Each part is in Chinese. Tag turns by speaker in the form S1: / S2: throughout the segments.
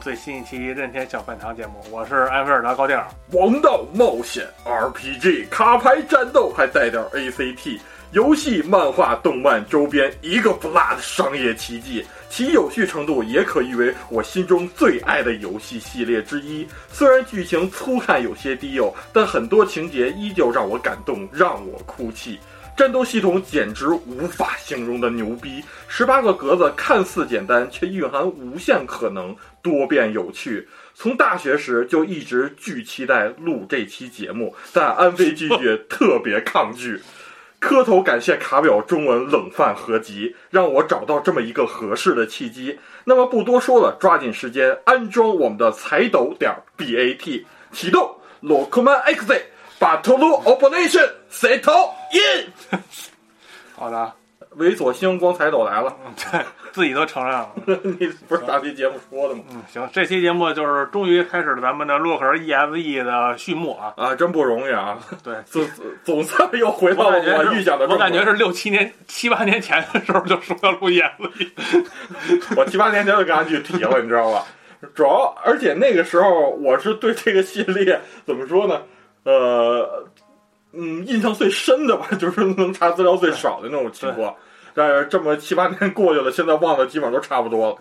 S1: 最新一期任天小饭堂节目，我是安菲尔达高定。
S2: 王道冒险 RPG 卡牌战斗，还带点 ACT 游戏、漫画、动漫周边，一个不落的商业奇迹。其有趣程度也可誉为我心中最爱的游戏系列之一。虽然剧情粗看有些低幼，但很多情节依旧让我感动，让我哭泣。战斗系统简直无法形容的牛逼，十八个格子看似简单，却蕴含无限可能，多变有趣。从大学时就一直巨期待录这期节目，但安飞拒绝，特别抗拒。磕头感谢卡表中文冷饭合集，让我找到这么一个合适的契机。那么不多说了，抓紧时间安装我们的彩斗点 BAT，启动 l o c m a n X，把头颅 Operation Settle In。
S1: 好的，
S2: 猥琐星光彩斗来了，
S1: 对嗯自己都承 认了。
S2: 你不是上期节目说的吗？
S1: 嗯，行，这期节目就是终于开始了咱们的洛克人 ESE 的序幕啊。
S2: 啊，真不容易啊！
S1: 对，
S2: 总总算又回到
S1: 我
S2: 了
S1: 感觉是
S2: 我预想的
S1: 我
S2: 状态。
S1: 感觉是六七年、七八年前的时候就说要录 E ESE，
S2: 我七八年前就跟安去提了，你知道吧？主要而且那个时候我是对这个系列怎么说呢？呃，嗯，印象最深的吧，就是能查资料最少的那种情况。但是这么七八年过去了，现在忘的基本上都差不多了。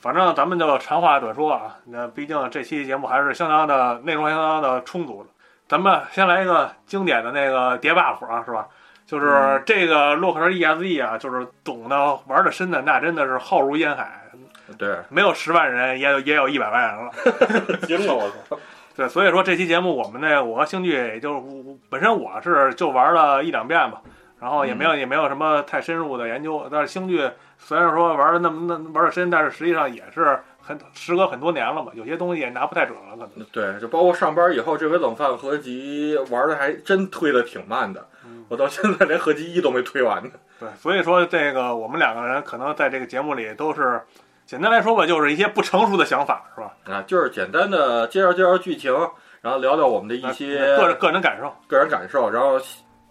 S1: 反正咱们就长话短说啊。那毕竟这期节目还是相当的内容相当的充足的。咱们先来一个经典的那个叠 buff 啊，是吧？就是这个洛克人 ESE 啊，就是懂的玩的深的，那真的是浩如烟海，
S2: 对，
S1: 没有十万人也有也有一百万人了。
S2: 惊了我操！
S1: 对，所以说这期节目我们呢，我和星剧也就是我本身我是就玩了一两遍吧，然后也没有、
S2: 嗯
S1: 也没有什么太深入的研究。但是星剧虽然说玩的那么那玩的深，但是实际上也是很时隔很多年了嘛，有些东西也拿不太准了，可能。
S2: 对，就包括上班以后，这回冷饭合集玩的还真推的挺慢的，
S1: 嗯
S2: 我到现在连合集一都没推完呢。
S1: 对，所以说这个我们两个人可能在这个节目里都是简单来说吧，就是一些不成熟的想法，是吧？
S2: 啊，就是简单的介绍介绍剧情，然后聊聊我们的一些
S1: 个人个人感受。
S2: 个人感受，然后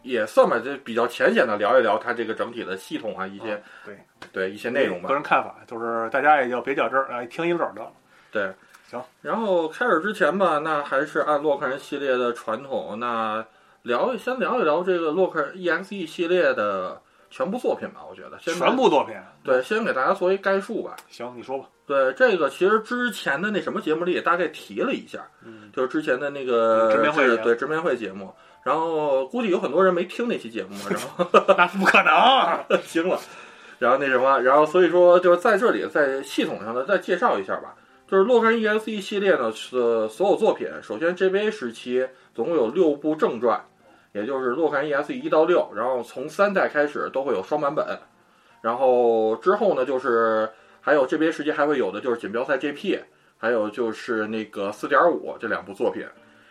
S2: 也算吧，就比较浅显的聊一聊它这个整体的系统啊，一些、
S1: 对
S2: 对一些内容吧
S1: 个。人看法，就是大家也就别较真儿，哎，听一乐儿得了。
S2: 对，
S1: 行。
S2: 然后开始之前吧，那还是按洛克人系列的传统，那聊先聊一聊这个洛克人 EXE 系列的全部作品吧。我觉得先
S1: 全部作品，
S2: 对，先给大家做一概述吧。
S1: 行，你说吧。
S2: 对，这个其实之前的那什么节目里也大概提了一下，
S1: 嗯，
S2: 就是之前的那个
S1: 直面会
S2: 是
S1: 节目
S2: 对直面会节目。然后估计有很多人没听那期节目，然后
S1: 那不可能。
S2: 惊了。然后那什么，然后所以说就是在这里，在系统上呢再介绍一下吧。就是洛克人 EXE 系列呢是所有作品，首先 GBA 时期总共有六部正传，也就是洛克人 EXE 一到六，然后从三代开始都会有双版本，然后之后呢就是还有 GBA 时期还会有的就是锦标赛 GP，还有就是那个四点五这两部作品，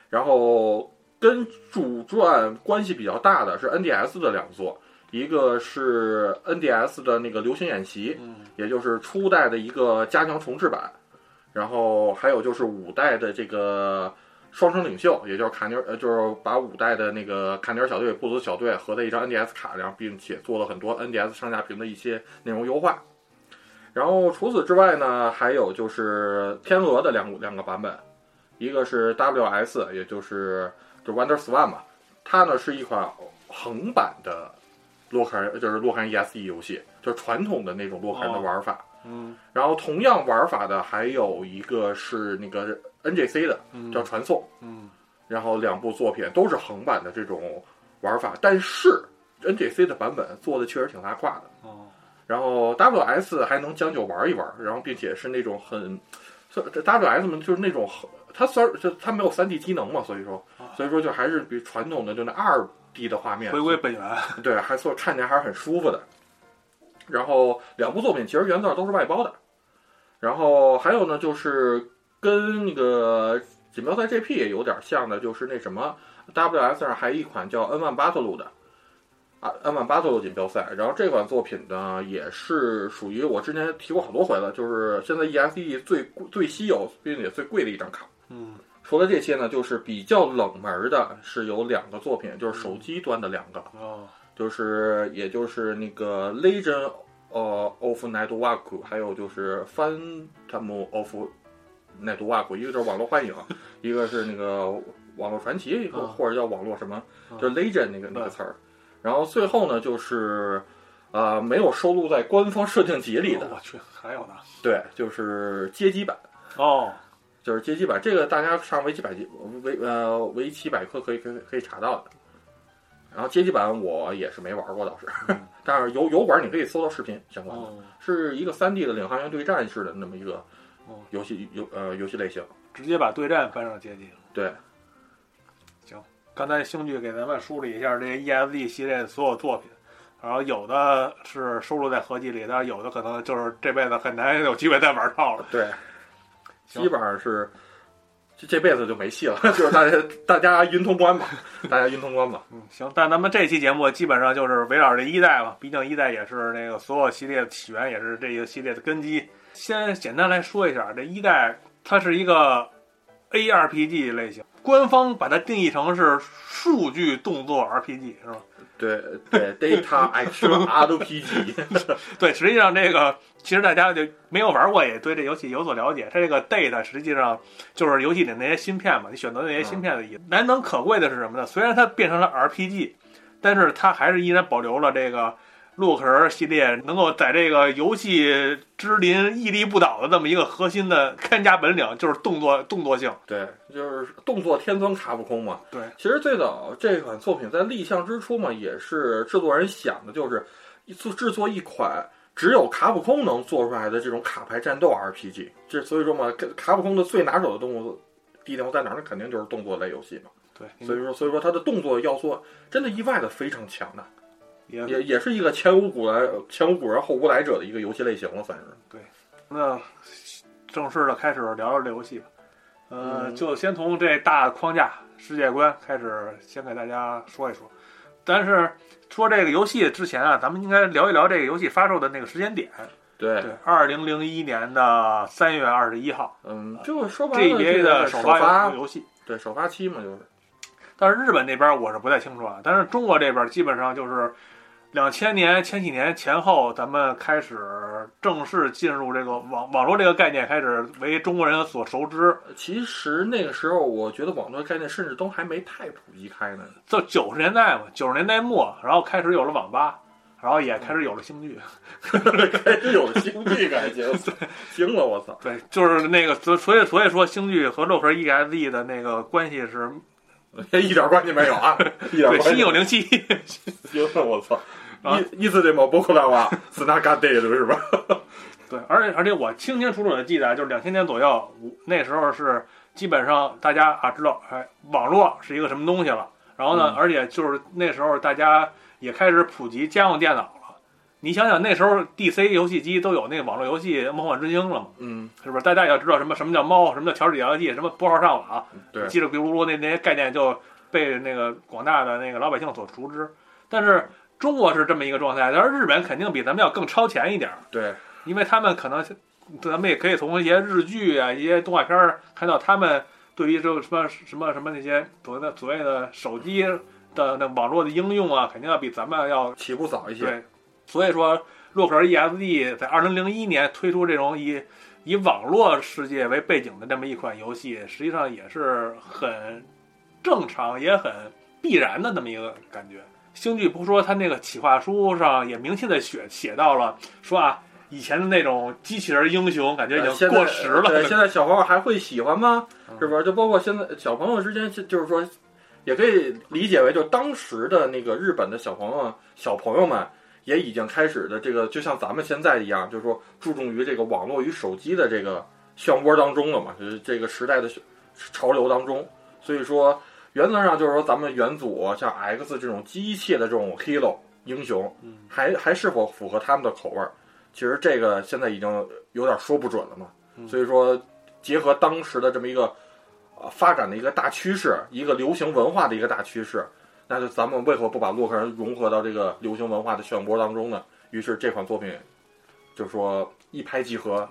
S2: 然后跟主传关系比较大的是 NDS 的两座，一个是 NDS 的那个流行演习，
S1: 嗯
S2: 也就是初代的一个加强重制版，然后还有就是五代的这个双城领袖，也就是卡尼尔，呃，就是把五代的那个卡尼尔小队、布鲁斯小队合在一张 NDS 卡，然后并且做了很多 NDS 上下屏的一些内容优化。然后除此之外呢，还有就是天鹅的两两个版本，一个是 WS，也就是就是 Wonder Swan 嘛，它呢是一款横版的洛克人，就是洛克人 ESE 游戏，就是传统的那种洛克人的
S1: 哦
S2: 玩法。
S1: 嗯
S2: 然后同样玩法的还有一个是那个 NJC 的
S1: 嗯
S2: 叫传送，
S1: 嗯
S2: 然后两部作品都是横版的这种玩法，但是 NJC 的版本做的确实挺拉胯的。
S1: 哦
S2: 然后 WS 还能将就玩一玩，然后并且是那种很，所以这 WS 嘛就是那种很，它虽然就它没有 3D 机能嘛，所以说
S1: 啊
S2: 所以说就还是比传统的就那 2D 的画面
S1: 回归本源。
S2: 对，还算看起来还是很舒服的。然后两部作品其实原作都是外包的，然后还有呢，就是跟那个锦标赛 GP 也有点像的，就是那什么 WS 上还有一款叫 N 万巴特鲁的啊，N 万巴特鲁锦标赛。然后这款作品呢，也是属于我之前提过好多回了，就是现在 ESE 最最稀有并且最贵的一张卡。
S1: 嗯
S2: 除了这些呢，就是比较冷门的是有两个作品，就是手机端的两个，
S1: 哦
S2: 就是也就是那个 Legend 呃 of Night Walk，还有就是 Phantom of 耐读啊，古一个就是网络幻影，一个是那个网络传奇，
S1: 嗯
S2: 或者叫网络什么，
S1: 嗯
S2: 就是 legend 那个那个
S1: 嗯
S2: 词儿。然后最后呢，就是啊、没有收录在官方设定集里的，
S1: 我去，还有呢？
S2: 对，就是街机版。
S1: 哦，
S2: 就是街机版，这个大家上维基百科维呃维基百科可以可以可以查到的。然后街机版我也是没玩过，倒是， 但是油油管你可以搜到视频相关的，
S1: 嗯哦，
S2: 是一个三 D 的领航员对战式的那么一个
S1: 哦
S2: 游戏游呃游戏类型。
S1: 直接把对战搬上阶级了。
S2: 对，
S1: 刚才星剧给咱们梳理一下这 ESD 系列所有作品，然后有的是收录在合集里，但是有的可能就是这辈子很难有机会再玩到了。
S2: 对，
S1: 行
S2: 基本上是这这辈子就没戏了， 就是大家大家云通关吧，大家云通关吧。
S1: 嗯，行，但咱们这期节目基本上就是围绕着一代吧，毕竟一代也是那个所有系列的起源，也是这个系列的根基。先简单来说一下，这一代它是一个 ARPG 类型，官方把它定义成是数据动作 RPG，是吧？
S2: 对对，Data Action RPG，
S1: 对，实际上这个其实大家就没有玩过，也对这游戏有所了解。它这个 data 实际上就是游戏里那些芯片嘛，你选择那
S2: 嗯
S1: 些芯片的意思。难能可贵的是什么呢？虽然它变成了 RPG，但是它还是依然保留了这个洛克人系列能够在这个游戏之林屹立不倒的这么一个核心的 看家本领，就是动作动作性。
S2: 对，就是动作天尊卡不空嘛。
S1: 对，
S2: 其实最早这款作品在立项之初嘛，也是制作人想的，就是做制作一款只有卡普空能做出来的这种卡牌战斗 RPG。这所以说嘛，卡卡普空的最拿手的动作地方在哪儿？那肯定就是动作类游戏嘛。
S1: 对，
S2: 所以说，所以说它的动作要素真的意外的非常强大，
S1: 也
S2: 也也是一个前无古来前无古人后无来者的一个游戏类型了，算是。
S1: 那正式的开始聊聊这游戏吧。呃，
S2: 嗯
S1: 就先从这大框架、世界观开始，先给大家说一说。但是说这个游戏之前啊，咱们应该聊一聊这个游戏发售的那个时间点。
S2: 对
S1: 对，二零零一年的三月二十一号
S2: 嗯，就说白了，
S1: ，GBA
S2: 这
S1: 的
S2: 个
S1: 首
S2: 首
S1: 发
S2: 发，
S1: 游戏。
S2: 对首发期嘛，就是
S1: 但是日本那边我是不太清楚啊，但是中国这边基本上就是两千年、千禧年前后，咱们开始正式进入这个网网络这个概念，开始为中国人所熟知。
S2: 其实那个时候，我觉得网络概念甚至都还没太普及开呢。
S1: 就九十年代嘛，九十年代末，然后开始有了网吧，然后也开始有了星剧。
S2: 开始有经济感觉，惊了我操！
S1: 对，就是那个，所所以所以说星剧和肉壳 EXE E 的那个关系是
S2: 一点关系没有啊， 一点
S1: 对
S2: 关
S1: 心
S2: 系
S1: 有灵犀。
S2: 惊了我操！
S1: 啊
S2: 意意思的嘛，包括大娃，是啊那干对的是吧？
S1: 对，而且而且我清清楚楚的记得啊，就是两千年左右，我那时候是基本上大家啊知道，哎，网络是一个什么东西了。然后呢，
S2: 嗯
S1: 而且就是那时候大家也开始普及家用电脑了。你想想那时候 DC 游戏机都有那个网络游戏《梦幻之星》了嘛，
S2: 嗯，
S1: 是不是？大家也知道什么什么叫猫，什么叫调试解调器，什么拨号上网、啊
S2: 嗯对，
S1: 叽里咕噜那那些概念就被那个广大的那个老百姓所熟知。但是中国是这么一个状态，但是日本肯定比咱们要更超前一点儿，
S2: 对，
S1: 因为他们可能咱们也可以从一些日剧啊、一些动画片儿看到他们对于这个什么什么什么那些所谓的所谓的手机的那网络的应用啊，肯定要比咱们要
S2: 起步早一些。
S1: 对，所以说洛克人 ESD 在二零零一年推出这种以以网络世界为背景的这么一款游戏，实际上也是很正常也很必然的那么一个感觉。星剧不说他那个企划书上也明确的写写到了，说啊以前的那种机器人英雄感觉已
S2: 呃
S1: 经
S2: 现在
S1: 过时了，
S2: 对，现在小朋友还会喜欢吗？
S1: 嗯
S2: 是不是？就包括现在小朋友之间，就就是说，也可以理解为，就当时的那个日本的小朋友小朋友们，也已经开始的这个，就像咱们现在一样，就是说注重于这个网络与手机的这个漩涡当中了嘛，就是这个时代的潮流当中。所以说，原则上就是说，咱们元祖啊像 X 这种机械的这种 hero 英雄
S1: 嗯，
S2: 还还是否符合他们的口味儿？其实这个现在已经有点说不准了嘛。
S1: 嗯
S2: 所以说，结合当时的这么一个呃发展的一个大趋势，一个流行文化的一个大趋势，那就咱们为何不把洛克人融合到这个流行文化的漩涡当中呢？于是这款作品就是说一拍即合，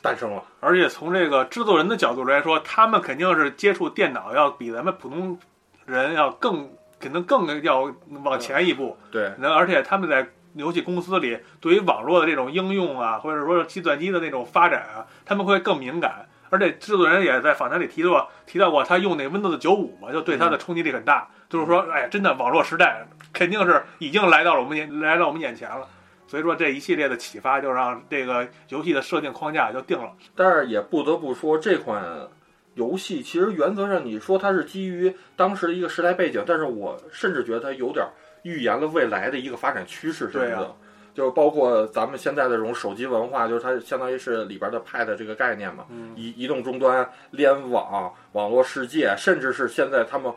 S2: 诞生了。
S1: 而且从这个制作人的角度来说，他们肯定是接触电脑要比咱们普通人要更，肯定更要往前一步。
S2: 对
S1: 那而且他们在游戏公司里，对于网络的这种应用啊，或者说计算机的那种发展啊，他们会更敏感。而且制作人也在访谈里提到提到过，他用那 Windows 九五嘛，就对他的冲击力很大。就是说，哎呀，真的网络时代肯定是已经来到了我们眼来到我们眼前了。所以说这一系列的启发，就让这个游戏的设定框架就定了。
S2: 但是也不得不说，这款游戏其实原则上你说它是基于当时的一个时代背景，但是我甚至觉得它有点预言了未来的一个发展趋势什么
S1: 对
S2: 的。
S1: 啊
S2: 就是包括咱们现在的这种手机文化，就是它相当于是里边的 Pad 这个概念嘛，
S1: 嗯
S2: 移移动终端、联网、网络世界，甚至是现在他们，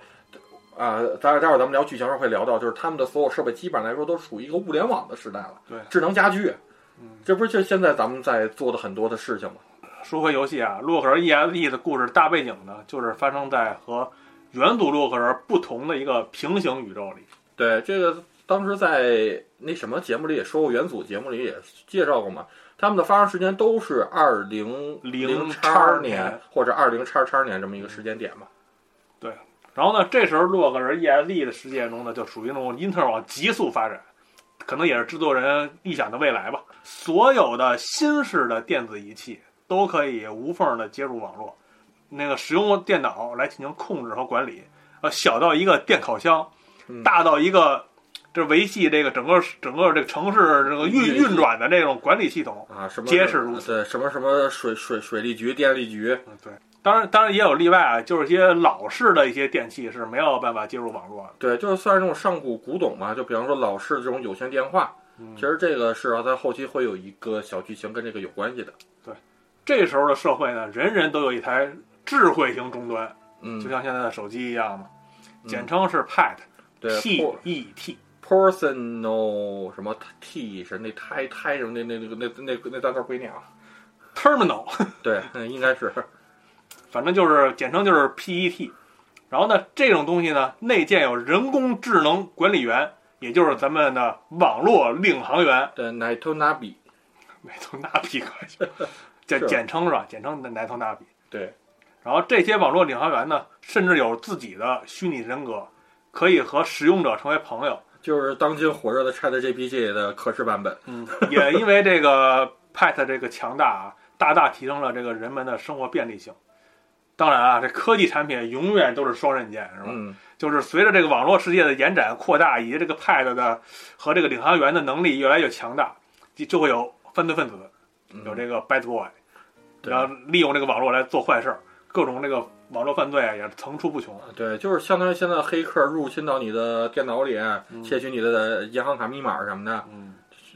S2: 啊、待会儿待会儿咱们聊剧情时候会聊到，就是他们的所有设备基本上来说都属于一个物联网的时代了，
S1: 对
S2: 智能家居
S1: 嗯，
S2: 这不是就现在咱们在做的很多的事情吗？
S1: 说回游戏啊，洛克人 ESE 的故事大背景呢，就是发生在和原祖洛克人不同的一个平行宇宙里。
S2: 对，这个当时在那什么节目里也说过，元祖节目里也介绍过嘛。他们的发生时间都是二零
S1: 零
S2: 叉
S1: 年
S2: 或者二零叉叉年这么一个时间点嘛。
S1: 然后呢，这时候洛克人 ESE 的世界中呢，就属于那种因特网急速发展，可能也是制作人预想的未来吧。所有的新式的电子仪器都可以无缝的接入网络，那个使用电脑来进行控制和管理，呃，小到一个电烤箱，
S2: 嗯
S1: 大到一个这维系这个整个整个这个城市这个运
S2: 运行
S1: 运转的这种管理系统。
S2: 啊，什么
S1: 皆是如此
S2: 对，什么什么水水水利局、电力局，
S1: 嗯，对，当然当然也有例外啊，就是一些老式的一些电器是没有办法接入网络的。
S2: 对，就是算是那种上古古董嘛，就比方说老式这种有线电话，
S1: 嗯
S2: 其实这个是它后期会有一个小剧情跟这个有关系的。
S1: 这时候的社会呢，人人都有一台智慧型终端，
S2: 嗯，
S1: 就像现在的手机一样嘛，
S2: 嗯
S1: 简称是 PET，P
S2: 对
S1: E T。
S2: ，personal 什么 t 是那胎胎什么那那那那那那单词归你啊。
S1: Terminal，
S2: 对，嗯应该是
S1: 反正就是简称就是 PET。然后呢，这种东西呢，内建有人工智能管理员，也就是咱们的网络领航员，
S2: 对奶头拿比，
S1: 美图纳比可 就简
S2: 是
S1: 简称是吧？简称奶头纳比。
S2: 对，
S1: 然后这些网络领航员呢，甚至有自己的虚拟人格，可以和使用者成为朋友。
S2: 就是当今火热的 ChatGPT 的可视版本。
S1: 嗯，也因为这个 Pad 这个强大啊，大大提升了这个人们的生活便利性。当然啊，这科技产品永远都是双刃剑，是吧？
S2: 嗯，
S1: 就是随着这个网络世界的延展扩大，以及这个 Pad 的和这个领航员的能力越来越强大，就就会有犯罪分子，
S2: 嗯
S1: 有这个 Bad Boy，、
S2: 对
S1: 然后利用这个网络来做坏事儿，各种这个网络犯罪啊也层出不穷。
S2: 对，就是相当于现在黑客入侵到你的电脑里，啊窃取你的银行卡密码什么的。
S1: 嗯，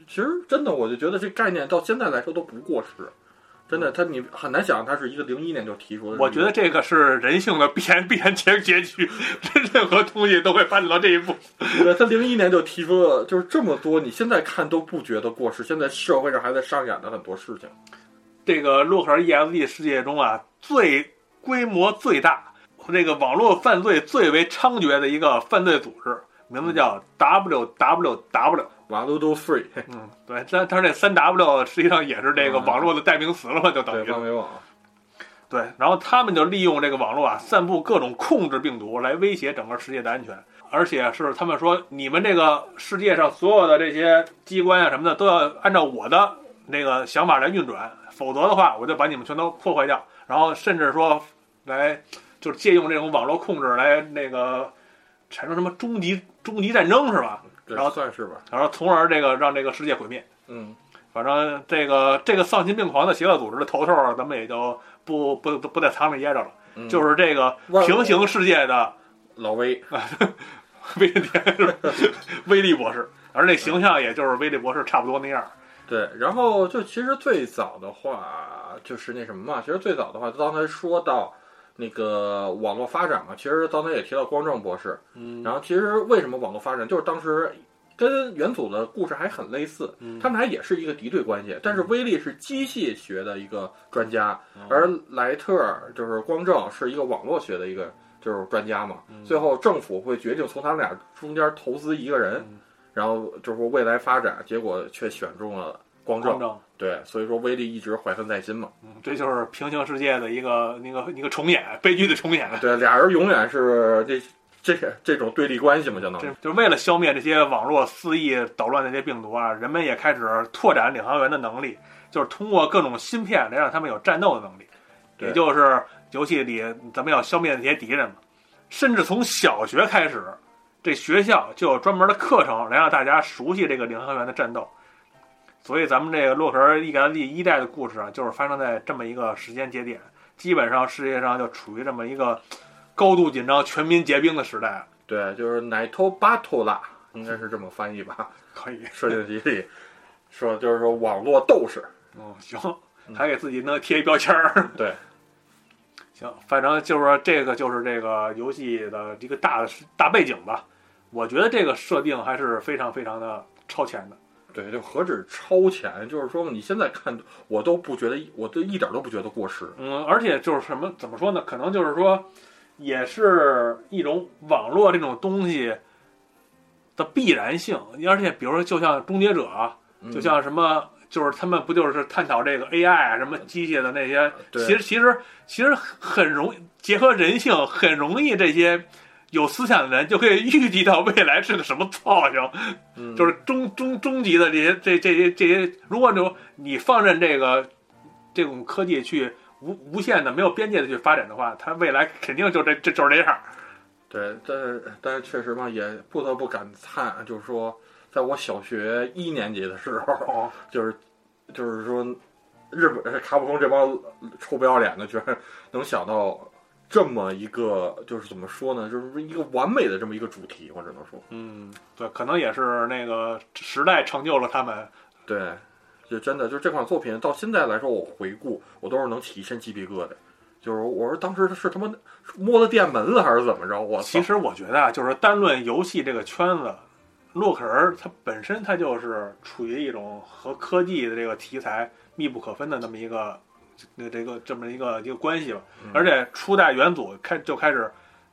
S2: 其实真的，我就觉得这概念到现在来说都不过时。真的，他你很难想，他是一个零一年就提出的。
S1: 嗯我觉得这个是人性的必然必然结结局， 任何东西都会发展到这一步。
S2: 对，他零一年就提出了，就是这么多，你现在看都不觉得过时。现在社会上还在上演的很多事情。
S1: 这个洛克人 ESE 世界中啊，最规模最大、这个网络犯罪最为猖獗的一个犯罪组织，名字叫 WWW。
S2: 瓦鲁都 free，
S1: 嗯，对，但但是这三 W 实际上也是这个
S2: 嗯
S1: 网络的代名词了嘛，就等
S2: 对，
S1: 于
S2: 万维网。
S1: 对。然后他们就利用这个网络啊，散布各种控制病毒来威胁整个世界的安全，而且是他们说你们这个世界上所有的这些机关啊什么的都要按照我的那个想法来运转，否则的话我就把你们全都破坏掉，然后甚至说来就是借用这种网络控制来那个产生什么终极终极战争是吧？
S2: 对
S1: 然后
S2: 算是吧，
S1: 然后从而这个让这个世界毁灭。
S2: 嗯，
S1: 反正这个这个丧心病狂的邪恶组织的头头，咱们也就不不不不在藏里掖着了，
S2: 嗯
S1: 就是这个
S2: 万
S1: 平行世界的
S2: 老威，
S1: 威廉是吧威利博士，而那形象也就是威利博士差不多那样儿。
S2: 对，然后就其实最早的话就是那什么嘛，其实最早的话，刚才说到那个网络发展嘛，其实刚才也提到光正博士，
S1: 嗯
S2: 然后其实为什么网络发展，就是当时跟元祖的故事还很类似，
S1: 嗯
S2: 他们俩也是一个敌对关系，但是威利是机械学的一个专家，
S1: 嗯
S2: 而莱特尔就是光正是一个网络学的一个就是专家嘛，
S1: 嗯
S2: 最后政府会决定从他们俩中间投资一个人
S1: 嗯，
S2: 然后就是说未来发展，结果却选中了光
S1: 光
S2: 正，
S1: 正，
S2: 对，所以说威利一直怀恨在心嘛，
S1: 嗯，这就是平行世界的一个一个一个重演，悲剧的重演。
S2: 对，俩人永远是这这个这种对立关系嘛，相当于
S1: 这就是为了消灭这些网络肆意捣乱的这些病毒啊，人们也开始拓展领航员的能力，就是通过各种芯片来让他们有战斗的能力。
S2: 对
S1: 也就是游戏里咱们要消灭那些敌人嘛。甚至从小学开始，这学校就有专门的课程来让大家熟悉这个领航员的战斗。所以咱们这个《洛克人伊格兰第一代的故事啊，就是发生在这么一个时间节点，基本上世界上就处于这么一个高度紧张、全民结冰的时代啊了。
S2: 对，就是奶头巴托拉，应该是这么翻译吧？
S1: 可以，
S2: 设定集 里说就是说网络斗士，
S1: 哦，行，还给自己弄贴一标签儿。
S2: 嗯 对，
S1: 行，反正就是说这个就是这个游戏的一个大的大背景吧。我觉得这个设定还是非常非常的超前的。
S2: 对，就何止超前，就是说你现在看我都不觉得，我都一点都不觉得过时。
S1: 嗯，而且就是什么怎么说呢？可能就是说，也是一种网络这种东西的必然性。而且比如说，就像《终结者》啊，
S2: 嗯
S1: 就像什么，就是他们不就是探讨这个 AI 啊，什么机械的那些，
S2: 对
S1: 其实其实其实很容易结合人性，很容易这些有思想的人就可以预计到未来是个什么造型，
S2: 嗯
S1: 就是终终终极的这些这这些这些，如果就你放任这个这种科技去无无限的没有边界的去发展的话，它未来肯定就这这就是这样。
S2: 对，但是但是确实嘛，也不得不感叹，就是说，在我小学一年级的时候，
S1: 哦，
S2: 就是就是说，日本卡普空这帮臭不要脸的，居然能想到这么一个，就是怎么说呢，就是一个完美的这么一个主题，我只能说，
S1: 嗯，对，可能也是那个时代成就了他们。
S2: 对，就真的就这款作品到现在来说，我回顾我都是能起一身鸡皮疙瘩。就是我说当时是他妈摸了电门了还是怎么着？我操
S1: 其实我觉得啊，就是单论游戏这个圈子，洛克人儿它本身它就是处于一种和科技的这个题材密不可分的那么一个这这个这么一个一个关系吧。
S2: 嗯
S1: 而且初代元祖开就开始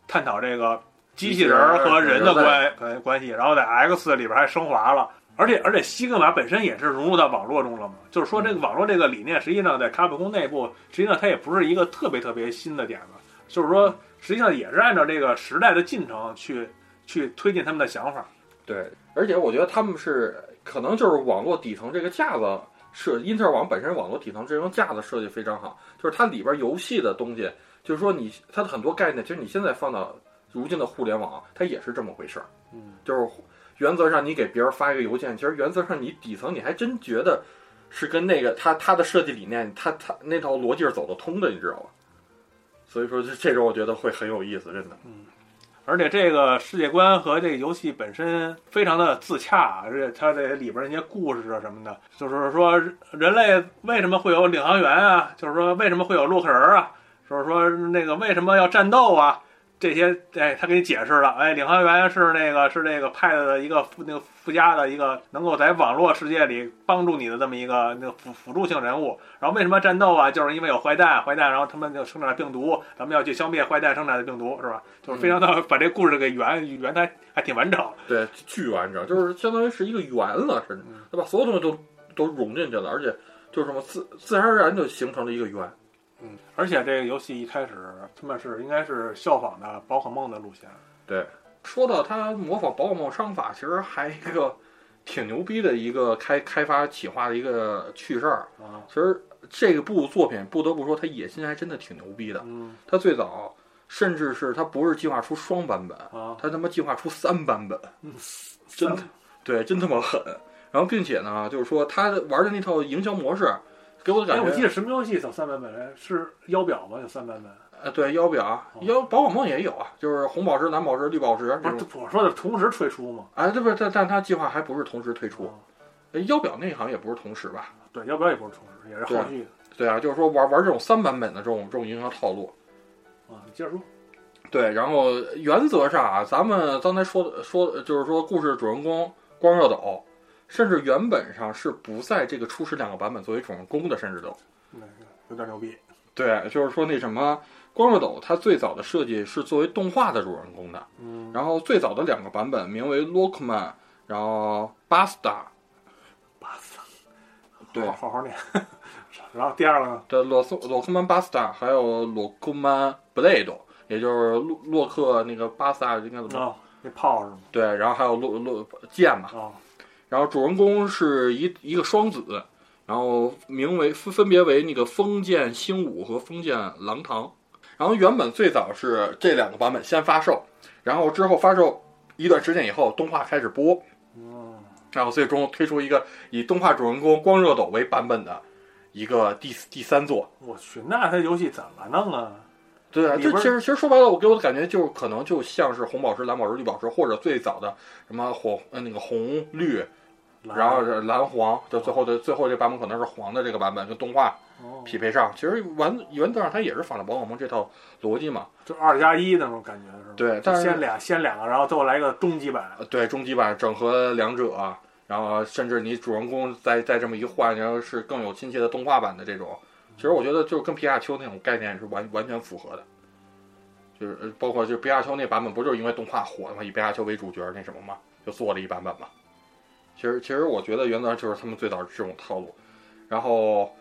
S1: 探讨这个机器人
S2: 机
S1: 儿
S2: 器人儿
S1: 和人的
S2: 人类
S1: 关关关系，然后在 X 里边还升华了。而且而且西格玛本身也是融入到网络中了嘛，就是说这
S2: 嗯
S1: 个网络这个理念，实际上在卡普空内部，实际上它也不是一个特别特别新的点子，就是说实际上也是按照这个时代的进程去去推进他们的想法。
S2: 对，而且我觉得他们是可能就是网络底层这个架子设，因特尔网本身网络底层这种架子设计非常好，就是它里边游戏的东西，就是说你它的很多概念，其实你现在放到如今的互联网，它也是这么回事儿，
S1: 嗯，
S2: 就是原则上你给别人发一个邮件，其实原则上你底层你还真觉得是跟那个他他的设计理念，他他那套逻辑是走得通的，你知道吧？所以说这这种我觉得会很有意思，真的。
S1: 而且这个世界观和这个游戏本身非常的自洽，啊而且它这里边那些故事啊什么的，就是说人类为什么会有领航员啊，就是说为什么会有洛克人啊，就是说那个为什么要战斗啊，这些哎他给你解释了，哎领航员是那个是那个派的一个附那个附加的一个能够在网络世界里帮助你的这么一个那个辅辅助性人物，然后为什么战斗啊，就是因为有坏蛋，坏蛋然后他们就生产了病毒，咱们要去消灭坏蛋生产的病毒是吧？
S2: 嗯
S1: 就是非常的把这故事给圆圆的还还挺完整。
S2: 对，巨完整，就是相当于是一个圆了，甚至
S1: 嗯
S2: 他把所有东西都都融进去了，而且就是什么自自然而然就形成了一个圆。
S1: 而且这个游戏一开始他们是应该是效仿的宝可梦的路线，
S2: 说到他模仿宝可梦商法，其实还一个挺牛逼的一个开开发企划的一个趣事儿。
S1: 啊，
S2: 其实这个部作品不得不说，他野心还真的挺牛逼的。
S1: 嗯
S2: 他最早甚至是他不是计划出双版本，
S1: 啊，
S2: 他他妈计划出三版本，
S1: 真
S2: 的对，嗯 真他妈狠。然后并且呢，就是说他玩的那套营销模式，给我的感
S1: 哎，
S2: 觉，
S1: 我记得什么游戏有三版本来？是腰表吗？有三版本？
S2: 呃，对，腰
S1: 哦
S2: 表腰宝可梦也有啊，就是红宝石、蓝宝石、绿宝石这
S1: 不
S2: 种。
S1: 是，我说的同时推出嘛。
S2: 啊，这不是，但但它计划还不是同时推出，
S1: 啊
S2: 呃腰表那好像也不是同时吧？
S1: 对，腰表也不是同时，也是后续的
S2: 对啊，就是说玩玩这种三版本的这种这种营销套路。
S1: 啊。你接着说，
S2: 对，然后原则上啊，咱们刚才说的说的就是说故事主人公光热斗，甚至原本上是不在这个初始两个版本作为主人公的，甚至都
S1: 那个有点牛逼。
S2: 对，就是说那什么光热斗，它最早的设计是作为动画的主人公的。
S1: 嗯，
S2: 然后最早的两个版本名为 Lockman，然后 Basta
S1: 巴萨，
S2: 对
S1: 好好好念。 然后第二个呢？
S2: 的洛斯洛克曼 Basta，还有洛克曼 Blade，也就是洛洛克那个巴萨应该怎么、
S1: 啊，那炮是吗？
S2: 对，然后还有洛洛剑嘛。
S1: 啊，
S2: 然后主人公是一一个双子，然后名为分分别为那个封建兴武和封建狼堂。然后原本最早是这两个版本先发售，然后之后发售一段时间以后，动画开始播，
S1: 嗯，
S2: 然后最终推出一个以动画主人公光热斗为版本的一个第第三作。
S1: 我去，那他游戏怎么弄啊？
S2: 对啊，
S1: 里
S2: 这
S1: 边
S2: 其实其实说白了，我给我的感觉就是可能就像是红宝石、蓝宝石、绿宝石，或者最早的什么火呃那个红绿，然后是蓝黄的最后的最后这版本可能是黄的这个版本跟动画
S1: 哦
S2: 匹配上。其实原原则上它也是仿照宝可梦这套逻辑嘛。
S1: 就二加一那种感觉是吧？
S2: 对
S1: 就
S2: 但是
S1: 先俩先两个，然后最后来个终极版，
S2: 呃对，终极版整合两者、然后甚至你主人公再再这么一换，然后是更有亲切的动画版的这种。其实我觉得就是跟皮卡丘那种概念也是完完全符合的。就是呃包括就是皮卡丘那版本，不就是因为动画火的嘛，以皮卡丘为主角那什么嘛，就做了一版本嘛。其实其实我觉得原则上就是他们最早是这种套路，然后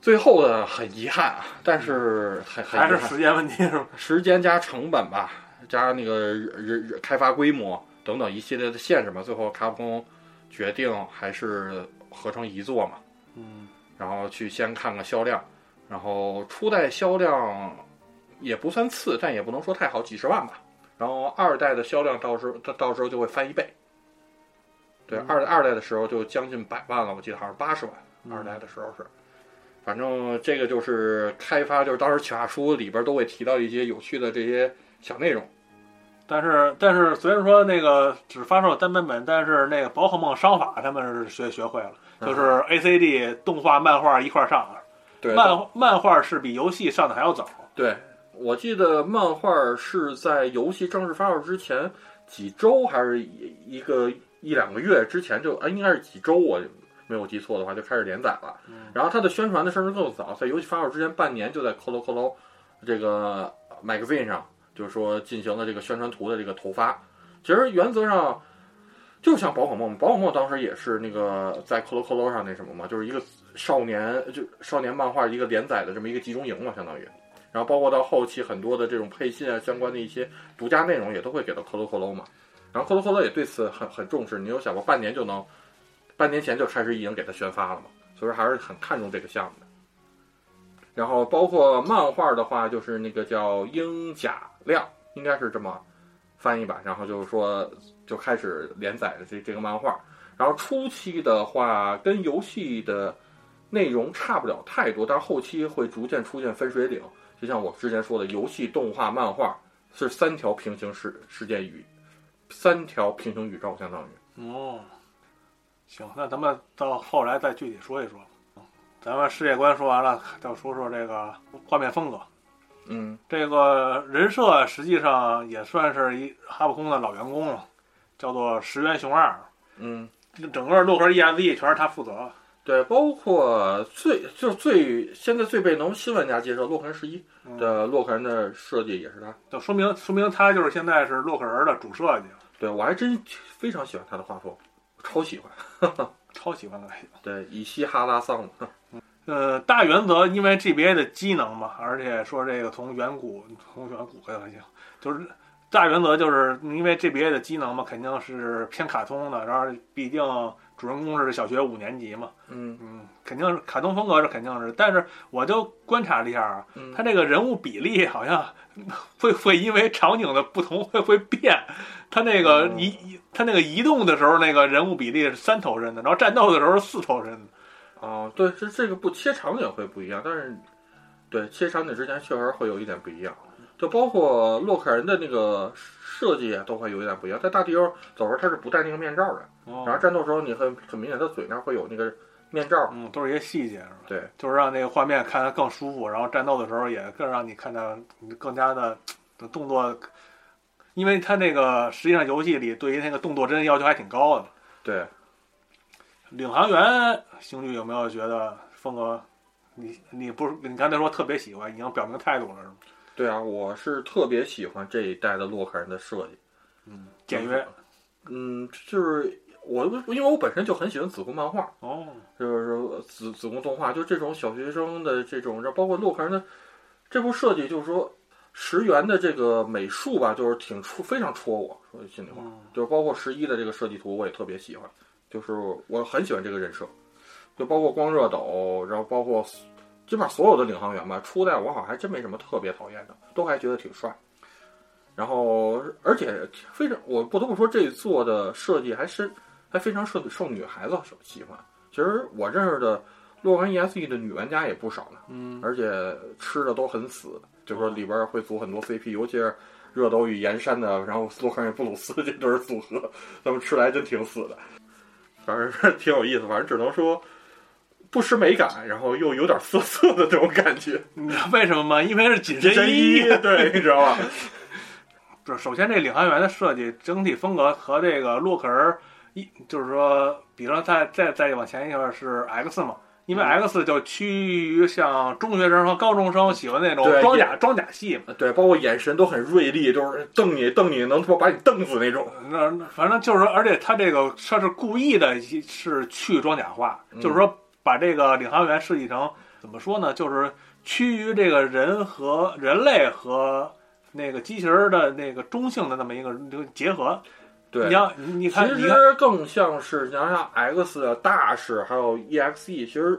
S2: 最后的很遗憾，啊，但是很很遗
S1: 还是
S2: 憾
S1: 时间问题是吧？
S2: 时间加成本吧，加那个人人人开发规模等等一系列的限制吧，最后卡普空决定还是合成一作嘛，
S1: 嗯，
S2: 然后去先看看销量，然后初代销量也不算次，但也不能说太好，几十万吧。然后二代的销量到时候到到时候就会翻一倍，对，
S1: 嗯
S2: 二二代的时候就将近百万了，我记得好像八十万。
S1: 嗯
S2: 二代的时候是，反正这个就是开发，就是当时企划书里边都会提到一些有趣的这些小内容。
S1: 但是但是虽然说那个只发售单版本，但是那个宝可梦商法他们是学学会了，
S2: 嗯
S1: 就是 A C D 动画漫画一块儿上，
S2: 对
S1: 漫漫画是比游戏上的还要早。
S2: 对，我记得漫画是在游戏正式发售之前几周，还是一一个一两个月之前就，啊，应该是几周，我没有记错的话就开始连载了。然后它的宣传的甚至更早，在游戏发售之前半年就在 Colo Colo 这个 magazine 上，就是说进行了这个宣传图的这个投发。其实原则上。就像宝可梦，宝可梦当时也是那个在 Colo Colo 上那什么嘛，就是一个少年就少年漫画一个连载的这么一个集中营嘛，相当于。然后包括到后期很多的这种配信啊，相关的一些独家内容也都会给到 Colo Colo 嘛。然后 Colo Colo 也对此很很重视，你有想过半年就能，半年前就开始已经给他宣发了嘛，所以说还是很看重这个项目的。然后包括漫画的话，就是那个叫鹰甲亮，应该是这么翻译吧。然后就是说就开始连载的这这个漫画。然后初期的话，跟游戏的内容差不了太多，但是后期会逐渐出现分水岭。就像我之前说的，游戏、动画、漫画是三条平行世世界宇，三条平行宇宙，相当于。
S1: 哦，行，那咱们到后来再具体说一说。咱们世界观说完了，就说说这个画面风格。
S2: 嗯，
S1: 这个人设实际上也算是一哈普空的老员工了，叫做石原雄二。
S2: 嗯，
S1: 整个洛克 ESE 全是他负责。
S2: 对，包括最就是最现在最被能新玩家接受，洛克人十一
S1: 嗯
S2: 的洛克人的设计也是他。
S1: 就说明说明他就是现在是洛克人的主设计，
S2: 对我还真非常喜欢他的画风，超喜欢。
S1: 超喜欢的类型。
S2: 对，以西哈拉桑嘛，
S1: 呃，大原则因为 GBA 的机能嘛，而且说这个从远古从远古开始行，就是大原则就是因为 GBA 的机能嘛，肯定是偏卡通的，然后毕竟主人公是小学五年级嘛，
S2: 嗯
S1: 嗯，肯定是卡通风格是肯定是，但是我就观察了一下啊，
S2: 嗯，
S1: 他这个人物比例好像会会因为场景的不同会会变，他那个
S2: 嗯
S1: 移移他那个移动的时候那个人物比例是三头身的，然后战斗的时候是四头身的。
S2: 哦，对，这这个不切场景会不一样，但是对切场景之前确实会有一点不一样，就包括洛克人的那个设计啊，都会有一点不一样。在大地球走时候他是不戴那个面罩的，
S1: 哦
S2: 然后战斗时候你很很明显他嘴那儿会有那个面罩。
S1: 嗯，都是一些细节，是吧？
S2: 对，
S1: 就是让那个画面看得更舒服，然后战斗的时候也更让你看到更加的的动作，因为它那个实际上游戏里对于那个动作帧要求还挺高的。
S2: 对，
S1: 领航员星剧有没有觉得风格？你你不是你刚才说特别喜欢，已经表明态度了是吗？
S2: 对啊，我是特别喜欢这一代的洛克人的设计，
S1: 嗯，简约。
S2: 嗯，就是我因为我本身就很喜欢子宫漫画，
S1: 哦，
S2: 就是说子子宫动画，就这种小学生的这种，包括洛克人的这部设计，就是说石原的这个美句吧，就是挺戳，非常戳我，说心里话，
S1: 嗯，
S2: 就是包括十一的这个设计图，我也特别喜欢，就是我很喜欢这个人设。就包括光热斗，然后包括基本上所有的领航员吧，初代我好像还真没什么特别讨厌的，都还觉得挺帅。然后，而且非常，我不得不说，这一座的设计还是还非常受受女孩子所喜欢。其实我认识的洛克 ESE E 的女玩家也不少呢，
S1: 嗯，
S2: 而且吃的都很死，就是说里边会组很多 CP，尤其是热斗与岩山的，然后洛克与布鲁斯这 对儿组合，他们吃的还真挺死的，反正是挺有意思，反正只能说不失美感，然后又有点涩涩的这种感觉。
S1: 你知道嗯 为什么吗？因为是紧身
S2: 真
S1: 衣。
S2: 一，对，你知道吧？
S1: 这首先这领航员的设计整体风格和这个洛克人一，就是说，比如说再再再往前一块是 X 嘛。因为 X 就趋于像中学生和高中生喜欢那种
S2: 对
S1: 装甲装甲系嘛，
S2: 呃对，包括眼神都很锐利，就是瞪你瞪你能他妈把你瞪死那种。
S1: 那那反正就是说，而且他这个他是故意的，是去装甲化，
S2: 嗯
S1: 就是说把这个领航员设计成怎么说呢？就是趋于这个人和人类和那个机器人的那个中性的那么一个这个结合。
S2: 对
S1: 你，像你你看，
S2: 其
S1: 你看
S2: 实更像是你要像 X 啊、大是还有 EXE，其实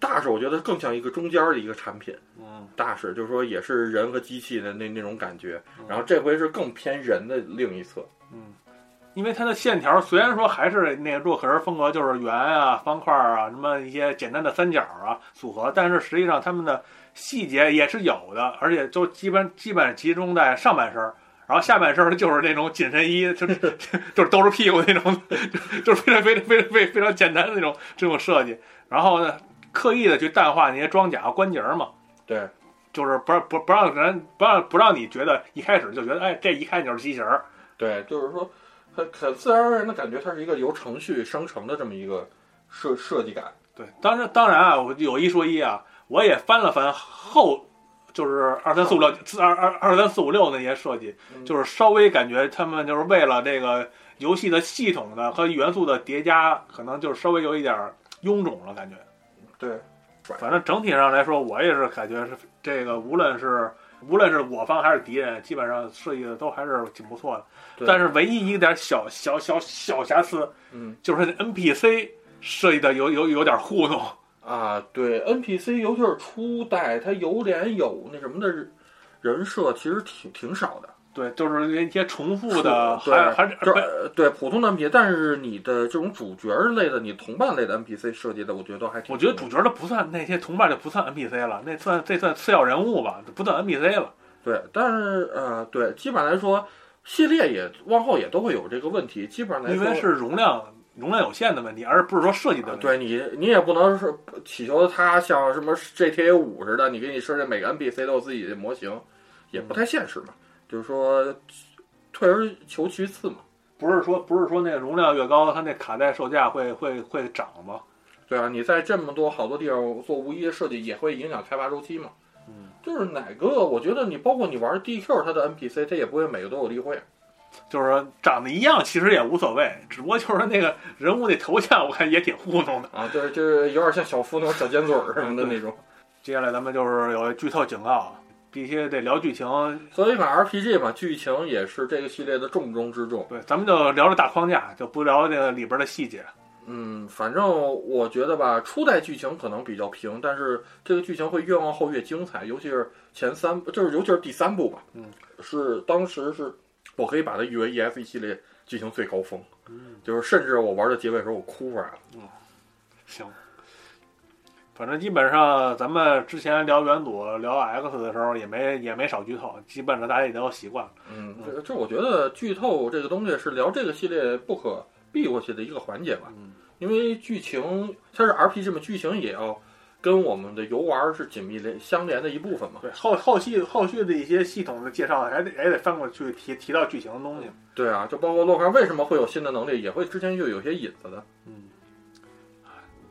S2: 大是我觉得更像一个中间的一个产品。
S1: 嗯，
S2: 大是就是说也是人和机器的那那种感觉，然后这回是更偏人的另一侧。
S1: 因为它的线条虽然说还是那个洛克人风格，就是圆啊、方块啊、什么一些简单的三角啊组合，但是实际上他们的细节也是有的，而且就基本基本集中在上半身儿。然后下半身儿就是那种紧身衣，就是就是都是屁股那种，就是非常非常非常非常非常简单的那种这种设计。然后呢，刻意的去淡化那些装甲和关节儿嘛，
S2: 对，
S1: 就是不让不不让人不让不让你觉得一开始就觉得哎这一看就是机器人儿，
S2: 对，就是说，很很自然而然的感觉，它是一个由程序生成的这么一个设设计感。
S1: 对，当然当然啊，我有一说一啊，我也翻了翻后，就是二三四五六四二二二三四五六那些设计，
S2: 嗯
S1: 就是稍微感觉他们就是为了这个游戏的系统的和元素的叠加，可能就是稍微有一点儿臃肿了感觉。
S2: 对，
S1: 反正整体上来说，我也是感觉是这个，无论是无论是我方还是敌人，基本上设计的都还是挺不错的。
S2: 对
S1: 但是唯一一点小小小小瑕疵，
S2: 嗯，
S1: 就是那 NPC 设计的有有有点糊弄。
S2: 啊，对 NPC，尤其是初代，它有点有那什么的人人设，其实挺挺少的。
S1: 对，就是一些重复的，
S2: 对
S1: 还还哎
S2: 就
S1: 而
S2: 是呃对普通的 NPC，但是你的这种主角类的、你同伴类的 NPC 设计的，我觉得都还挺。
S1: 我觉得主角的不算那些同伴就不算 NPC 了，那算这算次要人物吧，不算 NPC 了。
S2: 对，但是呃，对，基本上来说，系列也往后也都会有这个问题。基本上来
S1: 因
S2: 说，
S1: 为是容量容量有限的问题，而不是说设计的
S2: 啊
S1: 问题。
S2: 对你，你也不能是祈求它像什么 GTA 五似的，你给你设置每个 NPC 都有自己的模型，也不太现实嘛。就是说，退而求其次嘛。
S1: 不是说不是说那容量越高，它那卡带售价会会会涨吗？
S2: 对啊，你在这么多好多地方做无一的设计，也会影响开发周期嘛。
S1: 嗯，
S2: 就是哪个，我觉得你包括你玩 DQ，它的 NPC 它也不会每个都有例会。
S1: 就是说长得一样，其实也无所谓，只不过就是那个人物那头像，我看也挺糊弄的。
S2: 啊，对，就是有点像小夫那种小尖嘴儿什么的那种。
S1: 接下来咱们就是有剧透警告啊，必须得聊剧情。
S2: 所以嘛，RPG 嘛，剧情也是这个系列的重中之重。
S1: 对，咱们就聊着大框架，就不聊那个里边的细节。
S2: 嗯，反正我觉得吧，初代剧情可能比较平，但是这个剧情会越往后越精彩，尤其是前三，就是尤其是第三部吧。
S1: 嗯，
S2: 是当时是我可以把它誉为 ESE 系列剧情最高峰，
S1: 嗯
S2: 就是甚至我玩到结尾的时候我哭出来了。
S1: 行，反正基本上咱们之前聊元祖、聊 X 的时候也没也没少剧透，基本上大家也都习惯了。
S2: 嗯
S1: 嗯，
S2: 这这我觉得剧透这个东西是聊这个系列不可避讳的一个环节吧，
S1: 嗯
S2: 因为剧情它是 RPG 嘛，剧情也要跟我们的游玩是紧密连相连的一部分嘛。
S1: 对，后后续后续的一些系统的介绍，还得也得翻过去提提到剧情的东西。
S2: 对啊，就包括洛克人为什么会有新的能力，也会之前就有些引子的。
S1: 嗯，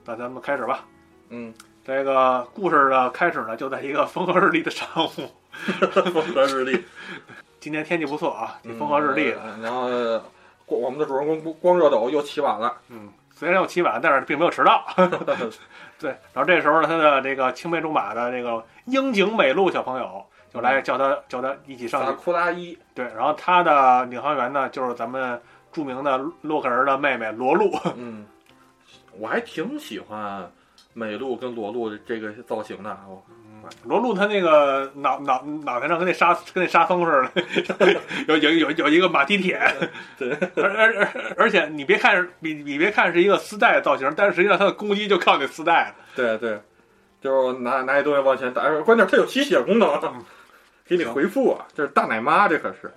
S1: 那咱们开始吧。
S2: 嗯，
S1: 这个故事的开始呢，就在一个风和日丽的上午。
S2: 风和日丽，
S1: 今天天气不错啊，挺风和日丽的。
S2: 嗯。然后呃光我们的主人公光光热斗又起晚 了，
S1: 嗯，虽然要起晚，但是并没有迟到。对，然后这时候呢，他的这个青梅竹马的这个樱井美露小朋友就来叫他叫他一起上
S2: 萨
S1: 学。
S2: 库拉伊，
S1: 对，然后他的领航员呢，就是咱们著名的洛克人的妹妹罗露。
S2: 嗯，我还挺喜欢美露跟罗露这个造型的。啊我
S1: 罗露他那个脑脑脑袋上跟那沙跟那沙僧似的， 有有有有一个马蹄铁，
S2: 对，
S1: 而而而而且你别看是你你别看是一个丝带的造型，但是实际上它的攻击就靠那丝带了。
S2: 对对，就是拿拿一东西往前打，哎关键它有吸血功能
S1: 嗯，
S2: 给你回复啊！这是大奶妈，这可是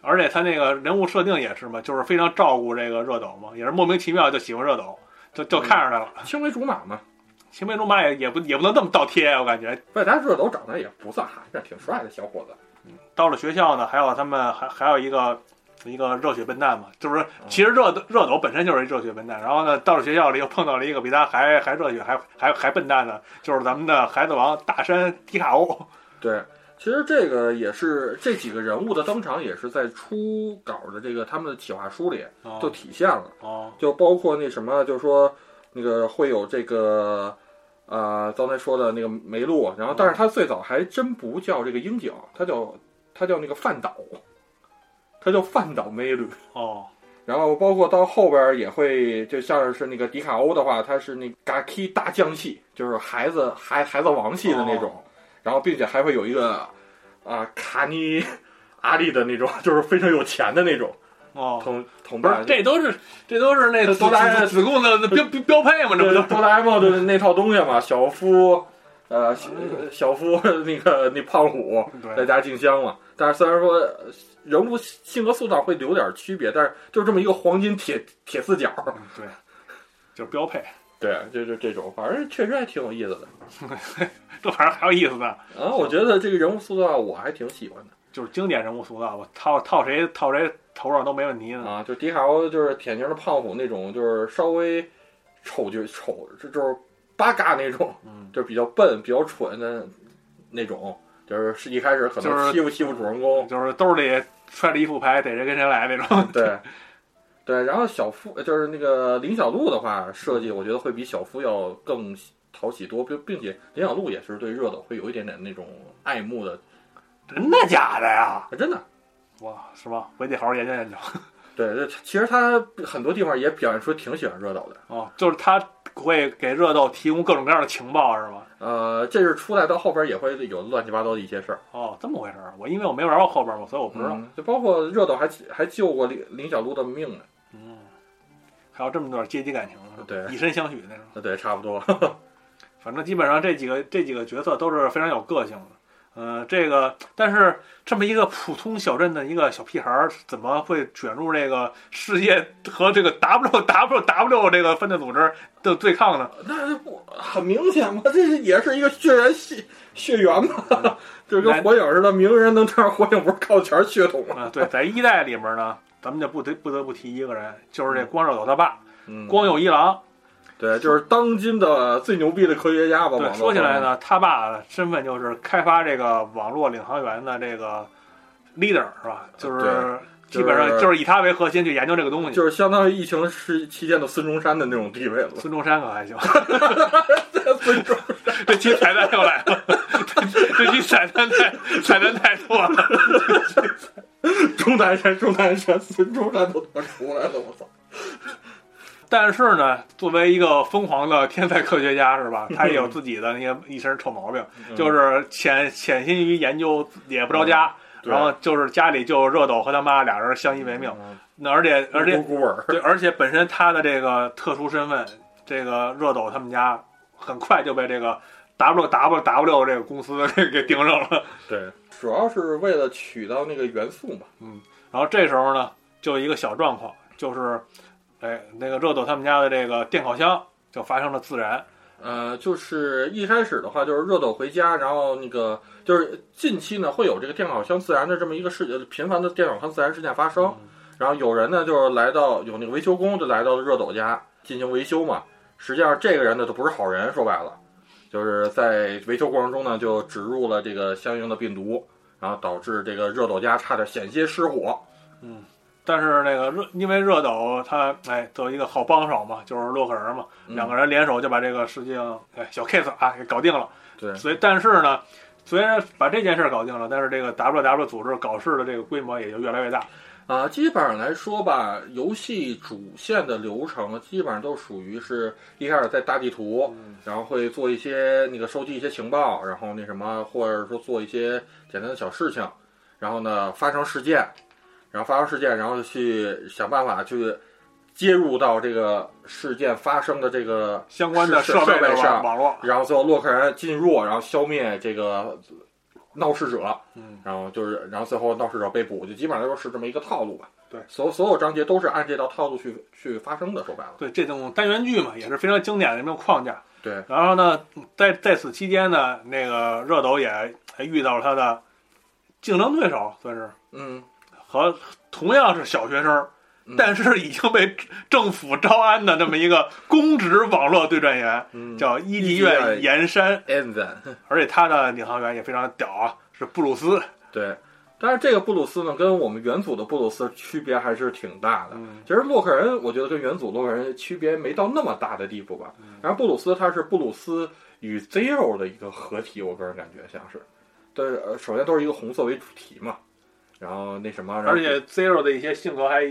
S1: 而且他那个人物设定也是嘛，就是非常照顾这个热斗嘛，也是莫名其妙就喜欢热斗，就就看上他了。
S2: 青梅竹马嘛。
S1: 青梅竹马也也不也不能这么倒贴，我感觉。
S2: 外加热斗长得也不算寒碜，挺帅的小伙子。
S1: 到了学校呢，还有他们还还有一个一个热血笨蛋嘛，就是其实热斗热斗本身就是一热血笨蛋，然后呢到了学校里又碰到了一个比他还还热血还还还笨蛋的，就是咱们的孩子王大山迪卡欧。
S2: 对，其实这个也是这几个人物的登场，也是在初稿的这个他们的企划书里就体现了，
S1: 哦，
S2: 就包括那什么，就是说那个会有这个。呃，刚才说的那个梅露，然后但是他最早还真不叫这个樱井，他叫他叫那个饭岛，他叫饭岛梅露。
S1: 哦
S2: 然后包括到后边儿也会，就像是那个迪卡欧的话，他是那 Gaki 大将系，就是孩子孩孩子王系的那种，然后并且还会有一个啊、卡尼阿力的那种，就是非常有钱的那种
S1: 哦，
S2: 同同
S1: 不
S2: 伴
S1: 是，。这都是这都是那
S2: 这都大家
S1: 子贡的的标标配嘛，这不
S2: 这
S1: 都
S2: 哆啦 A 梦的那套东西嘛，小夫，呃，小小夫呃那个那胖虎，再
S1: 对
S2: 加静香嘛。但是虽然说呃人物性格塑造会有点区别，但是就是这么一个黄金铁铁四角。
S1: 嗯对，就是标配。
S2: 对，就是这种，反正确实还挺有意思的。
S1: 这玩意儿还有意思呢，
S2: 啊，我觉得这个人物塑造我还挺喜欢的
S1: 就是经典人物塑造吧，套套谁套谁头上都没问题呢。
S2: 啊，就迪卡欧就是典型的胖虎那种，就是稍微丑就丑，这就是八嘎那种，
S1: 嗯，
S2: 就是比较笨、比较蠢的那种，就是是一开始可
S1: 就
S2: 能
S1: 是
S2: 欺负欺负主人公，
S1: 就是兜里揣着一副牌，逮谁跟谁来那 种。
S2: 对。对，然后小夫就是那个林小璐的话，设计我觉得会比小夫要更讨喜多，并并且林小璐也是对热斗会有一点点那种爱慕的，
S1: 真的假的呀？
S2: 真的
S1: 哇，是吧？我也得好好研究研究。
S2: 对，这其实他很多地方也表现出挺喜欢热斗的。
S1: 哦，就是他会给热斗提供各种各样的情报，是吗？
S2: 呃，这是初代到后边也会有乱七八糟的一些事儿，
S1: 哦，这么回事儿。我因为我没玩过后边嘛，所以我
S2: 我
S1: 不知道。
S2: 就包括热斗还还救过林林小璐的命呢。
S1: 嗯，还有这么段阶级感情，是吧
S2: 对
S1: 以身相许那种。
S2: 呃，对，差不多。
S1: 反正基本上这几个这几个角色都是非常有个性的。呃，这个但是这么一个普通小镇的一个小屁孩儿，怎么会卷入这个世界和这个 W W W 这个犯罪组织的对抗呢？
S2: 那是不很明显嘛，这是也是一个血缘系血缘嘛， 就是跟火影似的，鸣人能当上火影不是靠全是血统 吗？
S1: 啊、对，在一代里面呢，咱们就不得不得不提一个人，就是这光热斗他爸
S2: 嗯
S1: 光佑一郎。
S2: 对，就是当今的最牛逼的科学家
S1: 对，
S2: 吧。网络
S1: 说起来
S2: 上，
S1: 呢，他爸的身份就是开发这个网络领航员的这个 leader 是吧？就是
S2: 对
S1: 基本上
S2: 就是
S1: 就是以他为核心去研究这个东西。
S2: 就是相当于疫情时期间的孙中山的那种地位了。
S1: 孙中山可还行。
S2: 孙中
S1: 这期彩蛋又来了，这期彩蛋太彩蛋太多了。
S2: 钟南山，钟南山，孙中山都他妈出来了，我操！
S1: 但是呢，作为一个疯狂的天才科学家是吧？他也有自己的那些一身臭毛病，
S2: 嗯
S1: 就是潜潜心于研究，也不着家。
S2: 对
S1: 然后就是家里就热斗和他妈俩人相依为命，那而且而且
S2: 孤儿，
S1: 对，而且本身他的这个特殊身份，这个热斗他们家很快就被这个 W W W 这个公司给 给盯上了。
S2: 对，主要是为了取到那个元素嘛。
S1: 然后这时候呢，就有一个小状况，就是，哎，那个热斗他们家的这个电烤箱就发生了自燃。
S2: 呃，就是一开始的话，就是热斗回家，然后那个就是近期呢会有这个电烤箱自燃的这么一个事，呃频繁的电烤箱自燃事件发生。然后有人呢就是来到有那个维修工就来到了热斗家进行维修嘛。实际上这个人呢就不是好人，说白了，就是在维修过程中呢就植入了这个相应的病毒，然后导致这个热斗家差点险些失火。
S1: 但是那个热，因为热斗他哎作为一个好帮手嘛，就是洛克人嘛，
S2: 嗯
S1: 两个人联手就把这个事情哎小 case 啊给搞定了。
S2: 对
S1: 所以但是呢，虽然把这件事搞定了，但是这个 W W 组织搞事的这个规模也就越来越大。
S2: 啊，基本上来说吧，游戏主线的流程基本上都属于是一开始在大地图，然后会做一些那个收集一些情报，然后那什么，或者说做一些简单的小事情，然后呢发生事件，然后发生事件，然后去想办法去接入到这个事件发生的这个
S1: 相关的
S2: 是
S1: 设备
S2: 设
S1: 的
S2: 备
S1: 网
S2: 上
S1: 网络，
S2: 然后最后洛克人进入，然后消灭这个闹事者，
S1: 嗯，
S2: 然后就是，然后最后闹事者被捕，就基本上都是这么一个套路吧。
S1: 对
S2: 所所有章节都是按这套套路去去发生的，说白了。
S1: 对这种单元剧嘛，也是非常经典的一种框架。
S2: 对，
S1: 然后呢，在在此期间呢，那个热斗也还遇到了他的竞争对手，算是
S2: 嗯，
S1: 和同样是小学生
S2: 嗯，
S1: 但是已经被政府招安的这么一个公职网络对战员，
S2: 嗯
S1: 叫伊
S2: 伊
S1: 迪
S2: 迪
S1: 院
S2: 院
S1: 岩山，
S2: and then
S1: 而且他的领航员也非常屌啊，是布鲁斯。
S2: 对，但是这个布鲁斯呢，跟我们元祖的布鲁斯区别还是挺大的。
S1: 嗯
S2: 其实洛克人，我觉得跟元祖洛克人区别没到那么大的地步吧。
S1: 嗯
S2: 然后布鲁斯他是布鲁斯与 Zero 的一个合体，我个人感觉像是，对，呃首先都是一个红色为主题嘛，然后那什么，然后
S1: 而且 Zero 的一些性格还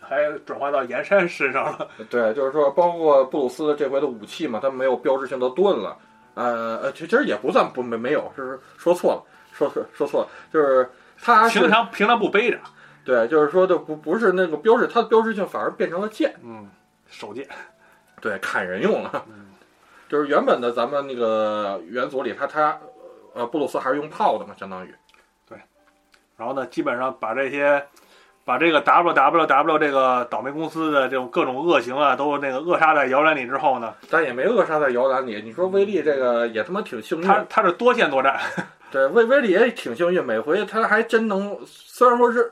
S1: 还转化到岩山身上了。
S2: 对，就是说包括布鲁斯的这回的武器嘛，他没有标志性的盾了，呃呃，其其实也不算不没没有，就是说错了，说说说错了，就是他是
S1: 平常平常不背着，
S2: 对，就是说就不不是那个标志，它的标志性反而变成了剑，
S1: 嗯，手剑，
S2: 对，砍人用了。就是原本的咱们那个元祖里，他他呃布鲁斯还是用炮的嘛，相当于
S1: 然后呢，基本上把这些。把这个 WWW 这个倒霉公司的这种各种恶行啊，都那个扼杀在摇篮里之后呢，
S2: 但也没扼杀在摇篮里。你说威力这个也他妈挺幸运，
S1: 他他是多线作战，
S2: 对威威力也挺幸运，每回他还真能，虽然说是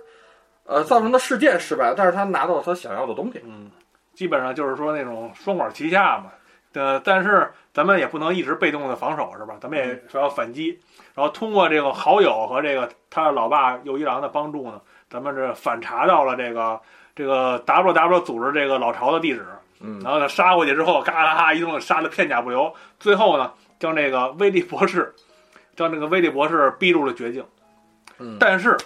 S2: 呃造成的事件失败，但是他拿到了他想要的东西。
S1: 嗯，基本上就是说那种双管齐下嘛。呃，但是咱们也不能一直被动的防守，是吧？咱们也需要反击。然后通过这个好友和这个他的老爸右一郎的帮助呢，咱们这反查到了这个这个 W W 组织这个老巢的地址。
S2: 嗯
S1: 然后呢，杀过去之后，嘎啦啦一顿杀的片甲不留。最后呢，将这个威利博士，将这个威利博士逼入了绝境。
S2: 嗯，
S1: 但是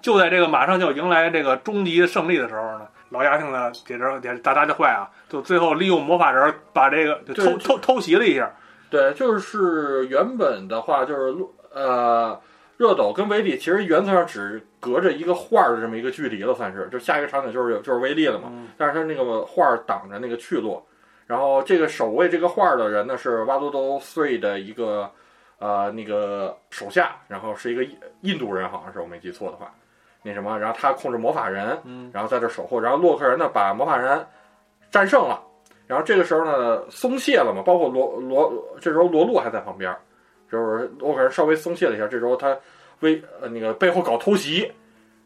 S1: 就在这个马上就要迎来这个终极胜利的时候呢，老丫头呢也着也大大就坏啊，就最后利用魔法人把这个就偷
S2: 对
S1: 偷偷袭了一下，
S2: 对，就是原本的话就是呃。热斗跟威力其实原则上只隔着一个画儿的这么一个距离了，算是就下一个场景就是就是威力了嘛。
S1: 嗯，
S2: 但是他那个画儿挡着那个去路，然后这个守卫这个画儿的人呢是瓦多多 three 的一个呃那个手下，然后是一个印印度人，好像是我没记错的话，那什么，然后他控制魔法人，
S1: 嗯，
S2: 然后在这守护，然后洛克人呢把魔法人战胜了，然后这个时候呢松懈了嘛，包括罗罗这时候罗路还在旁边，就是洛克人稍微松懈了一下，这时候他威呃那个背后搞偷袭，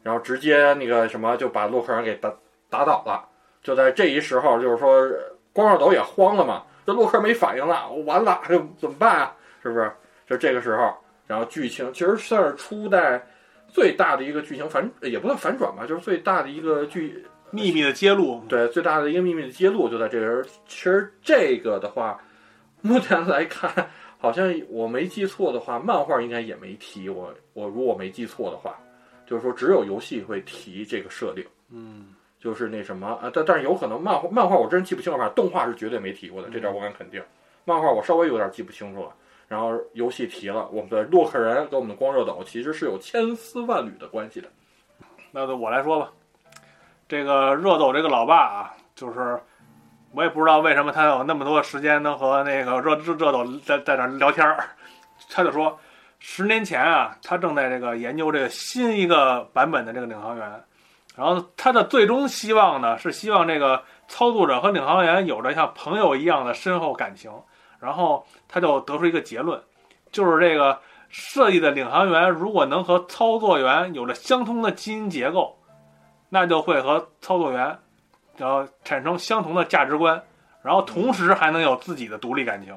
S2: 然后直接那个什么就把洛克人给打打倒了。就在这一时候，就是说光耀斗也慌了嘛，这洛克没反应了，完了， 这怎么办啊？是不是？就这个时候，然后剧情其实算是初代最大的一个剧情反，呃也不算反转吧，就是最大的一个剧
S1: 秘密的揭露，
S2: 对，最大的一个秘密的揭露就在这个人。其实这个的话，目前来看，好像我没记错的话，漫画应该也没提。我我如果没记错的话，就是说只有游戏会提这个设定，
S1: 嗯，
S2: 就是那什么啊，但但是有可能漫画漫画我真记不清了，反正动画是绝对没提过的，这点我敢肯定。漫画我稍微有点记不清楚了。然后游戏提了，我们的洛克人跟我们的光热斗其实是有千丝万缕的关系的。
S1: 那就我来说吧，这个热斗这个老爸啊，就是。我也不知道为什么他有那么多时间能和那个热热热斗在在那儿聊天儿，他就说，十年前啊，他正在这个研究这个新一个版本的这个领航员，然后他的最终希望呢，是希望这个操作者和领航员有着像朋友一样的深厚感情。然后他就得出一个结论，就是这个设计的领航员如果能和操作员有着相同的基因结构，那就会和操作员然后产生相同的价值观，然后同时还能有自己的独立感情。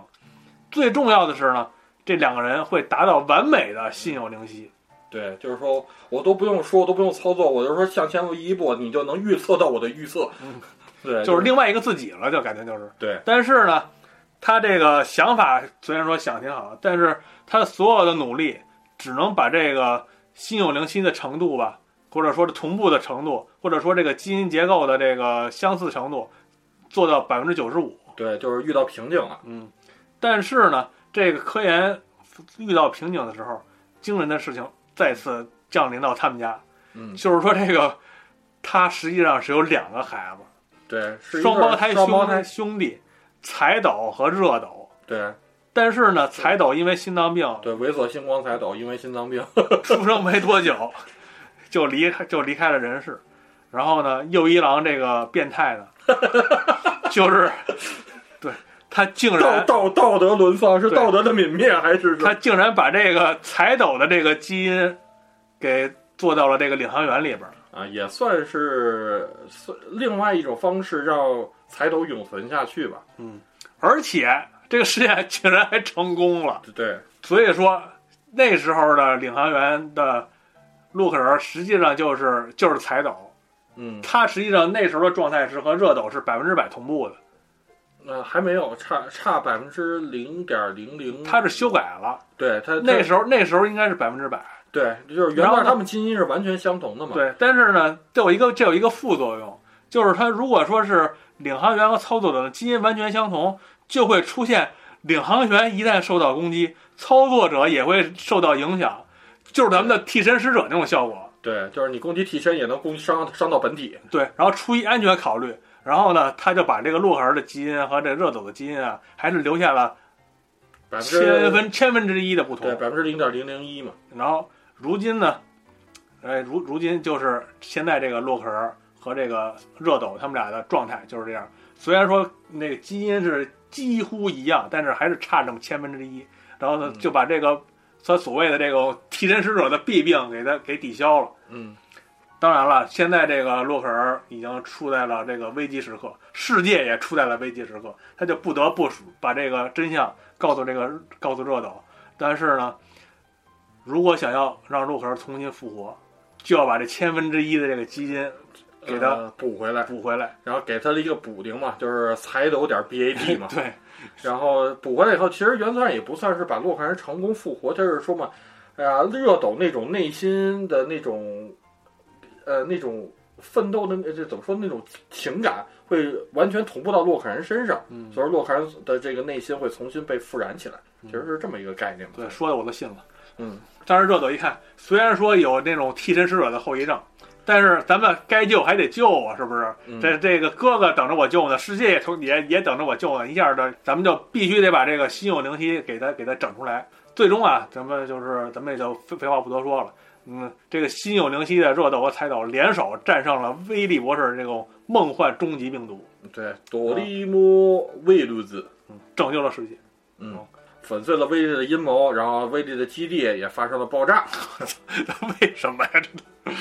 S1: 最重要的是呢，这两个人会达到完美的心有灵犀。
S2: 对，就是说我都不用说，我都不用操作，我就说向前一步，你就能预测到我的预测。
S1: 嗯
S2: 对，
S1: 就是另外一个自己了，就感觉就是
S2: 对。
S1: 但是呢，他这个想法虽然说想挺好，但是他所有的努力只能把这个心有灵犀的程度吧，或者说是同步的程度，或者说这个基因结构的这个相似程度，做到百分之九十五。
S2: 对，就是遇到瓶颈了。
S1: 嗯，但是呢，这个科研遇到瓶颈的时候，惊人的事情再次降临到他们家，
S2: 嗯，
S1: 就是说这个他实际上是有两个孩子，
S2: 对，是一对
S1: 双
S2: 儿
S1: 胞胎兄
S2: 双胞胎，
S1: 兄弟，彩斗和热斗。
S2: 对
S1: 但是呢，彩斗因为心脏病
S2: 对，猥琐星光彩斗，因为心脏病，
S1: 出生没多久， 就离开就离开了人世。然后呢，右一郎这个变态 呢，就是对他竟
S2: 道
S1: 然
S2: 道道德沦丧是
S1: 对
S2: 道德的泯灭还是
S1: 他竟然把这个彩斗的这个基因给做到了这个领航员里边儿。
S2: 啊，也算是算另外一种方式让彩斗永存下去吧。
S1: 而且这个实验竟然还成功了。
S2: 对，
S1: 所以说那时候的领航员的陆克人实际上就是就是彩斗，
S2: 嗯，
S1: 他实际上那时候的状态是和热斗是百分之百同步的，
S2: 那、还没有差差百分之零点零零，
S1: 他是修改了。
S2: 嗯对他
S1: 那
S2: 是
S1: 时候那时候应该是百分之百，
S2: 对，就是原
S1: 然后
S2: 来
S1: 呢
S2: 他们基因是完全相同的嘛。
S1: 对。但是呢，这有一个这有一个副作用，就是它如果说是领航员和操作者的基因完全相同，就会出现领航员一旦受到攻击，操作者也会受到影响，就是咱们的替身使者那种效果。
S2: 对，就是你攻击替身也能攻击伤伤到本体。
S1: 对，然后出于安全考虑，然后呢，他就把这个洛克人的基因和这热斗的基因啊，还是留下了
S2: 百分
S1: 千
S2: 之
S1: 分千分之一的不
S2: 对
S1: 同。
S2: 百分之零点零零一嘛，
S1: 然后如今呢，哎，如如今就是现在这个洛克人和这个热斗他们俩的状态就是这样。虽然说那个基因是几乎一样，但是还是差这么千分之一。然后呢，
S2: 嗯
S1: 就把这个他所谓的这个替身使者的弊病给他给抵消了。
S2: 嗯，
S1: 当然了，现在这个洛克人已经处在了这个危机时刻，世界也处在了危机时刻，他就不得不把这个真相告诉这个告诉热斗。但是呢，如果想要让洛克人重新复活，就要把这千分之一的这个基因给他
S2: 呃补回来，
S1: 补回来。
S2: 然后给他了一个补丁嘛，就是彩 斗点 BAT 嘛，
S1: 对，
S2: 然后补回来以后，其实原则上也不算是把洛克人成功复活，就是说嘛，哎呀，热斗那种内心的那种，呃，那种奋斗的那这怎么说那种情感会完全同步到洛克人身上，
S1: 嗯，
S2: 所以洛克人的这个内心会重新被复燃起来，
S1: 嗯
S2: 其实是这么一个概念嘛。
S1: 对，说的我都信了。
S2: 嗯，
S1: 当时热斗一看，虽然说有那种替身使者的后遗症，但是咱们该救还得救啊，是不是？
S2: 嗯，
S1: 这这个哥哥等着我救呢，世界也同也也等着我救呢，一下的咱们就必须得把这个心有灵犀给他给他整出来。最终啊，咱们就是咱们也就废废话不多说了。嗯，这个心有灵犀的热斗和彩斗联手战胜了威利博士这种梦幻终极病毒，
S2: 对，多利姆威鲁兹，
S1: 嗯，拯救了世界。
S2: 嗯。粉碎了威力的阴谋，然后威力的基地也发生了爆炸。
S1: 为什么呀？这都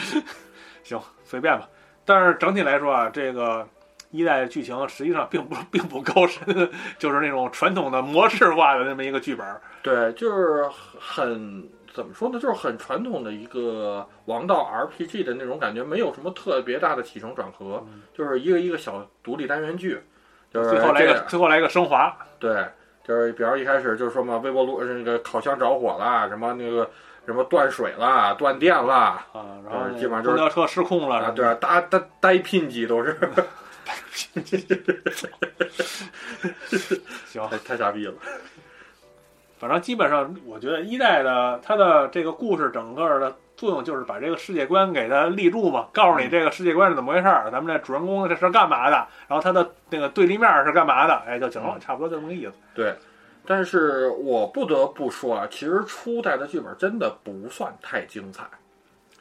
S1: 行，随便吧。但是整体来说啊，这个一代剧情实际上并不并不高深， 就是那种传统的模式化的那么一个剧本。
S2: 对，就是很怎么说呢，就是很传统的一个王道 RPG 的那种感觉，没有什么特别大的起承转合，就是一个一个小独立单元剧，就是
S1: 嗯最后来
S2: 哎这
S1: 个，最后来个升华，
S2: 对，就是比方一开始就是说嘛，微波炉呃那个烤箱着火啦，什么那个什么断水啦、断电啦，
S1: 啊，然后
S2: 基本上就
S1: 公
S2: 是
S1: 交车失控了，
S2: 啊，
S1: 然后
S2: 对啊，呆呆呆拼 机都是，
S1: 行，
S2: 太太傻逼了。
S1: 反正基本上我觉得一代的它的这个故事整个的作用就是把这个世界观给它立住嘛，告诉你
S2: 嗯
S1: 这个世界观是怎么回事儿，咱们这主人公这是干嘛的，然后他的那个对立面是干嘛的，哎就行
S2: 嗯
S1: 了，差不多就这么个意思。
S2: 对，但是我不得不说啊，其实初代的剧本真的不算太精彩，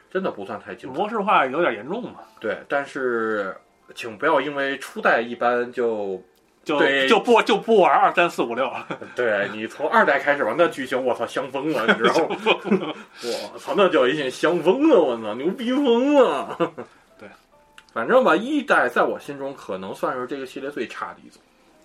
S2: 真的不算太精彩。
S1: 模式化有点严重嘛，
S2: 对，但是请不要因为初代一般就
S1: 就
S2: 对
S1: 就不就不玩二三四五六，
S2: 对你从二代开始吧，那剧情我操香疯了，你知道吗？我操，那叫一些香疯了，我操，牛逼疯了。
S1: 对，
S2: 反正吧，一代在我心中可能算是这个系列最差的一组。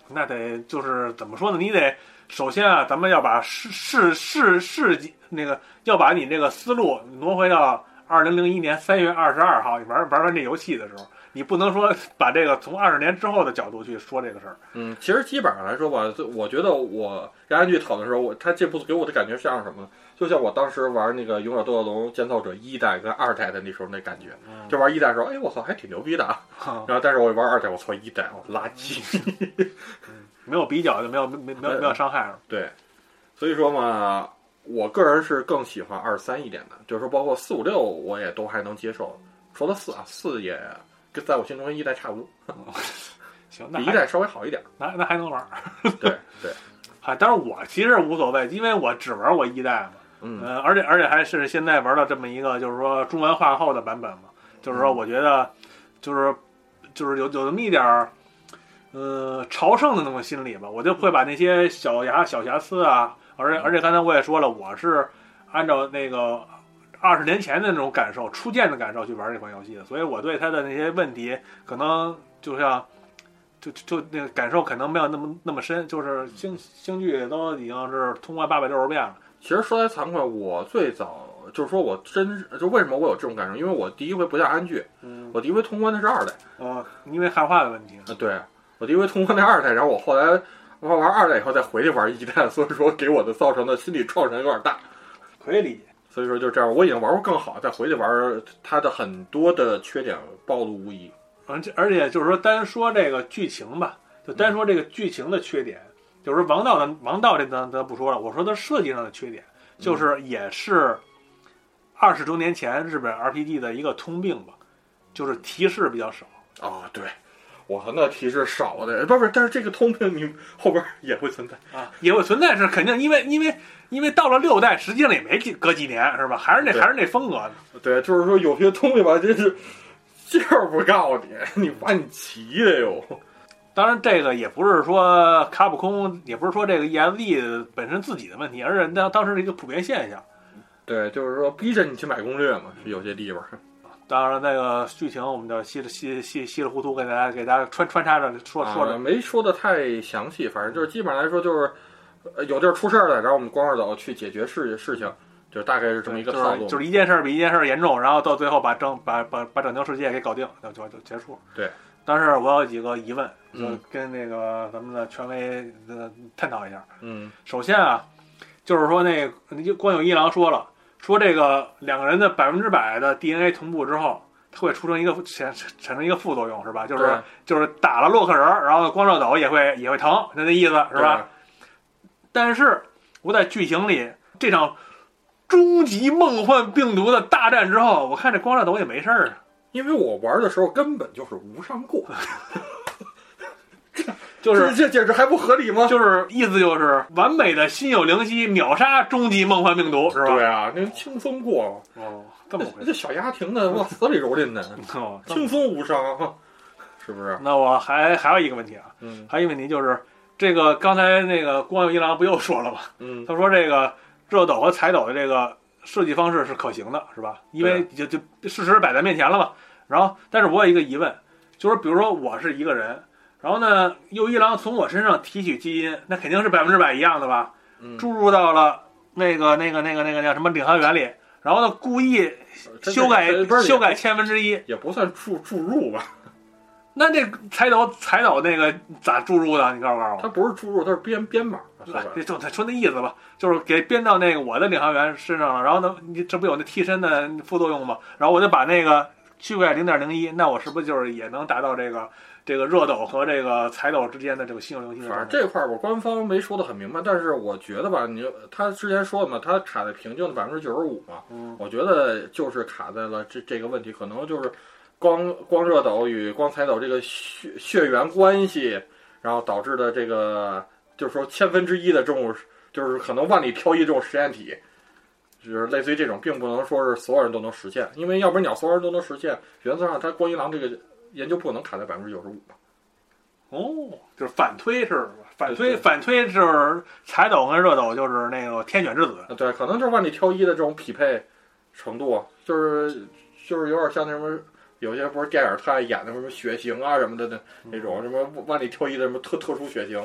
S1: 那得就是怎么说呢？你得首先啊，咱们要把世世世世纪那个要把你这个思路挪回到二零零一年三月二十二号，你玩玩完这游戏的时候，你不能说把这个从二十年之后的角度去说这个事儿。
S2: 嗯，其实基本上来说吧，就我觉得我跟安剧讨论的时候，我他这部给我的感觉像什么呢？就像我当时玩那个《勇者斗恶龙：建造者》一代跟二代的那时候那感觉，
S1: 嗯
S2: 就玩一代的时候，哎，我操，还挺牛逼的啊！
S1: 哈
S2: 然后，但是我玩二代，我操，一代我垃 圾。
S1: 没有比较就没有没没有没有伤害了。
S2: 对，所以说嘛，我个人是更喜欢二三一点的，就是说包括四五六我也都还能接受，除了四啊，四也跟在我心中跟一代差不多，
S1: 行，那
S2: 比一
S1: 还
S2: 代稍微好一点。
S1: 那那还能玩儿。
S2: 对对，
S1: 啊，但是我其实无所谓，因为我只玩过一代嘛。
S2: 嗯
S1: 呃，而且而且还是现在玩到这么一个，就是说中文化后的版本嘛，就是说我觉得，就是就是有有那么一点儿，呃，朝圣的那种心理吧，我就会把那些小瑕小瑕疵啊，而且而且刚才我也说了，我是按照那个二十年前的那种感受、初见的感受去玩这款游戏的，所以我对它的那些问题，可能就像。就就就那个感受可能没有那么那么深，就是星星剧都已经是通关八百六十遍了，
S2: 其实说来惭愧，我最早就是说我真是就为什么我有这种感受，因为我第一回不下安剧，
S1: 嗯，
S2: 我第一回通关的是二代。
S1: 哦，因为汉化的问题。
S2: 啊，对，我第一回通关那二代，然后我后来玩玩二代以后再回去玩一代，所以说给我的造成的心理创伤有点大。
S1: 可以理解。
S2: 所以说就这样，我已经玩过更好，再回去玩它的很多的缺点暴露无遗。
S1: 而且而且就是说，单说这个剧情吧，就单说这个剧情的缺点，就是说王道的王道这咱咱不说了，我说它设计上的缺点，就是也是二十周年前日本 RPG 的一个通病吧，就是提示比较少。
S2: 啊，对，我和那提示少的，不是不是，但是这个通病你后边也会存在。
S1: 啊，也会存在是肯定，因为因为因为到了六代，实际上也没几隔几年，是吧？还是那
S2: 对
S1: 还是那风格，
S2: 对，就是说有些通病吧，真是就是不告诉你，你把你急的哟。
S1: 当然，这个也不是说卡普空，也不是说这个 ESD 本身自己的问题，而是当当时的一个普遍现象。
S2: 对，就是说逼着你去买攻略嘛，有些地方。
S1: 当然，那个剧情我们就稀里稀稀稀里糊涂给大家给大家穿穿插着说说
S2: 啊、
S1: 着，
S2: 没说的太详细，反正就是基本上来说就是，呃有地儿出事儿了，然后我们光着走去解决事事情，就是大概是这么一个
S1: 就
S2: 套
S1: 是
S2: 路。
S1: 就是一件事儿比一件事儿严重，然后到最后把整把把把整条世界给搞定，就就就结束。
S2: 对，
S1: 但是我有几个疑问，就
S2: 嗯
S1: 跟那个咱们的权威呃探讨一下。
S2: 嗯
S1: 首先啊，就是说那个光有一郎说了，说这个两个人的百分之百的 DNA 同步之后，它会出生一个产产生一个副作用，是吧？就是
S2: 对
S1: 就是打了洛克人儿，然后光照斗也会也会疼，就那意思是吧？？但是我在剧情里这场终极梦幻病毒的大战之后，我看这光照斗也没事儿啊，
S2: 因为我玩的时候根本就是无伤过，
S1: 就
S2: 这
S1: 是。
S2: 这简直还不合理吗？
S1: 就是意思就是完美的心有灵犀，秒杀终极梦幻病毒，是吧？
S2: 对啊，那轻松过，
S1: 哦，这么回
S2: 这
S1: 事。
S2: 小丫挺的往死里蹂躏的，
S1: 哦，这么
S2: 轻松无伤，啊是不是？
S1: 那我还还有一个问题啊，
S2: 嗯
S1: 还有一个问题就是，这个刚才那个光佑一郎不又说了吗？
S2: 嗯，
S1: 他说这个热斗和彩斗的这个设计方式是可行的，是吧？因为就就事实摆在面前了嘛。然后，但是我有一个疑问，就是比如说我是一个人，然后呢，佑一郎从我身上提取基因，那肯定是百分之百一样的吧？
S2: 嗯
S1: 注入到了那个那个那个那个叫什么领航员里，然后呢，故意
S2: 真
S1: 修改
S2: 这不是
S1: 修改千分之一，
S2: 也也不算注注入吧，
S1: 那这彩斗彩斗那个咋注入的？你告诉我。
S2: 它不是注入，它是编编码，是啊吧
S1: 来？，就他说那意思吧，就是给编到那个我的领航员身上了。然后呢，你这不有那替身的副作用吗？然后我就把那个去改零点零一，那我是不是就是也能达到这个这个热斗和这个彩斗之间的这个心有灵犀的
S2: 反
S1: 状
S2: 正
S1: 态？
S2: 这块儿我官方没说的很明白，但是我觉得吧，你他之前说了嘛，他卡在平静的百分之九十五嘛，
S1: 嗯
S2: 我觉得就是卡在了这这个问题，可能就是光光热斗与光彩斗这个血血缘关系，然后导致的这个就是说千分之一的这种，就是可能万里挑一这种实验体。就是类似于这种，并不能说是所有人都能实现，因为要不然鸟所有人都能实现，原则上他光一郎这个研究不可能卡在百分之九十五。
S1: 哦，就是反推是吧？反
S2: 对
S1: 推
S2: 对
S1: 反推就是彩斗跟热斗就是那个天选之子。
S2: 啊，对，可能就是万里挑一的这种匹配程度，就是就是有点像那什么，有些不是电影他演的什么血型啊什么的那
S1: 嗯
S2: 那种什么万里挑一的什么特特殊血型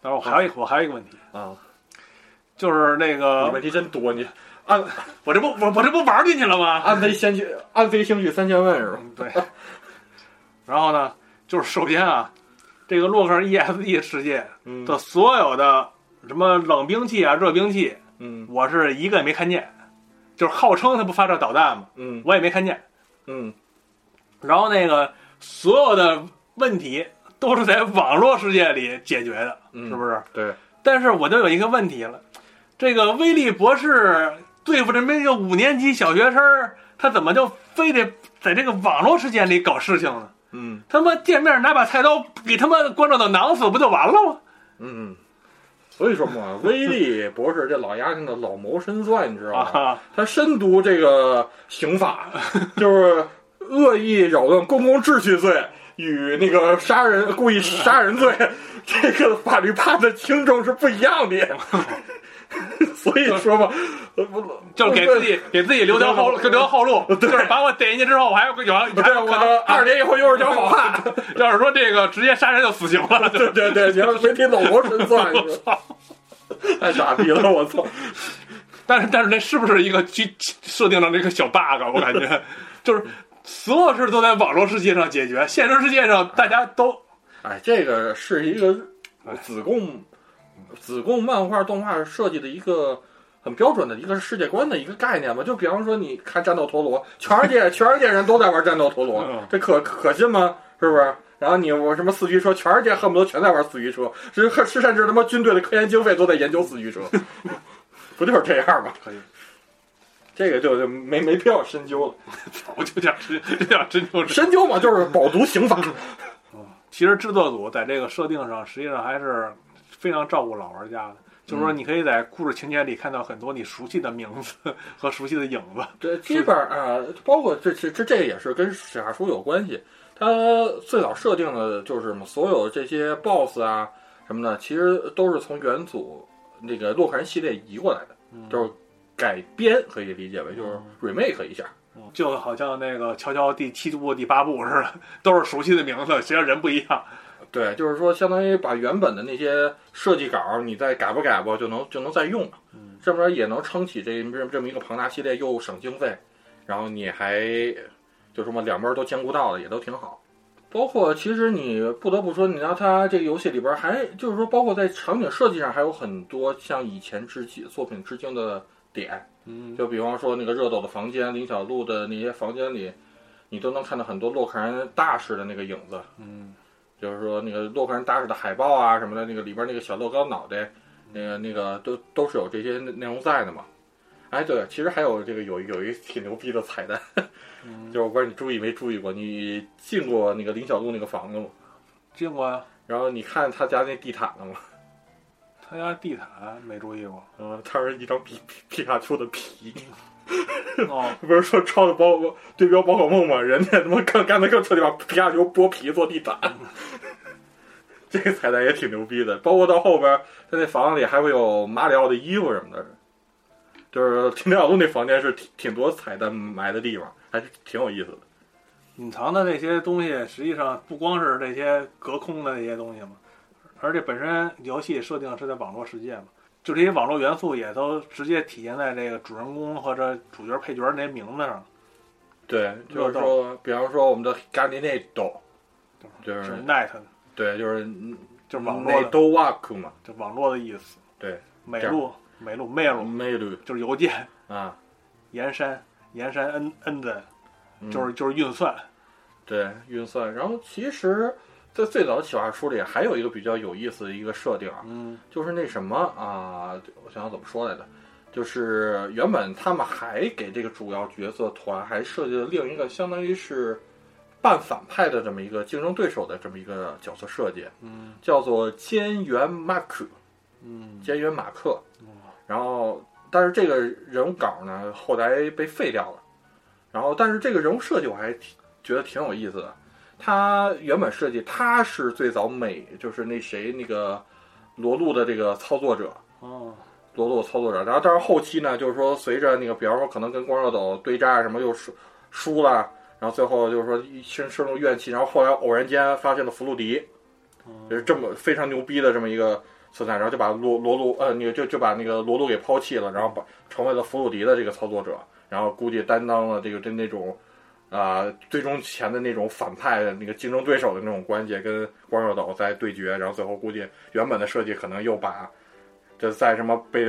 S1: 然后我还有一我还有一个问题，
S2: 啊，
S1: 就是那
S2: 哦你
S1: 个
S2: 问题真多你暗
S1: 我这不我我这不玩进去了吗？
S2: 暗飞先去，暗飞星去三千问是吧？
S1: 对。然后呢，就是首先啊，这个洛克 ESE E 世界
S2: 嗯
S1: 的所有的什么冷兵器啊、热兵器，
S2: 嗯
S1: 我是一个也没看见，就是号称它不发射导弹嘛，
S2: 嗯
S1: 我也没看见。
S2: 嗯
S1: 然后那个所有的问题都是在网络世界里解决的，
S2: 嗯
S1: 是不是？
S2: 对，
S1: 但是我就有一个问题了，这个威利博士对付这么一个五年级小学生儿，他怎么就非得在这个网络世界里搞事情呢？
S2: 嗯
S1: 他妈见面拿把菜刀给他妈观众都囊死不就完了吗？
S2: 嗯。所以说嘛，威利博士这老丫头的老谋深算，你知道吗？
S1: 啊，
S2: 他深读这个 刑法，就是恶意扰乱公共秩序罪与那个杀人故意杀 人罪，这个法律判的轻重是不一 样的。所以说嘛，呃不
S1: 就是给自 己给自己留条后路，留条后路，
S2: 对
S1: 就是把我逮进去之后，我还有有还
S2: 对，
S1: 有
S2: 我的二年以后又是条好 汉。
S1: 要是说这个直接杀人就死刑了，就
S2: 对对对，你要没听老谋深 算，你说太傻逼了，我操！
S1: 但是但是这是不是一个去设定的这个小 bug？我感 觉就是所有事都在网络世界上解决，现实世界上大家都
S2: 哎，这个是一个
S1: 哎
S2: 子贡子贡漫画动画设计的一个很标准的一个世界观的一个概念吧。就比方说，你看战斗陀螺，全世界全世界人都在玩战斗陀螺
S1: 嗯，
S2: 这可可信吗？是不是？然后你我什么四驱车，全世界恨不得全在玩四驱车，是是甚至他妈军队的科研经费都在研究四 驱车，不就是这样吗？
S1: 可以，
S2: 这个就就没没必要深究了，
S1: 我就想真就想真就是。
S2: 深究嘛就是饱读刑法。
S1: 其实制作组在这个设定上，实际上还是非常照顾老玩家的。就是说，你可以在故事情节里看到很多你熟悉的名字 和熟悉的影子。
S2: 对，基本上啊，包括这这这这个也是跟史亚叔有关系。他最早设定的就是什么，所有这些 BOSS 啊什么的，其实都是从元祖那个洛克人系列移过来的，就是改编，可以理解为就是 remake 一下。
S1: 就好像那个《乔乔》第七部、第八部似的，都是熟悉的名字，实际上人不一样。
S2: 对，就是说，相当于把原本的那些设计稿，你再改吧改吧，就能就能再用了，这么着也能撑起这这这么一个庞大系列，又省经费，然后你还就什么两边都兼顾到了，也都挺好。包括其实你不得不说，你让它这个游戏里边还就是说，包括在场景设计上还有很多向以前致敬作品致敬的点，
S1: 嗯，
S2: 就比方说那个热斗的房间，林小璐的那些房间里，你都能看到很多洛克人大师的那个影子。
S1: 嗯，
S2: 就是说那个洛克人大使的海报啊什么的，那个里边那个小乐高脑袋，那个那个都都是有这些内容在的嘛。哎，对，其实还有这个有有一挺牛逼的彩蛋， 就是我不知道你注意没注意过，你进过那个林小璐那个房子吗？
S1: 见过啊呀，
S2: 然后你看他家那地毯了吗？
S1: 他家地毯没注意过。
S2: 嗯，他是一张皮皮皮卡丘的皮，
S1: 哦，
S2: 不是说抄的宝可对标宝可梦吗？人家他妈干干的更彻底，把皮卡丘剥皮做地毯。 这个彩蛋也挺牛逼的，包括到后边他那房子里还会有马里奥的衣服什么的，就是田小路那房间是挺挺多彩蛋埋的地方，还是挺有意思的。
S1: 隐藏的这些东西，实际上不光是这些隔空的这些东西嘛，而且本身游戏设定是在网络世界嘛，就这些网络元素也都直接体现在这个主人公或者主角、配角那些名字上，
S2: 对，就是说，比方说我们的咖喱内斗，就是
S1: 是 net 的
S2: 对，就是
S1: 就是网络
S2: 内
S1: 的，
S2: 斗瓦库嘛，
S1: 就网络的意思。
S2: 嗯对，
S1: 美
S2: 这样
S1: 路、美路、魅路
S2: 内陆
S1: 就是邮件，
S2: 啊，
S1: 盐山、盐山 n n 的，
S2: 嗯
S1: 就是就是运算。
S2: 对，运算。然后其实，在最早的企划书里还有一个比较有意思的一个设定啊，
S1: 嗯
S2: 就是那什么啊，我想想怎么说来着，就是原本他们还给这个主要角色团还设计了另一个相当于是半反派的这么一个竞争对手的这么一个角色设计，
S1: 嗯
S2: 叫做菅原马可，
S1: 嗯，
S2: 菅原马克。然后，但是这个人物稿呢，后来被废掉了。然后，但是这个人物设计我还挺觉得挺有意思的。他原本设计他是最早美，就是那谁那个罗路的这个操作者，
S1: 哦，
S2: 罗路操作者。然后，但是后期呢，就是说随着那个，比方说可能跟光热斗对战什么又输输了，然后最后就是说一身深入怨气，然后后来偶然间发现了弗鲁迪，
S1: 嗯
S2: 就是这么非常牛逼的这么一个斯坦，然后就把罗罗鲁呃，那个就就把那个罗鲁给抛弃了，然后把成为了弗鲁迪的这个操作者，然后估计担当了这个真那种啊、最终前的那种反派的那个竞争对手的那种关系，跟光耀岛在对决，然后最后估计原本的设计可能又把这在什么被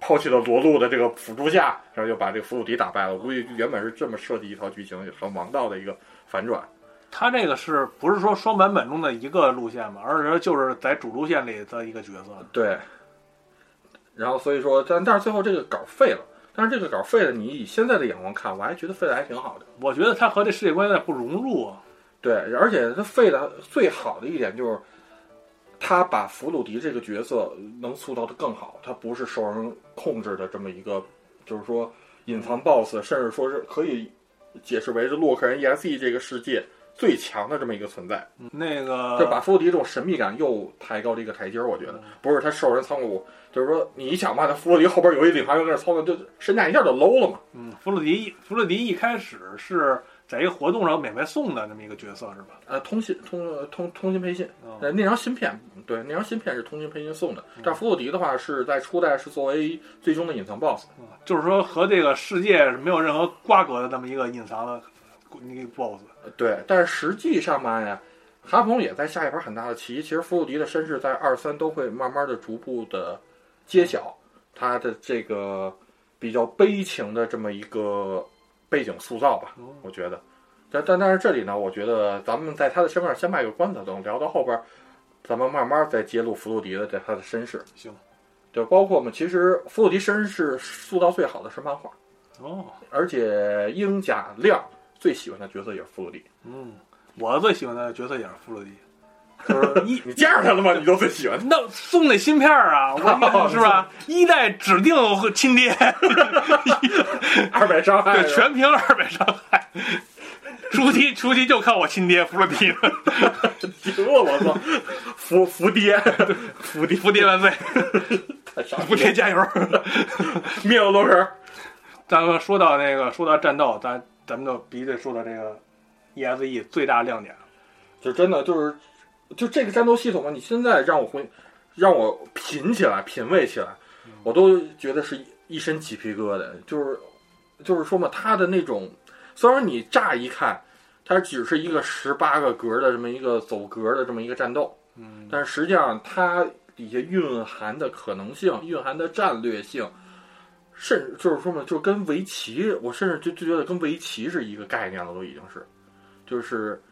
S2: 抛弃的罗路的这个辅助下，然后又把这个弗鲁迪打败了。我估计原本是这么设计一套剧情，也很王道的一个反转。
S1: 他这个是不是说双版本中的一个路线嘛？而是说就是在主路线里的一个角色。
S2: 对，然后所以说，但但是最后这个稿废了。但是这个稿废了，你以现在的眼光看，我还觉得废的还挺好的。
S1: 我觉得他和这世界观有点不融入啊。
S2: 对，而且它废的最好的一点就是，他把弗鲁迪这个角色能塑造的更好，他不是受人控制的这么一个，就是说隐藏 BOSS，甚至说是可以解释为是洛克人 ESE 这个世界最强的这么一个存在。
S1: 嗯那
S2: 就把
S1: 个，
S2: 弗鲁迪这种神秘感又抬高了一个台阶儿，我觉得不是他受人操控，就是说你一想吧，他弗鲁迪后边有一领航员跟那操控，就身价一下就 low 了嘛。
S1: 嗯，弗洛迪，弗洛迪一开始是在一个活动上免费送的这么一个角色是吧？
S2: 呃，通信通通通信配信，
S1: 嗯，
S2: 呃，那张芯片对，那张芯片是通信配信送的，但弗鲁迪的话是在初代是作为最终的隐藏 BOSS，
S1: 嗯就是说和这个世界是没有任何瓜葛的这么一个隐藏的那个 BOSS。
S2: 呃对，但是实际上嘛呀。哈鹏也在下一盘很大的棋，其实弗鲁迪的身世在二三都会慢慢的逐步的揭晓，他的这个比较悲情的这么一个背景塑造吧，
S1: 哦
S2: 我觉得。但但但是这里呢，我觉得咱们在他的身份上先卖个关子，等聊到后边儿，咱们慢慢再揭露弗鲁迪的这他的身世。
S1: 行，
S2: 对，包括我们其实弗鲁迪身世塑造最好的是漫画，
S1: 哦，
S2: 而且鹰甲亮最喜欢的角色也是弗鲁迪。
S1: 嗯，我最喜欢的角色也是弗洛迪。
S2: 就是一你见着他了吗？你都最喜 欢他。
S1: 那送那芯片儿啊，我是吧？一代指定亲爹，
S2: 二百伤害
S1: 对，
S2: 是吧
S1: 全凭二百 伤害。出题出题就看我亲爹弗洛迪，
S2: 行了，我操，伏伏爹，伏爹，
S1: 伏爹万岁，
S2: 太傻逼了，
S1: 伏爹加油！
S2: 灭了多人。
S1: 咱们说到那个，说到战斗，咱咱们就必须得说到这个 ESE 最大亮点，
S2: 就真的就是，就这个战斗系统嘛，你现在让我回，让我品起来、品味起来，我都觉得是一身鸡皮疙瘩。就是，就是说嘛，它的那种，虽然你乍一看，它只是一个十八个格的这么一个走格的这么一个战斗，
S1: 嗯，
S2: 但是实际上它底下蕴含的可能性、蕴含的战略性。甚至就是说嘛，就跟围棋，我甚至就就觉得跟围棋是一个概念了，都已经是，就是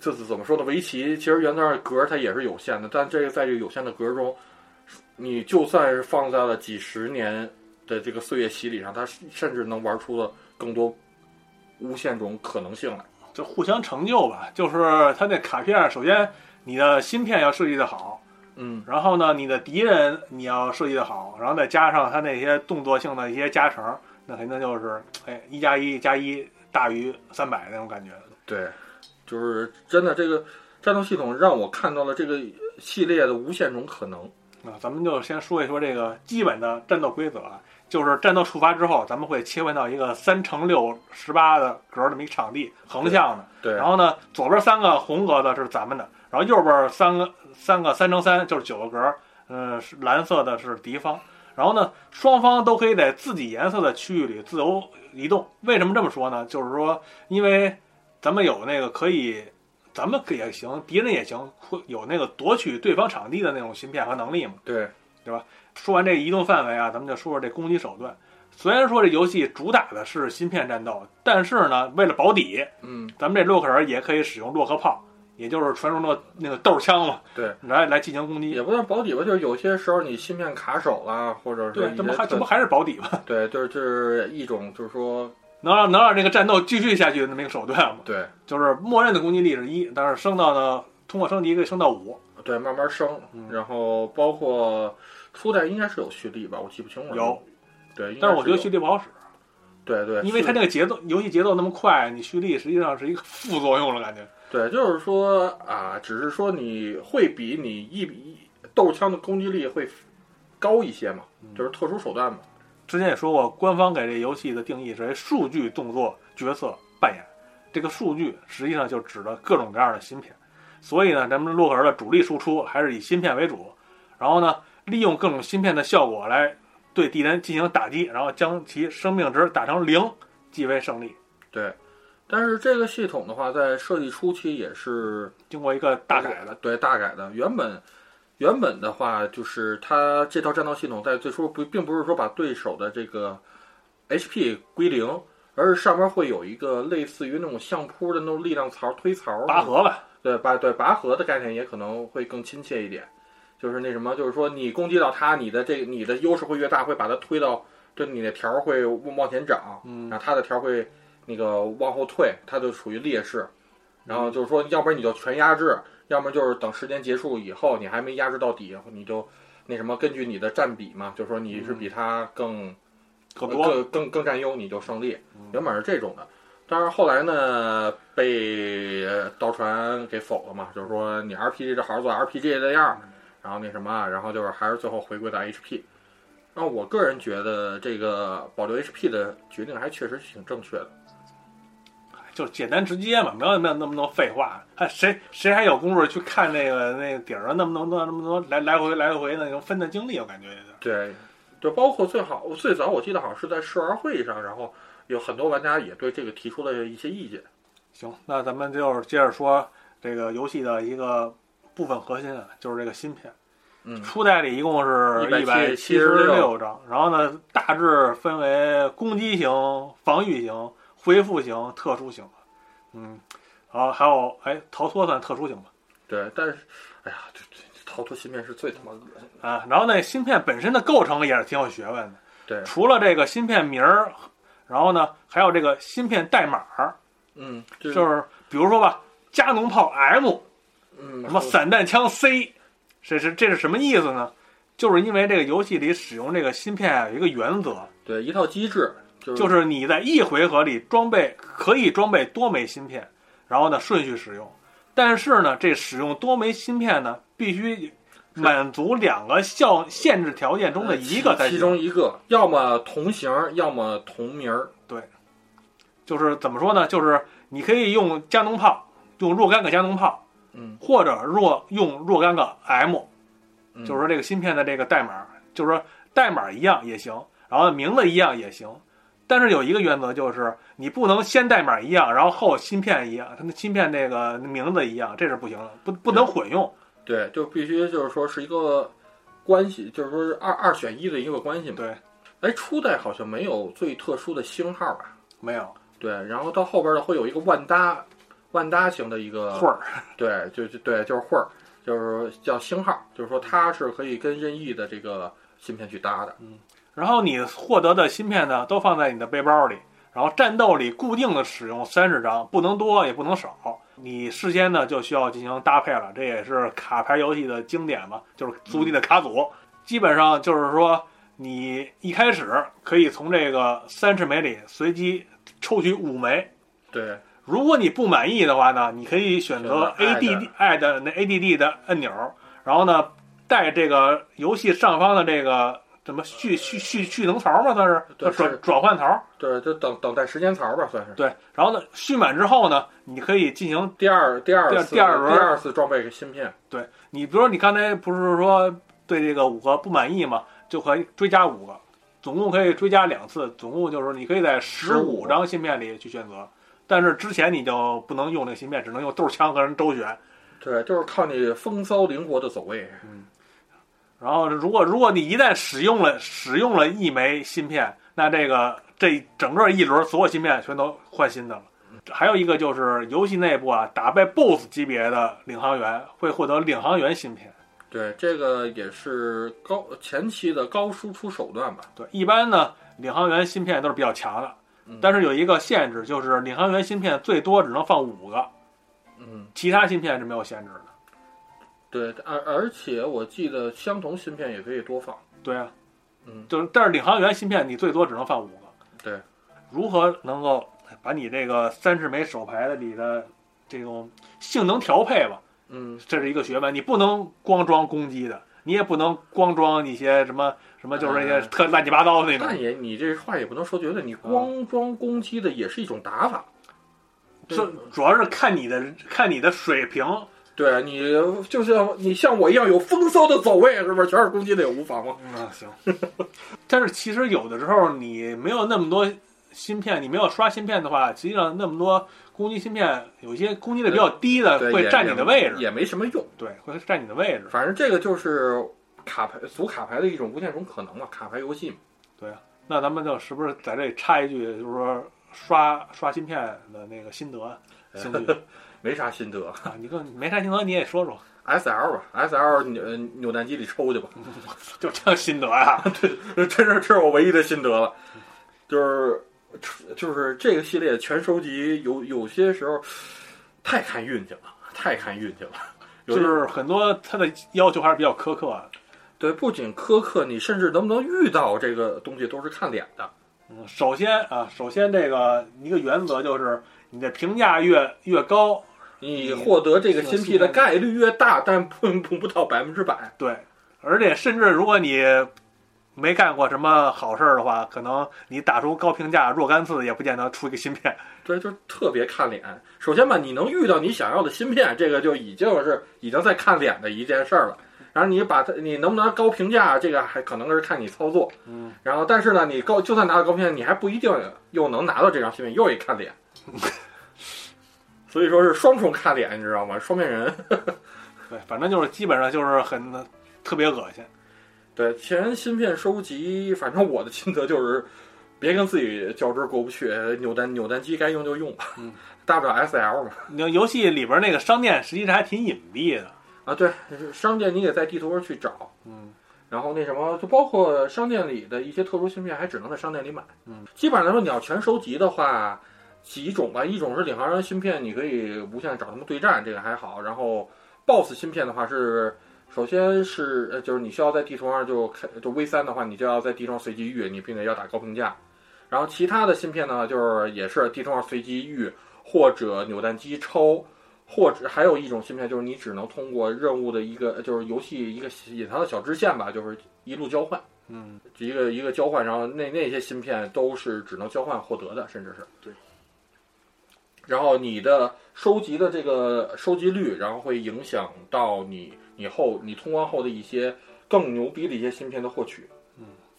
S2: 就是怎么说呢？围棋其实原则上格儿它也是有限的，但这个在这个有限的格儿中，你就算是放在了几十年的这个岁月洗礼上，它甚至能玩出了更多无限种可能性来。
S1: 就互相成就吧。就是它那卡片，首先你的芯片要设计的好，
S2: 嗯，
S1: 然后呢，你的敌人你要设计的好，然后再加上它那些动作性的一些加成，那肯定就是哎一加一加一大于三百那种感觉。
S2: 对，就是真的这个战斗系统让我看到了这个系列的无限种可能。
S1: 啊，咱们就先说一说这个基本的战斗规则啊，就是战斗触发之后，咱们会切换到一个三乘六十八的格儿这么一个场地，横向的。
S2: 对，
S1: 然后呢，左边三个红格子是咱们的，然后右边三个三个三乘三就是九个格儿，嗯、是蓝色的是敌方。然后呢，双方都可以在自己颜色的区域里自由移动。为什么这么说呢？就是说，因为咱们有那个可以，咱们可以也行，敌人也行，会有那个夺取对方场地的那种芯片和能力嘛。
S2: 对，
S1: 说完这移动范围啊，咱们就说说这攻击手段。虽然说这游戏主打的是芯片战斗，但是呢，为了保底，
S2: 嗯，
S1: 咱们这洛克人也可以使用洛克炮，也就是传说中的那个豆儿枪嘛，
S2: 对，
S1: 来来进行攻击。
S2: 也不算保底吧，就是有些时候你芯片卡手啦，或者是
S1: 对，这不
S2: 一些
S1: 还这不还是保底吗？
S2: 对，就是就是一种就是说
S1: 能让能让这个战斗继续下去的那么一个手段嘛，
S2: 对。
S1: 就是默认的攻击力是一，但是升到呢，通过升级可以升到五，
S2: 对，慢慢升
S1: 嗯，
S2: 然后包括初代应该是有蓄力吧，我记不清了。
S1: 有，
S2: 对，应该
S1: 但是我觉得蓄
S2: 有
S1: 力不好使，
S2: 对对，
S1: 因为它
S2: 是
S1: 那个节奏，游戏节奏那么快，你蓄力实际上是一个副作用了，感觉。
S2: 对，就是说啊，只是说你会比你一比一豆枪的攻击力会高一些嘛，
S1: 嗯
S2: 就是特殊手段嘛。
S1: 之前也说过，官方给这游戏的定义是为数据动作角色扮演。这个数据实际上就指的各种各样的芯片，所以呢，咱们洛克人的主力输出还是以芯片为主。然后呢，利用各种芯片的效果来对敌人进行打击，然后将其生命值打成零，即为胜利。
S2: 对，但是这个系统的话，在设计初期也是
S1: 经过一个大改的，
S2: 的，对大改的。原本原本的话，就是它这套战斗系统在最初不并不是说把对手的这个 HP 归零，而是上面会有一个类似于那种相扑的那种力量槽推槽那种
S1: 拔河吧，
S2: 对拔对拔河的概念也可能会更亲切一点，就是那什么，就是说你攻击到他，你的这个你的优势会越大，会把它推到，就你的条儿会往前长，
S1: 嗯
S2: 然后他的条儿会那个往后退，他就属于劣势。然后就是说，要不然你就全压制，要么就是等时间结束以后，你还没压制到底，你就那什么，根据你的占比嘛，就是说你是比他更
S1: 可
S2: 呃
S1: 多了。
S2: 更嗯更更占优，你就胜利。原本是这种的，但是后来呢，被呃刀船给否了嘛，就是说你 RPG 这好好做 RPG 这样儿，然后那什么，然后就是还是最后回归到 HP。那我个人觉得这个保留 HP 的决定还确实挺正确的。
S1: 就是简单直接嘛，没有没有那么多废话。还谁谁还有功夫去看那个那个底儿啊？那么多那么多来来回来回那种分的精力，我感觉有点。
S2: 对，就包括最好最早我记得好像是在试玩会上，然后有很多玩家也对这个提出了一些意见。
S1: 行，那咱们就是接着说这个游戏的一个部分核心啊，就是这个芯片。
S2: 嗯
S1: 初代里一共是一百七十
S2: 176
S1: 六张，然后呢，大致分为攻击型、防御型、恢复型、特殊型。嗯，然后还有哎，逃脱算特殊型吧？
S2: 对，但是，哎呀，这这这逃脱芯片是最他妈恶心的。
S1: 啊，然后那芯片本身的构成也是挺有学问的。
S2: 对
S1: 除了这个芯片名儿，然后呢，还有这个芯片代码儿，
S2: 嗯，就
S1: 就是是比如说吧，加农炮 M，
S2: 嗯，
S1: 什么散弹枪 C，这是这是什么意思呢？就是因为这个游戏里使用这个芯片啊有一个原则，
S2: 对，一套机制就是
S1: 就是你在一回合里装备可以装备多枚芯片，然后呢顺序使用。但是呢，这使用多枚芯片呢，必须满足两个效限制条件中的一个才
S2: 呃其
S1: 行。
S2: 中一个，要么同型，要么同名儿。
S1: 就是怎么说呢？就是你可以用加农炮，用若干个加农炮，
S2: 嗯，
S1: 或者若用若干个 M，
S2: 嗯
S1: 就是说这个芯片的这个代码，就是说代码一样也行，然后名字一样也行。但是有一个原则就是，你不能先代码一样，然后后芯片一样，它那芯片那个名字一样，这是不行的，不不能混用。
S2: 对，就必须就是说是一个关系，就是说是二二选一的一个关系嘛。
S1: 对，
S2: 哎，初代好像没有最特殊的星号吧？
S1: 没有
S2: 对，然后到后边的会有一个万搭万搭型的一个
S1: 混儿，
S2: 对，就就对，就是会儿，就是叫星号，就是说它是可以跟任意的这个芯片去搭的。
S1: 然后你获得的芯片呢，都放在你的背包里。然后战斗里固定的使用三十张，不能多也不能少。你事先呢就需要进行搭配了，这也是卡牌游戏的经典嘛，就是足地的卡组。基本上就是说，你一开始可以从这个三十枚里随机抽取五枚。
S2: 对，
S1: 如果你不满意的话呢，你可以选择
S2: 选择
S1: ADD 爱的那 ADD 的按钮，然后呢带这个游戏上方的这个什么蓄蓄蓄蓄能槽嘛，算是
S2: 对是
S1: 转转换槽。
S2: 对，就等等待时间槽吧，算是。
S1: 对，然后呢，蓄满之后呢，你可以进行
S2: 第二第二
S1: 第二
S2: 次
S1: 第二轮
S2: 第二次装备芯片，
S1: 对你，比如说你刚才不是说对这个五个不满意嘛，就可以追加五个，总共可以追加两次，总共就是你可以在十
S2: 15
S1: 五张芯片里去选择，但是之前你就不能用这个芯片，只能用豆枪和人周旋。
S2: 对，就是靠你风骚灵活的走位。
S1: 然后如果如果你一旦使用了使用了一枚芯片，那这个这整个一轮所有芯片全都换新的了。还有一个就是游戏内部啊，打败 BOSS 级别的领航员会获得领航员芯片。
S2: 对，这个也是高前期的高输出手段吧。
S1: 对，一般呢，领航员芯片都是比较强的，但是有一个限制，就是领航员芯片最多只能放五个，
S2: 嗯，
S1: 其他芯片是没有限制的。
S2: 对，而而且我记得相同芯片也可以多放。
S1: 对啊，
S2: 嗯，
S1: 就是但是领航员芯片你最多只能放五个。
S2: 对，
S1: 如何能够把你这个三十枚手牌的里的这种性能调配吧，
S2: 嗯，
S1: 这是一个学问，你不能光装攻击的，你也不能光装一些什么什么，就是那些
S2: 嗯
S1: 特乱七八糟的那种。
S2: 但也你这话也不能说绝对，你
S1: 嗯
S2: 光装攻击的也是一种打法。
S1: 这主要是看你的看你的水平
S2: 对你就是你像我一样有风骚的走位，是不是？全是攻击类无妨吗？
S1: 嗯，行。 但是其实有的时候你没有那么多芯片，你没有刷芯片的话，实际上那么多攻击芯片，有些攻击力比较低的
S2: 对，
S1: 会
S2: 也
S1: 占你的位置，
S2: 也没什么用。
S1: 对，会占你的位置。
S2: 反正这个就是卡牌组卡牌的一种无限种可能嘛，卡牌游戏嘛。
S1: 那咱们就是不是在这里插一句，就是说刷刷芯片的那个心得，
S2: 哎
S1: 兴趣
S2: 没啥心得
S1: 啊，你跟没啥心得你也说说，
S2: ，S L 吧，S L 扭呃扭蛋机里抽去吧，
S1: 就这心得 啊？
S2: 这是这是我唯一的心得了，就是就是这个系列全收集有有些时候太看运气了，太看运气了，有
S1: 就
S2: 些
S1: 是很多他的要求还是比较苛刻啊的。
S2: 对，不仅苛刻，你甚至能不能遇到这个东西都是看脸的。
S1: 嗯，首先啊，首先这个一个原则就是你的评价越越高，
S2: 你获得这个
S1: 嗯
S2: 新币的概率越大，但碰碰不到百分之百。
S1: 对，而且甚至如果你没干过什么好事儿的话，可能你打出高评价若干次也不见得出一个芯片。
S2: 对，就特别看脸。首先吧，你能遇到你想要的芯片，这个就已经是已经在看脸的一件事儿了。然后你把它，你能不能高评价，这个还可能是看你操作。
S1: 嗯，
S2: 然后，但是呢，你高就算拿到高评价，你还不一定又能拿到这张芯片，又一看 脸。所以说是双重看脸，你知道吗？双面人。
S1: 对，反正就是基本上就是很特别恶心。
S2: 对，前芯片收集，反正我的心得就是，别跟自己较真儿过不去，扭蛋扭蛋机该用就用吧，
S1: 嗯
S2: 大不了 S L 嘛。
S1: 那游戏里边那个商店实际上还挺隐蔽的。
S2: 啊，对，商店你得在地图上去找，
S1: 嗯，
S2: 然后那什么，就包括商店里的一些特殊芯片，还只能在商店里买。
S1: 嗯，
S2: 基本上来说，你要全收集的话，几种吧，一种是领航员芯片，你可以无限找他们对战，这个还好。然后 BOSS 芯片的话是，首先是呃，就是你需要在地图上就开就 V 三的话，你就要在地图上随机遇，你并且要打高评价。然后其他的芯片呢，就是也是地图上随机遇或者扭蛋机抽。或者还有一种芯片，就是你只能通过任务的一个，呃就是游戏一个隐藏的小支线吧，就是一路交换，
S1: 嗯，
S2: 一个一个交换，然后那那些芯片都是只能交换获得的，甚至是
S1: 对。
S2: 然后你的收集的这个收集率，然后会影响到你你后你通关后的一些更牛逼的一些芯片的获取。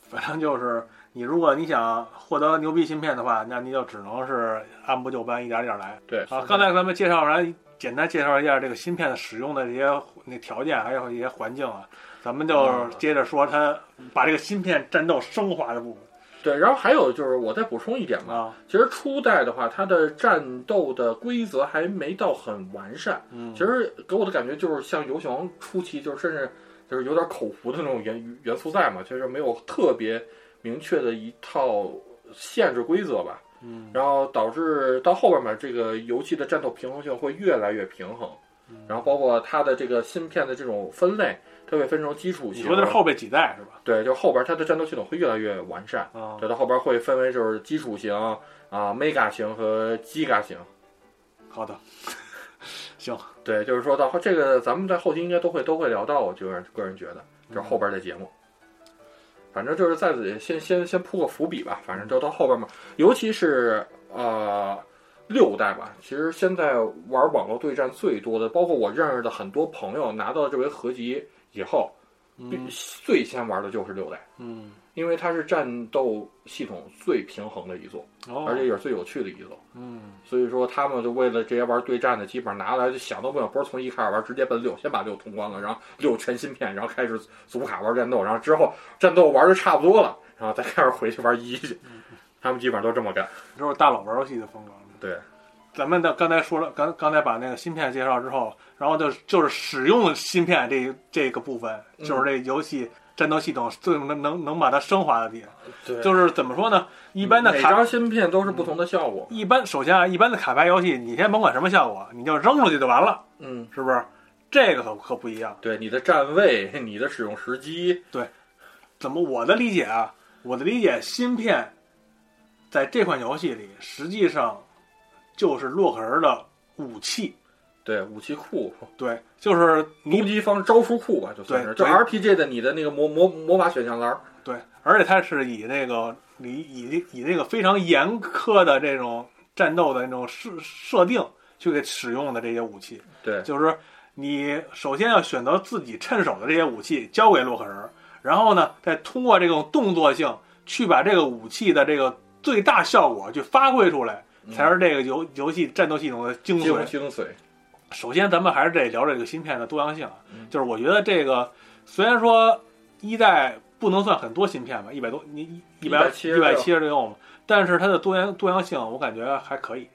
S1: 反正就是你如果你想获得牛逼芯片的话，那你就只能是按部就班，一点儿点儿来。
S2: 对
S1: 啊，刚才咱们介绍完，简单介绍一下这个芯片的使用的这些那条件，还有一些环境啊。咱们就
S2: 嗯
S1: 接着说它把这个芯片战斗升华的部
S2: 对，然后还有就是我再补充一点
S1: 分
S2: 吧，
S1: 啊，
S2: 其实初代的话，它的战斗的规则还没到很完善。
S1: 嗯，
S2: 其实给我的感觉就是像游戏王初期，就是甚至就是有点口胡的那种元元素在嘛，就是没有特别明确的一套限制规则吧。
S1: 嗯，
S2: 然后导致到后半吧，这个游戏的战斗平衡性会越来越平衡。
S1: 嗯
S2: 然后包括它的这个芯片的这种分类，它会分成基础
S1: 你
S2: 型。
S1: 说的是后备几代是吧？
S2: 对，就后边它的战斗系统会越来越完善。
S1: 啊，
S2: 对，到后边会分为就是基础型啊、mega 型和 giga 型。
S1: 好的，行，
S2: 对，就是说到后这个，咱们在后期应该都会都会聊到，我就是个人觉得，就是后边的节目。反正就是在此先先先铺个伏笔吧，反正就到后边嘛，尤其是呃六代吧，其实现在玩网络对战最多的，包括我认识的很多朋友拿到这回合集以后，
S1: 嗯
S2: 最先玩的就是六代，
S1: 嗯，
S2: 因为它是战斗系统最平衡的一座，
S1: 哦，
S2: 而且也是最有趣的一座。
S1: 嗯
S2: 所以说他们就为了这些玩对战的，基本上拿来就想都不想，不是从一开始玩，直接奔六，先把六通关了，然后六全芯片，然后开始组卡玩战斗，然后之后战斗玩的差不多了，然后再开始回去玩一去。他们基本上都这么干。
S1: 这是大佬玩游戏的风格。
S2: 对，
S1: 咱们的刚才说了，刚刚才把那个芯片介绍之后，然后就就是使用芯片这这个部分，
S2: 嗯
S1: 就是这游戏战斗系统最能能能把它升华的地方。
S2: 对
S1: 就是怎么说呢？一般的
S2: 每
S1: 卡，
S2: 张芯片都是不同的效果。
S1: 一般首先啊，一般的卡牌游戏，你先甭管什么效果，你就扔出去就完了，
S2: 嗯，
S1: 是不是？这个可可不一样。
S2: 对，你的站位，你的使用时机，
S1: 怎么我的理解啊？我的理解，芯片在这款游戏里实际上就是洛克人的武器，
S2: 对武器库、
S1: 对，就是
S2: 攻
S1: 你
S2: 击方招数库吧，就算是
S1: 对
S2: 就
S1: 对
S2: RPG 的你的那个魔魔魔法选项栏儿。
S1: 对，而且它是以那个以以以那个非常严苛的这种战斗的那种设设定去给使用的这些武器，
S2: 对，
S1: 就是你首先要选择自己趁手的这些武器交给洛克人，然后呢，再通过这种动作性去把这个武器的这个最大效果去发挥出来，才是这个游游戏战斗系统的嗯精髓。
S2: 精嗯髓，
S1: 首先，咱们还是得聊这个芯片的多样性啊
S2: 嗯。
S1: 就是我觉得这个虽然说一代不能算很多芯片吧，一百多，你一百
S2: 176
S1: 一百七十六嘛，但是它的多元多样性我感觉还可以。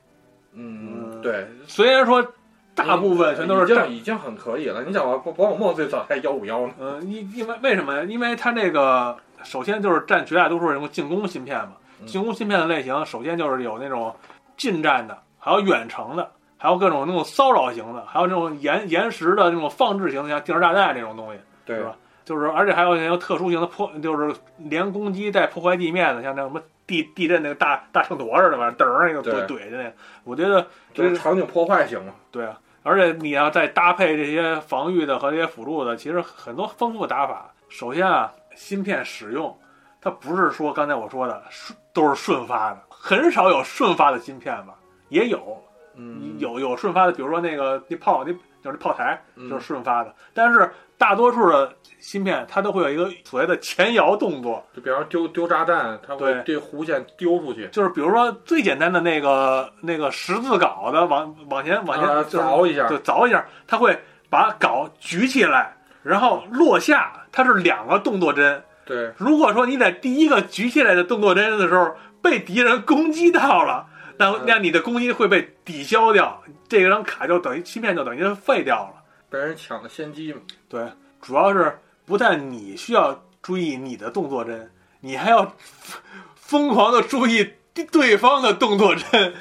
S2: 嗯，
S1: 嗯
S2: 对，
S1: 虽然说大部分全都
S2: 已
S1: 是
S2: 经
S1: 战，
S2: 已经很可以了。你想吧，宝宝可梦最早还幺五幺呢，
S1: 嗯，因因为为什么呀？因为它那个首先就是占绝大多数这种进攻芯片嘛
S2: 嗯，
S1: 进攻芯片的类型首先就是有那种近战的，还有远程的。还有各种那种骚扰型的，还有那种延延时的那种放置型的，像定时炸弹这种东西。
S2: 对
S1: 是吧就是而且还有那种特殊型的破，就是连攻击带破坏地面的，像那什么地地震那个大大秤砣似的，玩意儿，噔儿那个
S2: 对
S1: 怼怼的那个，我觉得
S2: 就是
S1: 这
S2: 场景破坏型嘛。
S1: 对啊。而且你要再搭配这些防御的和这些辅助的，其实很多丰富的打法。首先啊，芯片使用，它不是说刚才我说的顺都是顺发的，很少有顺发的芯片吧，也有，
S2: 嗯，
S1: 有有顺发的，比如说那个那炮那就是炮台
S2: 嗯
S1: 就是顺发的，但是大多数的芯片它都会有一个所谓的前摇动作，
S2: 就比方说丢丢炸弹，它会
S1: 对
S2: 对弧线丢出去，
S1: 就是比如说最简单的那个那个十字镐的往往前往前
S2: 啊
S1: 就是
S2: 凿一下
S1: 对凿一下，它会把镐举起来，然后落下，它是两个动作帧。
S2: 对，
S1: 如果说你在第一个举起来的动作帧的时候被敌人攻击到了，那
S2: 嗯
S1: 那你的攻击会被抵消掉，这张卡就等于芯片就等于废掉了。
S2: 被人抢了先机嘛。
S1: 对，主要是不但你需要注意你的动作帧，你还要疯疯狂的注意对方的动作帧。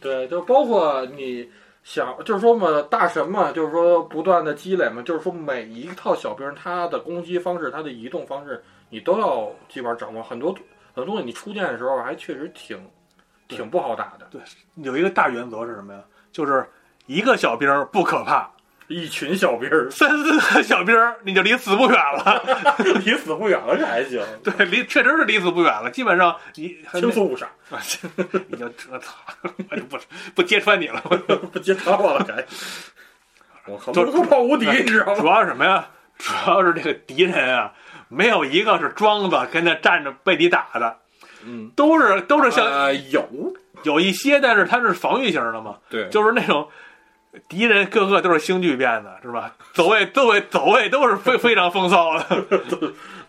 S2: 对，就包括你想，就是说嘛，大神嘛，就是说不断的积累嘛，就是说每一套小兵他的攻击方式、他的移动方式，你都要基本上掌握。很多很多东西你初见的时候还确实挺
S1: 对
S2: 挺不好打的，
S1: 有一个大原则是什么呀？就是一个小兵儿不可怕，
S2: 一群小兵儿
S1: 三四个小兵儿你就离死不远了。
S2: 离死不远了，这还行，
S1: 对，离确实是离死不远了，基本上你
S2: 啊轻松无杀，
S1: 已经我操，我就不不揭穿你了。
S2: 不接他我了，该。 我靠，哎
S1: 就
S2: 我跑无敌，你知道吗？
S1: 主要是什么呀？主要是这个敌人啊，没有一个是装的跟那站着被你打的，
S2: 嗯，
S1: 都是都是像
S2: 呃有，
S1: 有一些，但是它是防御型的嘛，
S2: 对，
S1: 就是那种敌人个个都是星剧变的，是吧？走位、走位、走位都是非非常风骚的。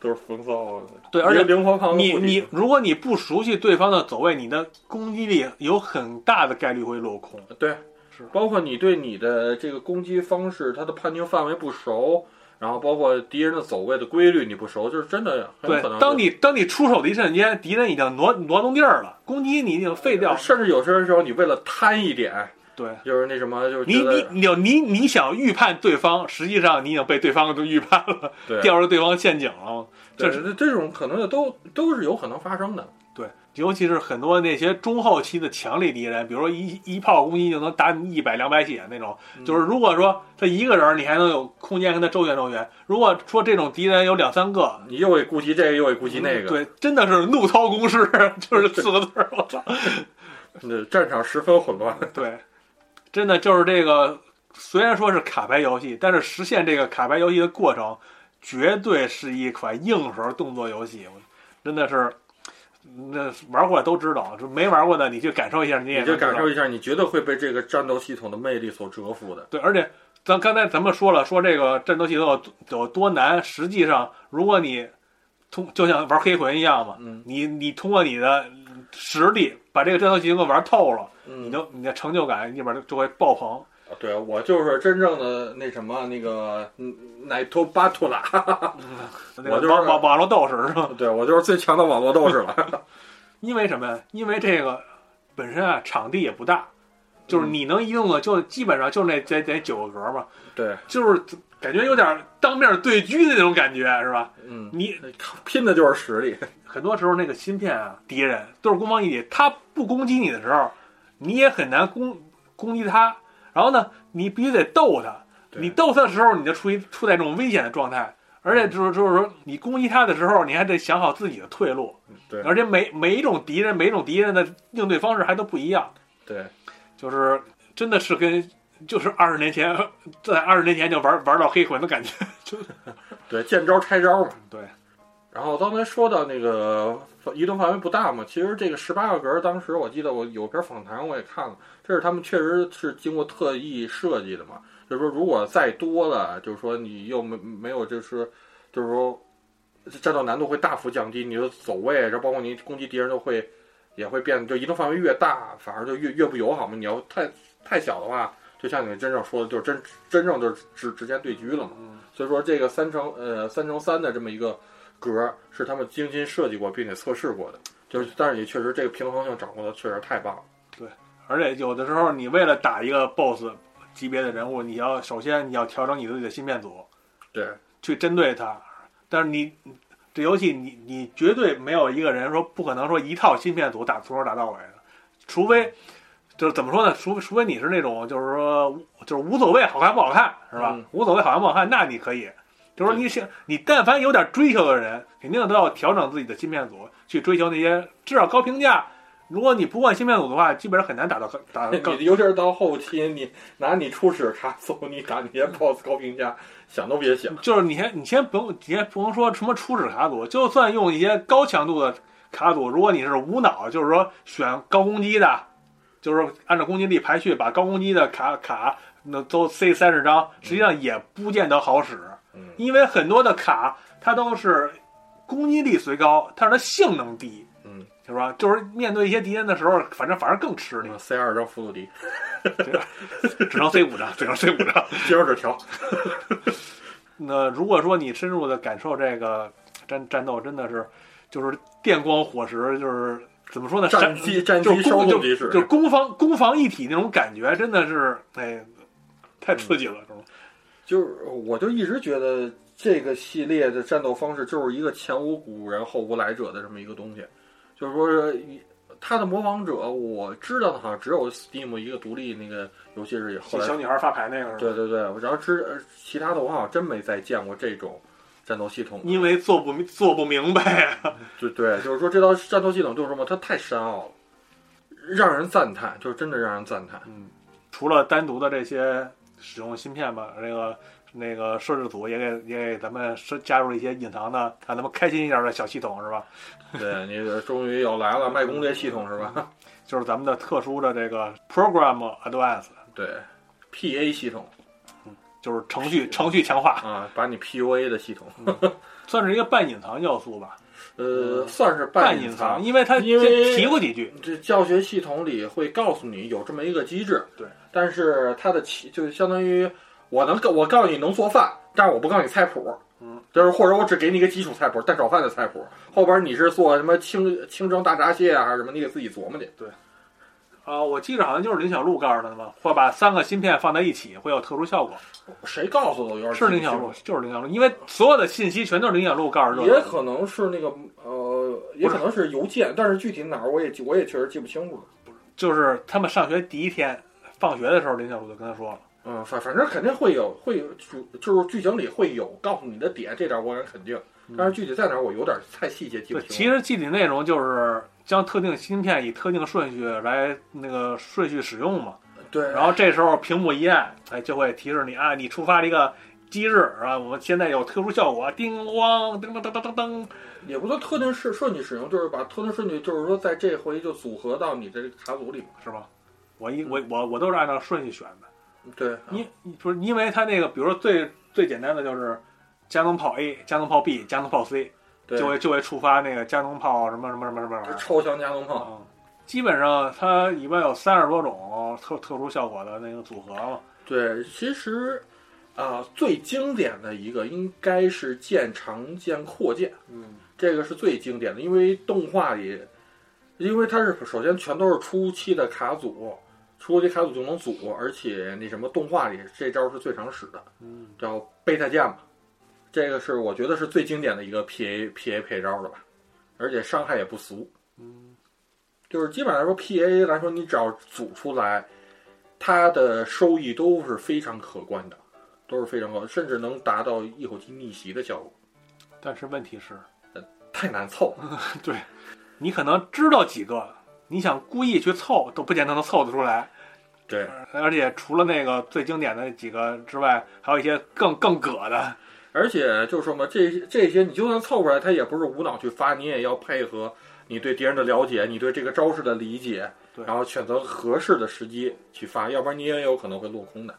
S2: 都是风骚的，啊
S1: 对而且
S2: 一个灵活胖子
S1: 你
S2: 护体
S1: 你如果你不熟悉对方的走位，你的攻击力有很大的概率会落空。
S2: 对，
S1: 是
S2: 包括你对你的这个攻击方式、它的判定范围不熟，然后包括敌人的走位的规律你不熟，就是真的很有
S1: 对
S2: 可能就。，
S1: 当你当你出手的一瞬间，敌人已经挪挪动地儿了，攻击你已经废掉了。
S2: 甚至有些时候你为了贪一点，
S1: 对。
S2: 就是那什么，就是
S1: 你
S2: 觉得
S1: 你你你你想预判对方，实际上你已经被对方都预判了，
S2: 对
S1: 掉入对方陷阱了。
S2: 对
S1: 这是
S2: 这这种可能的都都是有可能发生的。
S1: 对，尤其是很多那些中后期的强力敌人，比如说一一炮攻击就能打你一百两百血那种，
S2: 嗯
S1: 就是如果说他一个人，你还能有空间跟他周旋周旋；如果说这种敌人有两三个，
S2: 你又得顾及这个，又得顾及那个，
S1: 对，真的是怒涛攻势， 就是四个字儿，我操！
S2: 嗯对，战场十分混 乱。
S1: 对，真的就是这个，虽然说是卡牌游戏，但是实现这个卡牌游戏的过程，绝对是一款硬核动作游戏，我真的是。那玩过的都知道，这没玩过的你去感受一下，你也
S2: 你就
S1: 能知道
S2: 感受一下，你绝对会被这个战斗系统的魅力所折服的。
S1: 对，而且咱刚才咱们说了，说这个战斗系统有有多难，实际上如果你通就像玩黑魂一样嘛，
S2: 嗯
S1: 你你通过你的实力把这个战斗系统玩透了，你
S2: 嗯，啊
S1: 就你的成就感里边就会爆棚。
S2: 对我就是真正的那什么那个嗯奶头巴图拉。
S1: 那个
S2: 我就是
S1: 网网网络斗士是吧？
S2: 对我就是最强的网络斗士了。
S1: 因为什么呀？因为这个本身啊场地也不大，就是
S2: 嗯
S1: 你能移动的就基本上就那得得九个格嘛，
S2: 对，
S1: 就是感觉有点当面对狙的那种感觉是吧？
S2: 嗯，
S1: 你
S2: 拼的就是实力。
S1: 很多时候那个芯片啊，敌人都是攻防一体，他不攻击你的时候，你也很难攻攻击他。然后呢，你必须得逗他，
S2: 对
S1: 你逗他的时候，你就处于处在这种危险的状态。而
S2: 嗯
S1: 且就是就是说，你攻击他的时候，你还得想好自己的退路。
S2: 嗯对
S1: 而且每每一种敌人，每一种敌人的应对方式还都不一样，
S2: 对，
S1: 就是真的是跟就是二十年前， 在二十年前就玩玩到黑魂的感觉。
S2: 对，见招拆招嘛。
S1: 对。
S2: 然后刚才说到那个移动范围不大嘛，其实这个十八个格儿，当时我记得我有篇访谈我也看了，这是他们确实是经过特意设计的嘛，就是说如果再多了，就是说你又没没有就是就是说战斗难度会大幅降低，你的走位，然后包括你攻击敌人都会也会变，就移动范围越大，反而就越越不友好嘛。你要太太小的话，就像你真正说的，就是真真正就是直直接对狙了嘛。
S1: 嗯，
S2: 所以说这个三乘呃三乘三的这么一个格儿是他们精心设计过并且测试过的，就是但是也确实这个平衡性掌握的确实太棒了。
S1: 而且有的时候你为了打一个 BOSS 级别的人物，你要首先你要调整你自己的芯片组
S2: 对
S1: 去针对他，但是你这游戏你你绝对没有一个人说不可能说一套芯片组打从头打到尾的，除非就是怎么说呢？除除非你是那种就是说就是无所谓好看不好看是吧？
S2: 嗯
S1: 无所谓好看不好看，那你可以。就是说你想，你但凡有点追求的人，肯定都要调整自己的芯片组，去追求那些至少高评价。如果你不换芯片组的话，基本上很难打到高打到 高
S2: 你尤其是到后期，你拿你初始卡搜你打你些
S1: 嗯
S2: BOSS 高评价，想都别想。
S1: 就是你先你先不用，你先不用说什么初始卡组，就算用一些高强度的卡组，如果你是无脑，就是说选高攻击的，就是说按照攻击力排序，把高攻击的卡卡那都塞三十张，实际上也不见得好使，
S2: 嗯，
S1: 因为很多的卡它都是攻击力虽高，但是它性能低，
S2: 嗯，
S1: 是吧？就是面对一些敌人的时候，反正反而更吃力，
S2: C 二张辅助 敌，
S1: 只能塞五张，只能塞五张。
S2: 接着调。
S1: 那如果说你深入的感受这个战战斗，真的是就是电光火石，就是怎么说呢？
S2: 战
S1: 闪
S2: 机战
S1: 就
S2: 机
S1: 是
S2: 稍
S1: 攻
S2: 纵
S1: 就
S2: 即逝，
S1: 就攻防攻防一体那种感觉，真的是哎，太刺
S2: 嗯
S1: 激了，是吗？
S2: 就是我就一直觉得这个系列的战斗方式就是一个前无古人后无来者的这么一个东西，就是说是他的模仿者，我知道的好像只有 Steam 一个独立那个游戏是后
S1: 小
S2: 来
S1: 小女孩发牌那个是吧？
S2: 对对对，我然后知其他的我好像真没再见过这种战斗系统，
S1: 因为做不明做不明白，
S2: 对对，就是说这套战斗系统就是什么，它太深奥了，让人赞叹，就是真的让人赞叹。
S1: 嗯，除了单独的这些使用芯片吧，那个那个摄制组也给也给咱们设加入了一些隐藏的，让咱们开心一点的小系统是吧？
S2: 对你终于要来了，卖攻略系统是吧？
S1: 就是咱们的特殊的这个 program advance。
S2: 对，PA 系统
S1: 就是程序程序强化，
S2: 啊，把你 PUA 的系统。
S1: 算是一个半隐藏要素吧，
S2: 呃，算是
S1: 半
S2: 隐
S1: 隐藏，。因为它
S2: 因为
S1: 提过几句，
S2: 这教学系统里会告诉你有这么一个机制，
S1: 对，
S2: 但是它的其就是相当于我能告我告诉你能做饭，但是我不告诉你菜谱，
S1: 嗯，
S2: 就是或者我只给你一个基础菜谱，蛋炒饭的菜谱，后边你是做什么清清蒸大闸蟹啊还是什么，你得自己琢磨去。
S1: 啊，我记着好像就是林小璐告诉他的嘛，会把三个芯片放在一起会有特殊效果，
S2: 谁告诉的？我有点
S1: 是林
S2: 记不
S1: 小
S2: 清
S1: 璐，就是林小璐，因为所有的信息全都是林小璐告诉这
S2: 了，也
S1: 个，
S2: 可能是那个呃，也可能是邮件，但是具体哪儿我也记我也确实记不清楚了。
S1: 就是他们上学第一天放学的时候，林小璐就跟他说了，
S2: 嗯，反反正肯定会有，会有主就是剧情里会有告诉你的点，这点我敢肯定。但是具体在哪儿，我有点太细节记不
S1: 嗯对，
S2: 清
S1: 其
S2: 了。
S1: 实具体内容就是将特定芯片以特定顺序来那个顺序使用嘛，
S2: 对，
S1: 然后这时候屏幕一按，哎，就会提示你啊，你触发了一个机制，啊，我们现在有特殊效果，叮咣，噔噔噔噔噔噔，
S2: 也不说特定顺顺序使用，就是把特定顺序，就是说在这回就组合到你的这个卡组里嘛。
S1: 是吧？我一我我我都是按照顺序选的，
S2: 对，啊
S1: 因不是因为它那个，比如说最最简单的就是加农炮 A、加农炮 B、加农炮 C，
S2: 对
S1: 就会就会触发那个加农炮什么什么什么什么玩意儿。
S2: 超强加农炮，
S1: 嗯，基本上它里边有三十多种特特殊效果的那个组合嘛。
S2: 对，其实啊、最经典的一个应该是见长见扩建。
S1: 嗯，
S2: 这个是最经典的，因为动画里，因为它是首先全都是初期的卡组，初期卡组就能组，而且那什么动画里这招是最常使的，
S1: 嗯，
S2: 叫贝塔剑嘛，这个是我觉得是最经典的一个 PA PA 配招了吧，而且伤害也不俗，
S1: 嗯，
S2: 就是基本上来说 PA 来说，你只要组出来，它的收益都是非常可观的，都是非常高，甚至能达到一口气逆袭的效果，
S1: 但是问题是，
S2: 太难凑了。
S1: 你可能知道几个，你想故意去凑都不见得能凑得出来。
S2: 对，
S1: 而且除了那个最经典的几个之外，还有一些更更葛的。
S2: 而且就是说嘛，这些这些你就算凑出来，它也不是无脑去发，你也要配合你对敌人的了解，你对这个招式的理解，
S1: 对
S2: 然后选择合适的时机去发，要不然你也有可能会落空的。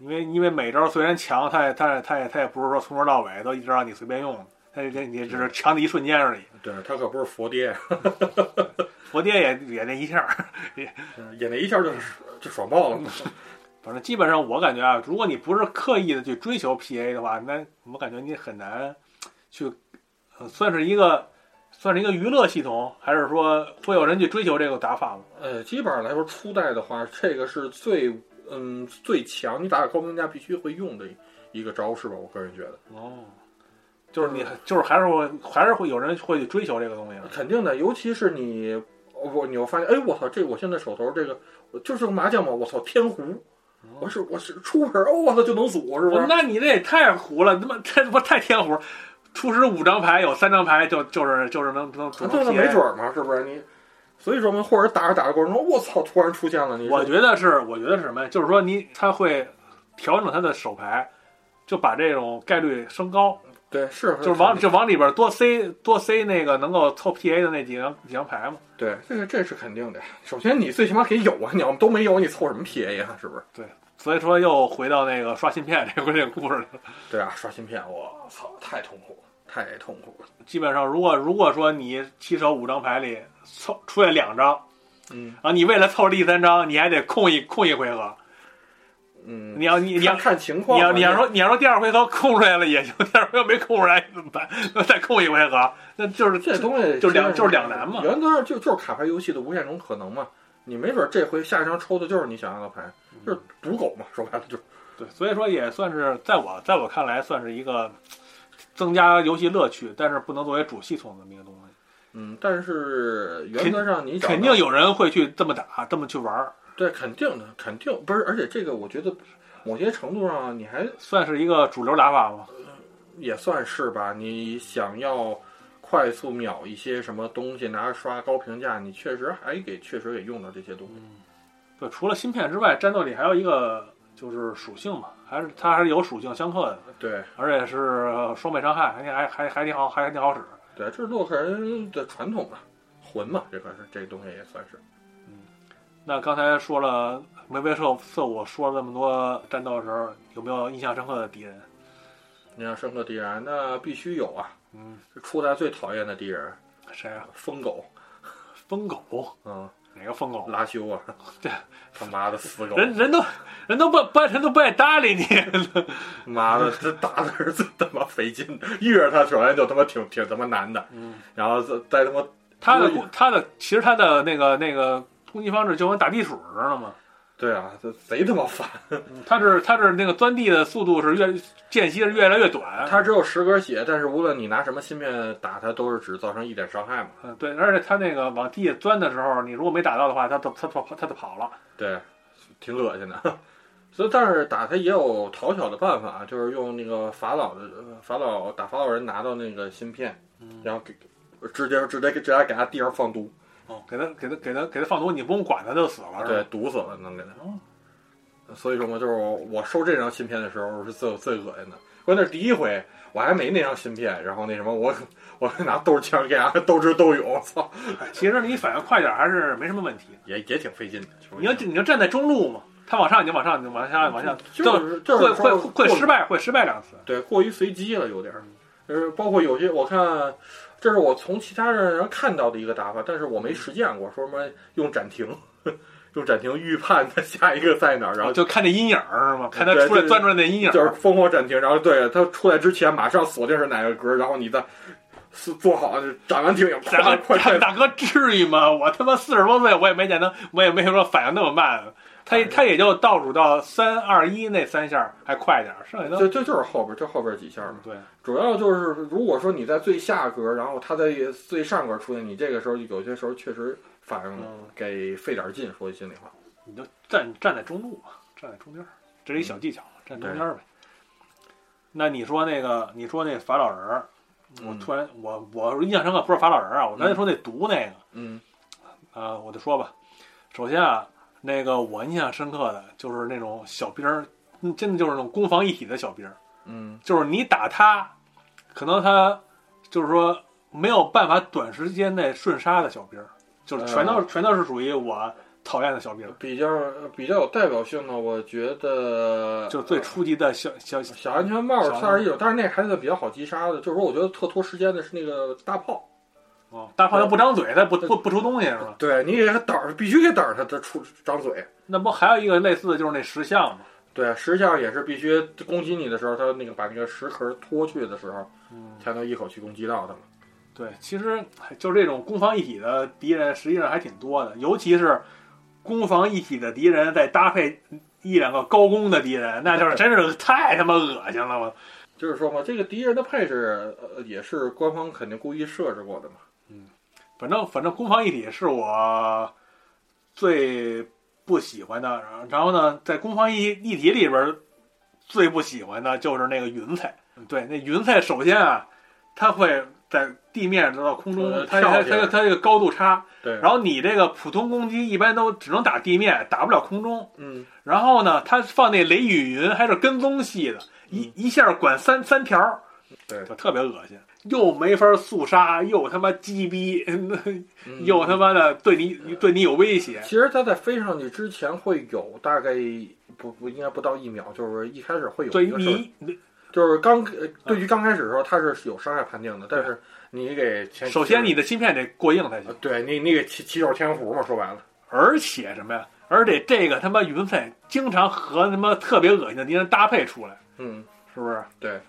S1: 因为因为每招虽然强，他也他也他也他也不是说从头到尾都一直让你随便用，他也你只是强的一瞬间而已。
S2: 对，他可不是佛爹，
S1: 佛爹也也那一下儿，
S2: 也那呃一下就就爽爆了。
S1: 反正基本上我感觉啊，如果你不是刻意的去追求 PA 的话，那我感觉你很难去，呃算是一个算是一个娱乐系统，还是说会有人去追求这个打法吗？
S2: 呃，基本上来说，初代的话，这个是最嗯最强，你打高评价必须会用的一个招式吧，我个人觉得。
S1: 哦，就是你就是还是会还是会有人会去追求这个东西的。
S2: 肯定的，尤其是你，我你会发现，哎，我操，这我现在手头这个，我就是个麻将嘛，我操，天胡，我是我是出本，哦，我操就能组，是不
S1: 哦我
S2: 是？
S1: 那你这也太胡了，他妈这他妈太天胡了！出十五张牌，有三张牌就就是就是能能
S2: 啊
S1: 能
S2: 对了，
S1: 能
S2: 没准儿嘛，是不是你？所以说嘛，或者打着打着过程中，我操，突然出现了，你
S1: 我
S2: 是
S1: 觉得是，我觉得是什么呀？就是说你他会调整他的手牌，就把这种概率升高，
S2: 对是
S1: 就是往就往里边多塞多塞那个能够凑 PA 的那几张几张牌嘛。
S2: 对这个这是肯定的。首先你最起码得有啊，你要都没有，你凑什么 PA 呀、是不是？
S1: 所以说又回到那个刷芯片这个这个故事了。
S2: 对啊，刷芯片，我操，太痛苦了，太痛苦了。
S1: 基本上，如果如果说你起手五张牌里凑出现两张，
S2: 嗯
S1: 然后你为了凑第三张，你还得空一空一回合。
S2: 嗯，
S1: 你要你你要
S2: 看看情况
S1: 你要
S2: 吧，
S1: 你要说你要说第二回合空出来了 也行，第二回合没空出来怎么办？那再空一回合，那就是
S2: 这东西
S1: 就两
S2: 真
S1: 就是两难嘛
S2: 原则上就就是卡牌游戏的无限种可能嘛。你没准这回下一张抽的就是你想要的牌，
S1: 嗯
S2: 就是赌狗嘛，说白了就是。
S1: 对，所以说也算是在我在我看来算是一个增加游戏乐趣，但是不能作为主系统的那么一个东西。
S2: 嗯，但是原则上你找到
S1: 肯定有人会去这么打，这么去玩儿，
S2: 对，肯定的，肯定不是。而且这个我觉得某些程度上你还
S1: 算是一个主流打法嘛。
S2: 也算是吧，你想要快速秒一些什么东西，拿刷高评价，你确实还给确实给用到这些东西。
S1: 嗯对，除了芯片之外，战斗里还有一个就是属性嘛，还是它还是有属性相克的，
S2: 对
S1: 而且是呃双倍伤害，还还还还挺好，还还挺好使。
S2: 对，这是洛克人的传统嘛，魂嘛，这个是这东西也算是。
S1: 那刚才说了梅威瑟瑟，我说了这么多战斗的时候，有没有印象深刻的敌人？
S2: 你要深刻敌人，那必须有啊。
S1: 嗯，
S2: 初代最讨厌的敌人，
S1: 谁啊？
S2: 疯狗，
S1: 疯狗？
S2: 嗯，
S1: 哪个疯狗？
S2: 拉修啊，
S1: 对，
S2: 他妈的死狗，
S1: 人人都人都不不人都不爱搭 理你。
S2: 妈的，这打的是最他妈费劲的，遇着他首先就他妈挺挺他妈难的，
S1: 嗯，
S2: 然后再再他妈
S1: 他的
S2: 我
S1: 他的其实他的那个那个攻击方式就跟打地鼠似的嘛。
S2: 对啊，这贼他妈烦，
S1: 他是他是那个钻地的速度是越间隙是越来越短。
S2: 他只有十格血，但是无论你拿什么芯片打他，都是只造成一点伤害嘛。
S1: 嗯对，而且他那个往地下钻的时候，你如果没打到的话，他都他跑他就跑了。
S2: 对，挺恶心的。 所以，但是打他也有讨巧的办法，就是用那个法老的呃法老打法老人拿到那个芯片，然后给呃直接直接给直接给他地上放毒，
S1: 哦，给他给他给他给他放毒，你不用管他就死了，是
S2: 对
S1: 吧？，
S2: 毒死了能给他。
S1: 哦
S2: 所以说嘛，就是我收这张芯片的时候是最最恶心的，关键是第一回我还没那张芯片，然后那什么我 我拿豆枪给他 斗智斗勇，操，
S1: 哎其实你反应快点还是没什么问题。
S2: 也也挺费劲的。
S1: 你要你要站在中路嘛，他往上你就往上你就往下往下，
S2: 嗯就是就是
S1: 会会
S2: 说
S1: 会会
S2: 过
S1: 失败，会失败两次。
S2: 对，过于随机了有点儿。呃，包括有些我看，这是我从其他人看到的一个打法，但是我没实践过，说什么用暂停， 用暂停预判他下一个在哪儿，然后
S1: 就看那阴影儿是吗？看他
S2: 啊对啊
S1: 出来
S2: 就是
S1: 钻出来那阴影儿，
S2: 就是疯狂暂停，然后对他出来之前马上锁定是哪个格，然后你再是做好斩完停影，
S1: 大
S2: 啪
S1: 哥，
S2: 快快
S1: 大哥，至于吗？我他妈四十多岁，我也没见他，我也没说反应那么慢。
S2: 哎
S1: 他他也就倒数到三二一那三下儿还快点儿，剩下都
S2: 就就就是后边就后边几下嘛，
S1: 对
S2: 主要就是如果说你在最下格，然后他在最上格出现，你这个时候有些时候确实反应
S1: 嗯
S2: 给费点劲，说句心里话。
S1: 你就站站在中路嘛，站在中间儿，这是一小技巧，站中间儿呗。那你说那个，你说那法老人儿，我
S2: 嗯
S1: 突然我我印象深刻不是法老人儿啊，我刚才说那毒那个，
S2: 嗯
S1: 啊，我就说吧，首先啊，那个我印象深刻的就是那种小兵儿，嗯真的就是那种攻防一体的小兵儿，
S2: 嗯
S1: 就是你打他，可能他就是说没有办法短时间内瞬杀的小兵儿，就是全都、全都是属于我讨厌的小兵儿，
S2: 比较比较有代表性的，我觉得呃
S1: 就是最初级的小小
S2: 小安全帽
S1: 小安全帽
S2: 三十一九，但是那还是比较好击杀的。就是说，我觉得特拖时间的是那个大炮，
S1: 哦，大炮他不张嘴，他不不不出东西是吧？
S2: 对你给他挡着，必须给挡着他，他出张嘴。
S1: 那不还有一个类似的就是那石像吗？
S2: 对，实际上也是必须攻击你的时候，他那个把那个石壳拖去的时候，
S1: 嗯，
S2: 才能一口气攻击到他们。
S1: 对，其实哎就这种攻防一体的敌人，实际上还挺多的，尤其是攻防一体的敌人，再搭配一两个高攻的敌人，那就是真是太他妈恶心了！我，
S2: 就是说嘛，这个敌人的配置，呃，也是官方肯定故意设置过的嘛。
S1: 反正反正攻防一体是我最不喜欢的，然后呢，在攻防一一体里边儿最不喜欢的就是那个云彩。对，那云彩首先啊，它会在地面到空中
S2: 呃，
S1: 它
S2: 跳
S1: 它
S2: 起来
S1: 它它这个高度差，
S2: 对，
S1: 然后你这个普通攻击一般都只能打地面，打不了空中。
S2: 嗯，
S1: 然后呢，他放那雷雨云还是跟踪系的，一一下管三三条儿，
S2: 对
S1: 就特别恶心。又没法速杀，又他妈鸡逼，
S2: 嗯
S1: 又他妈的对你对你有威胁。
S2: 其实他在飞上去之前会有大概不不应该不到一秒，就是一开始会有
S1: 对
S2: 一个事儿，
S1: 你，你
S2: 就是刚呃
S1: 嗯
S2: 对于刚开始的时候他是有伤害判定的，但是你给前
S1: 首先你的芯片得过硬才行
S2: 呃，对你你给骑骑手天胡嘛，说白了，
S1: 而且什么呀？而且这个他妈云彩经常和他妈特别恶心的敌人搭配出来，
S2: 嗯，
S1: 是不是？
S2: 对，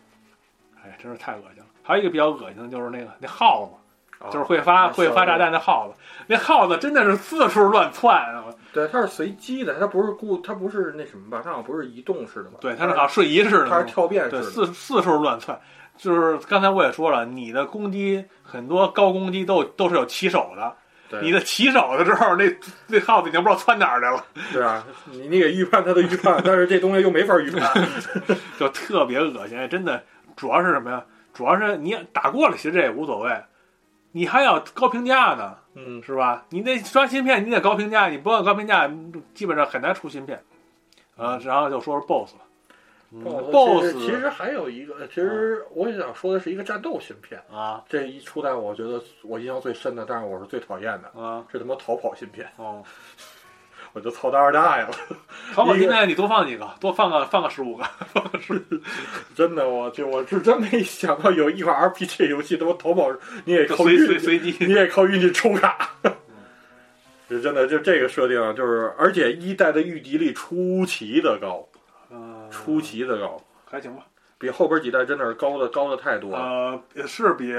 S1: 哎，真是太恶心了。还有一个比较恶心的就是那个那耗子，
S2: 啊
S1: 就是会发
S2: 那
S1: 会发
S2: 小
S1: 炸弹的耗子，那耗子真的是四处乱窜啊！
S2: 对，它是随机的，它不是固，它不是那什么吧，它好像不是移动式的吧？
S1: 对，它是好像瞬移似
S2: 它
S1: 的
S2: 是，跳变式
S1: 对，
S2: 的，
S1: 四四处乱窜。就是刚才我也说了，你的攻击很多高攻击都都是有起手的，
S2: 对
S1: 你的起手的时候，那那耗子已经不知道窜哪儿去了，
S2: 对啊，你你给预判它的预判，但是这东西又没法 预判，
S1: 就特别恶心，真的。主要是什么呀？主要是你打过了，其实这也无所谓，你还要高评价呢。
S2: 嗯，
S1: 是吧？你得刷芯片，你得高评价，你不按高评价，基本上很难出芯片。呃，然后就说说 BOSS 了、嗯
S2: 哦其实其
S1: BOSS
S2: 实还有一个，其实我想说的是一个战斗芯片，
S1: 啊
S2: 这一出来，我觉得我印象最深的，但是我是最讨厌的，
S1: 啊
S2: 是他妈逃跑芯片，
S1: 哦，
S2: 我就操他二大爷了，
S1: 淘宝芯片你多放几个，多放个放个十 五个，
S2: 真的，我去，我是真没想到有一款 RPG 游戏他妈逃跑，你也
S1: 就
S2: 靠
S1: 随随
S2: 运气，
S1: 随机。
S2: 你也靠运气抽卡。 是真的，就这个设定啊，就是而且一代的御敌力出奇的高，
S1: 嗯，
S2: 出奇的高，
S1: 还行吧。
S2: 比后边几代真的是高的高的太多了。
S1: 呃，是比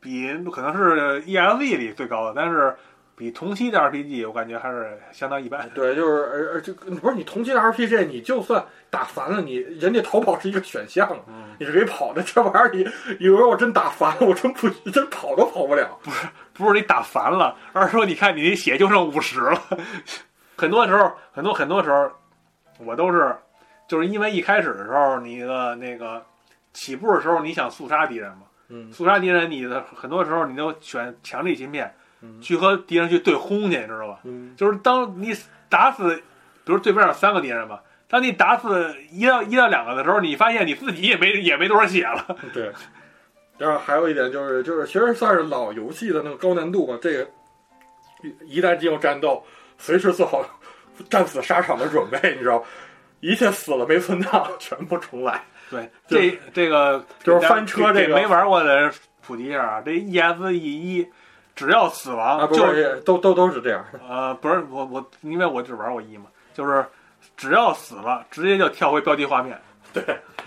S1: 比可能是 E ELZ 里最高的，但是比同期的 RPG 我感觉还是相当一般。
S2: 对，就是而而就不是你同期的 RPG，你就算打烦了你，人家逃跑是一个选项啊，
S1: 嗯，
S2: 你是可以跑的。这玩意儿你有时候我真打烦了，我真不真跑都跑不了。
S1: 不是你打烦了，而是说你看你那血就剩五十了。很多时候，很多很多时候，我都是就是因为一开始的时候，你的那个起步的时候，你想速杀敌人嘛，
S2: 嗯
S1: 速杀敌人，你的很多时候你都选强力芯片
S2: 嗯
S1: 去和敌人去对轰去，你知道吧？
S2: 嗯，
S1: 就是当你打死，比如对面有三个敌人嘛。当你打死一到一到两个的时候，你发现你自己也没 也没多少血了。
S2: 对。然后还有一点就是，就是其实算是老游戏的那个高难度吧。这个一一旦进入战斗，随时做好战死沙场的准备，你知道，一切死了没存档，全部重来。
S1: 对，这这个
S2: 就是翻车
S1: 给
S2: 这
S1: 给
S2: 个
S1: 没玩过的人普及一下啊，这 ES E 一只要死亡、
S2: 啊，不，
S1: 就是
S2: 都都都是这样。
S1: 呃不是我我因为我只玩过一嘛，就是只要死了直接就跳回标题画面，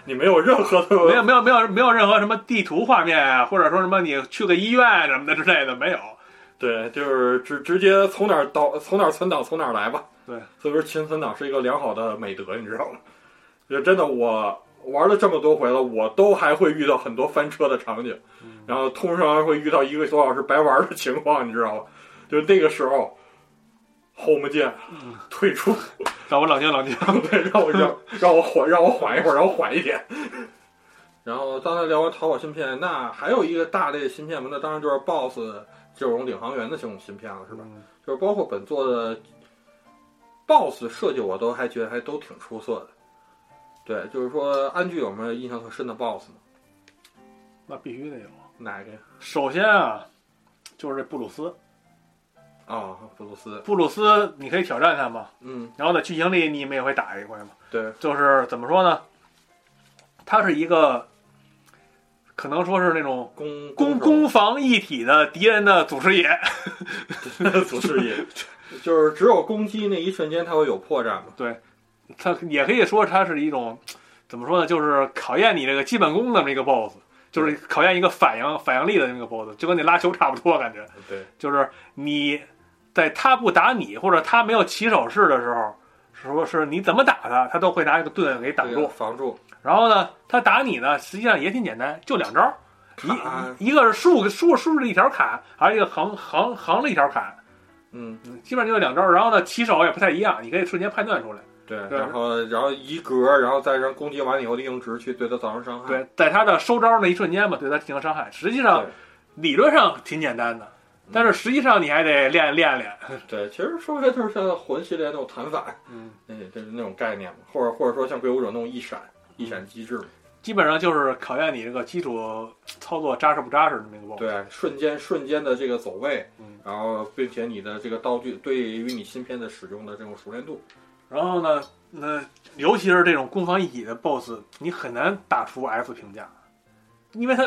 S2: 你没有任何的
S1: 没有没有没有没有任何什么地图画面啊，或者说什么你去个医院什么的之类的没有。
S2: 对，就是直直接从哪儿导从哪儿存档从哪儿来吧。
S1: 对，
S2: 所以说勤存档是一个良好的美德，你知道吗？就真的我玩了这么多回了，我都还会遇到很多翻车的场景，然后通常还会遇到一个多小时白玩的情况，你知道吗？就那个时候。Home 键退出，
S1: 让我冷静冷静。
S2: 对，让我 让让我缓让我缓一会儿，让我缓一点。然后刚才聊完淘宝芯片，那还有一个大类芯片嘛，那当然就是 BOSS 这种领航员的这种芯片了，是吧？
S1: 嗯
S2: 就是包括本作的 BOSS 设计我都还觉得还都挺出色的。对，就是说安居有没有印象特深的 BOSS 吗？
S1: 那必须得有。
S2: 哪个呀？
S1: 首先啊，就是这布鲁斯，
S2: 啊，布鲁斯。
S1: 布鲁斯你可以挑战他嘛，
S2: 嗯，
S1: 然后在剧情里你们也会打一回嘛。
S2: 对，
S1: 就是怎么说呢？他是一个可能说是那种
S2: 攻
S1: 攻攻防一体的敌人的祖师爷，
S2: 祖师爷，就是只有攻击那一瞬间，它会有破绽嘛。
S1: 他也可以说他是一种怎么说呢？就是考验你这个基本功的这么一个 BOSS，就是考验一个反应反应力的那么一个 BOSS，就跟你拉球差不多感觉。
S2: 对，
S1: 就是你在他不打你，或者他没有起手式的时候，说是你怎么打他，他都会拿一个盾给挡
S2: 这个
S1: 住。
S2: 防住，
S1: 然后呢，他打你呢，实际上也挺简单，就两招，
S2: 卡，啊
S1: 一一个是竖竖竖着一条砍，还有一个横横横着一条砍，
S2: 嗯，
S1: 嗯基本上就两招。然后呢，起手也不太一样，你可以瞬间判断出来。
S2: 对，
S1: 对
S2: 然后然后一格，然后再让攻击完以后的硬直去对它造成伤害。
S1: 对，在他的收招那一瞬间嘛，对他进行伤害。实际上
S2: 对
S1: 理论上挺简单的，但是实际上你还得练练练。
S2: 对，其实说白了就是像魂系列那种弹反，
S1: 嗯，
S2: 那就是那种概念嘛，或者或者说像鬼武者那种一闪一闪机制嘛，
S1: 基本上就是考验你这个基础操作扎实不扎实的那个 BOSS。
S2: 对，瞬间瞬间的这个走位
S1: 嗯，
S2: 然后并且你的这个道具对于你芯片的使用的这种熟练度，
S1: 然后呢，那尤其是这种攻防一体的 BOSS，你很难打出 F 评价，因 为它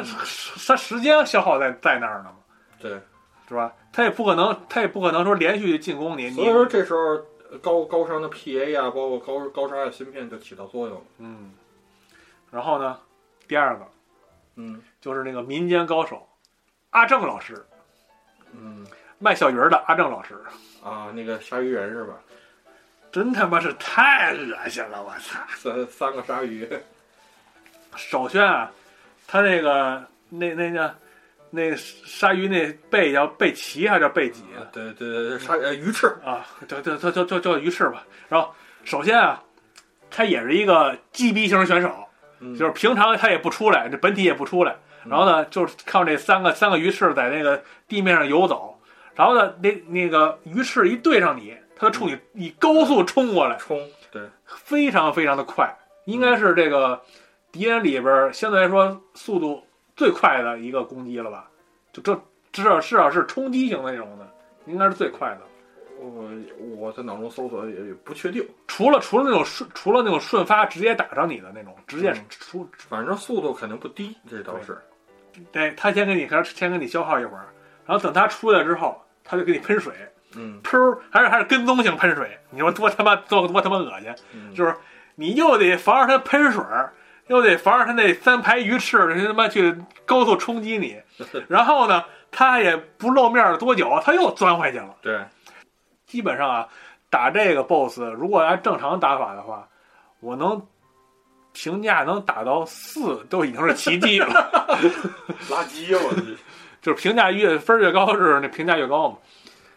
S1: 它时间消耗在在那儿呢嘛，
S2: 嗯对，
S1: 是吧？他也不可能，他也不可能说连续进攻你，
S2: 所
S1: 你
S2: 以说这时候呃高高商的 PA 啊，包括高高商的芯片就起到作用了，
S1: 嗯。然后呢，第二个
S2: 嗯
S1: 就是那个民间高手阿正老师，
S2: 嗯
S1: 卖小鱼儿的阿正老师，
S2: 啊，那个鲨鱼人是吧？
S1: 真他妈是太恶心了，我操！
S2: 三三个鲨鱼，
S1: 首先啊，他那个那那那那鲨鱼那背叫背鳍还是叫背脊啊？
S2: 对对对，鲨呃鱼翅，
S1: 啊，叫叫叫叫叫叫鱼翅吧。然后首先啊，他也是一个 GB 型选手，
S2: 嗯
S1: 就是平常他也不出来，这本体也不出来。然后呢，就是靠这三个三个鱼翅在那个地面上游走。然后呢，那那个鱼翅一对上你，它就冲你以高速冲过来，
S2: 冲，对，
S1: 非常非常的快，应该是这个敌人里边儿相对来说速度最快的一个攻击了吧？就这至少至少是冲击型的那种的，应该是最快的。
S2: 我我在脑中搜索也也不确定。
S1: 除了除了那种顺除了那种顺发直接打上你的那种，直接
S2: 嗯
S1: 出，
S2: 反正速度肯定不低，这倒是。
S1: 对哎他先给你先给你消耗一会儿，然后等他出来之后，他就给你喷水，
S2: 嗯，
S1: 噗，还是还是跟踪性喷水，你说多他妈多多他妈恶心，
S2: 嗯
S1: 就是你又得防着他喷水儿，又得防着他那三排鱼翅，人他妈去高速冲击你，然后呢，他也不露面儿多久，他又钻回去了。
S2: 对，
S1: 基本上啊，打这个 BOSS，如果按正常打法的话，我能评价能打到四都已经是奇迹了。
S2: 垃圾我这
S1: 就是评价越分儿越高是那评价越高嘛，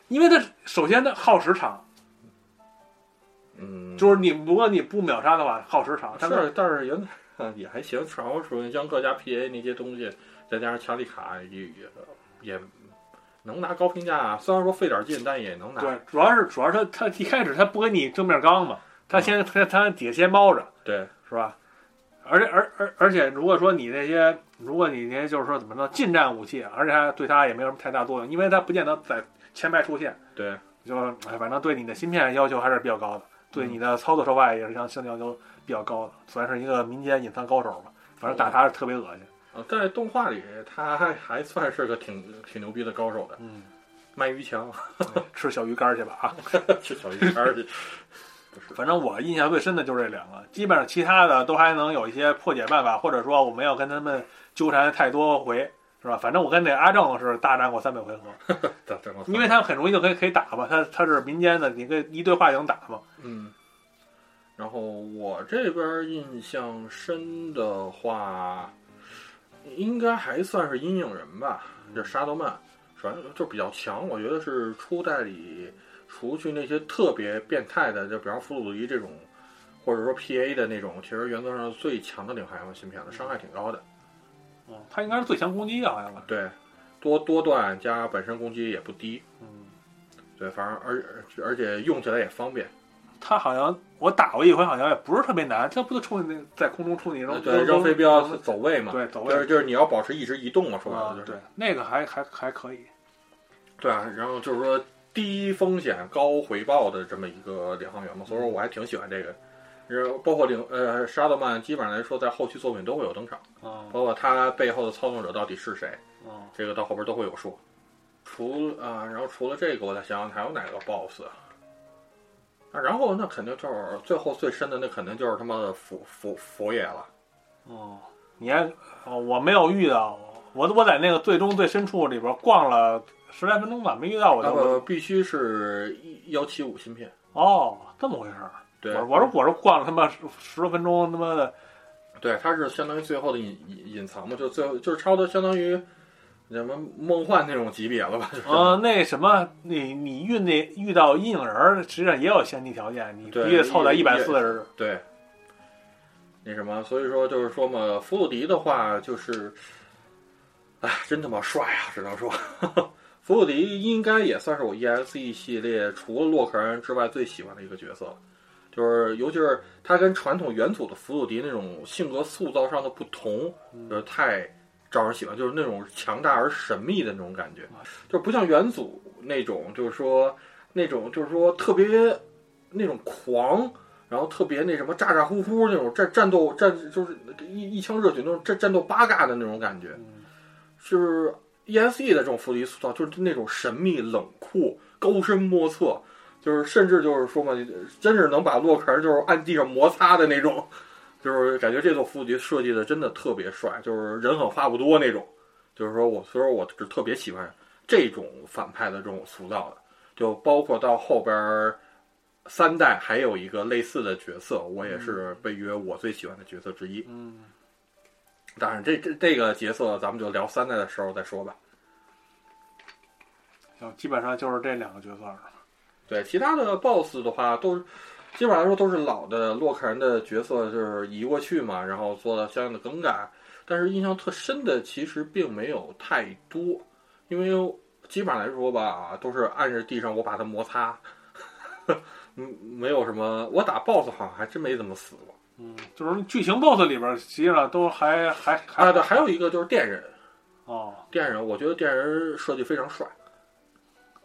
S1: 因为它首先它耗时长，
S2: 嗯，
S1: 就是你如果你不秒杀的话耗时长，但是
S2: 是但是原来也还行，主要属于央克加 PA 那些东西，再加上强力卡也也也能拿高评价啊。虽然说费点劲，但也能拿。
S1: 对，主要是主要是它它一开始它不跟你正面刚嘛，它先它它底下先猫着。
S2: 对
S1: 是吧？而且而而而且，如果说你那些，如果你那些就是说怎么说近战武器，而且它对它也没有什么太大作用，因为它不见得在前排出现，
S2: 对
S1: 就是哎，反正对你的芯片要求还是比较高的，对你的操作手法也是相相对要求比较高的，算是一个民间隐藏高手吧。反正打他是特别恶心。
S2: 啊，在动画里他还还算是个挺挺牛逼的高手的，
S1: 嗯，
S2: 卖鱼强，
S1: 哎吃小鱼干儿去吧啊！
S2: 吃小鱼干 儿去。
S1: 反正我印象最深的就是这两个，基本上其他的都还能有一些破解办法，或者说我没有跟他们纠缠太多回，是吧？反正我跟那阿正是大战过三百回合。
S2: 这这么
S1: 因为他很容易就可以可以打嘛，他他是民间的，你可以一对话就能打嘛。
S2: 嗯，然后我这边印象深的话，应该还算是阴影人吧，这沙斗曼，首先就比较强，我觉得是初代里除去那些特别变态的，就比方弗鲁伊这种，或者说 PA 的那种，其实原则上是最强的领航员芯片了，伤害挺高的，
S1: 嗯，他应该是最强攻击啊好像吧。
S2: 对，多多段加本身攻击也不低，
S1: 嗯，
S2: 对，反正而而且用起来也方便，
S1: 它好像我打过一回，好像也不是特别难，它不就冲你那在空中冲你扔
S2: 对，扔飞镖走位嘛，
S1: 对走位
S2: 就是就是你要保持一直移动嘛，说白
S1: 啊
S2: 了，就是
S1: 对，那个还还还可以，
S2: 对啊，然后就是说低风险高回报的这么一个领航员嘛，所以说我还挺喜欢这个。然后包括领呃沙德曼，基本上来说在后期作品都会有登场，
S1: 啊
S2: 包括他背后的操纵者到底是谁，
S1: 啊
S2: 这个到后边都会有数。除啊、然后除了这个，我再想想还有哪个 BOSS 啊？啊然后那肯定就是最后最深的，那肯定就是他妈的佛佛佛爷了。
S1: 哦，你还哦，我没有遇到，我我在那个最终最深处里边逛了十来分钟吧，没遇到我就、
S2: 呃，必须是幺七五芯片。
S1: 哦，这么回事儿。
S2: 对，
S1: 我我是我是逛了他妈十十多分钟，他妈的
S2: 对，它是相当于最后的隐隐隐藏嘛，就最后就是差不多相当于什么梦幻那种级别了吧？就是、
S1: 呃，那什么，你你遇那遇到阴影人儿，实际上也有先提条件，你必
S2: 对
S1: 须得凑到
S2: 也
S1: 一百四十。
S2: 对，那什么，所以说就是说嘛，弗鲁迪的话就是，哎，真他妈帅啊，只能说。 弗鲁迪应该也算是我 EXE 系列除了洛克人之外最喜欢的一个角色了，就是尤其是他跟传统元祖的弗鲁迪那种性格塑造上的不同，就是太招人喜欢，就是那种强大而神秘的那种感觉，就是不像元祖那种，就是说那种就是说特别那种狂，然后特别那什么咋咋呼呼那种战战斗战就是一一腔热血那种战战斗八嘎的那种感觉，就是 E S E 的这种伏地塑造，就是那种神秘冷酷、高深莫测，就是甚至就是说嘛，真是能把洛克人就是按地上摩擦的那种，就是感觉这座伏地设计的真的特别帅，就是人狠话不多那种，就是说我所以说我是特别喜欢这种反派的这种塑造的，就包括到后边儿三代还有一个类似的角色，我也是被约我最喜欢的角色之一。
S1: 嗯，
S2: 当然这这这个角色咱们就聊三代的时候再说吧。
S1: 行，基本上就是这两个角色了。
S2: 对，其他的 BOSS 的话，都是基本上来说都是老的洛克人的角色，就是移过去嘛，然后做了相应的更改。但是印象特深的其实并没有太多，因为基本上来说吧，啊都是按着地上我把它摩擦，嗯，没有什么。我打 BOSS 好像还真没怎么死过。
S1: 嗯，就是剧情 BOSS 里边儿，实际上都还还还
S2: 啊，对，还有一个就是电人，
S1: 哦，
S2: 电人，我觉得电人设计非常帅。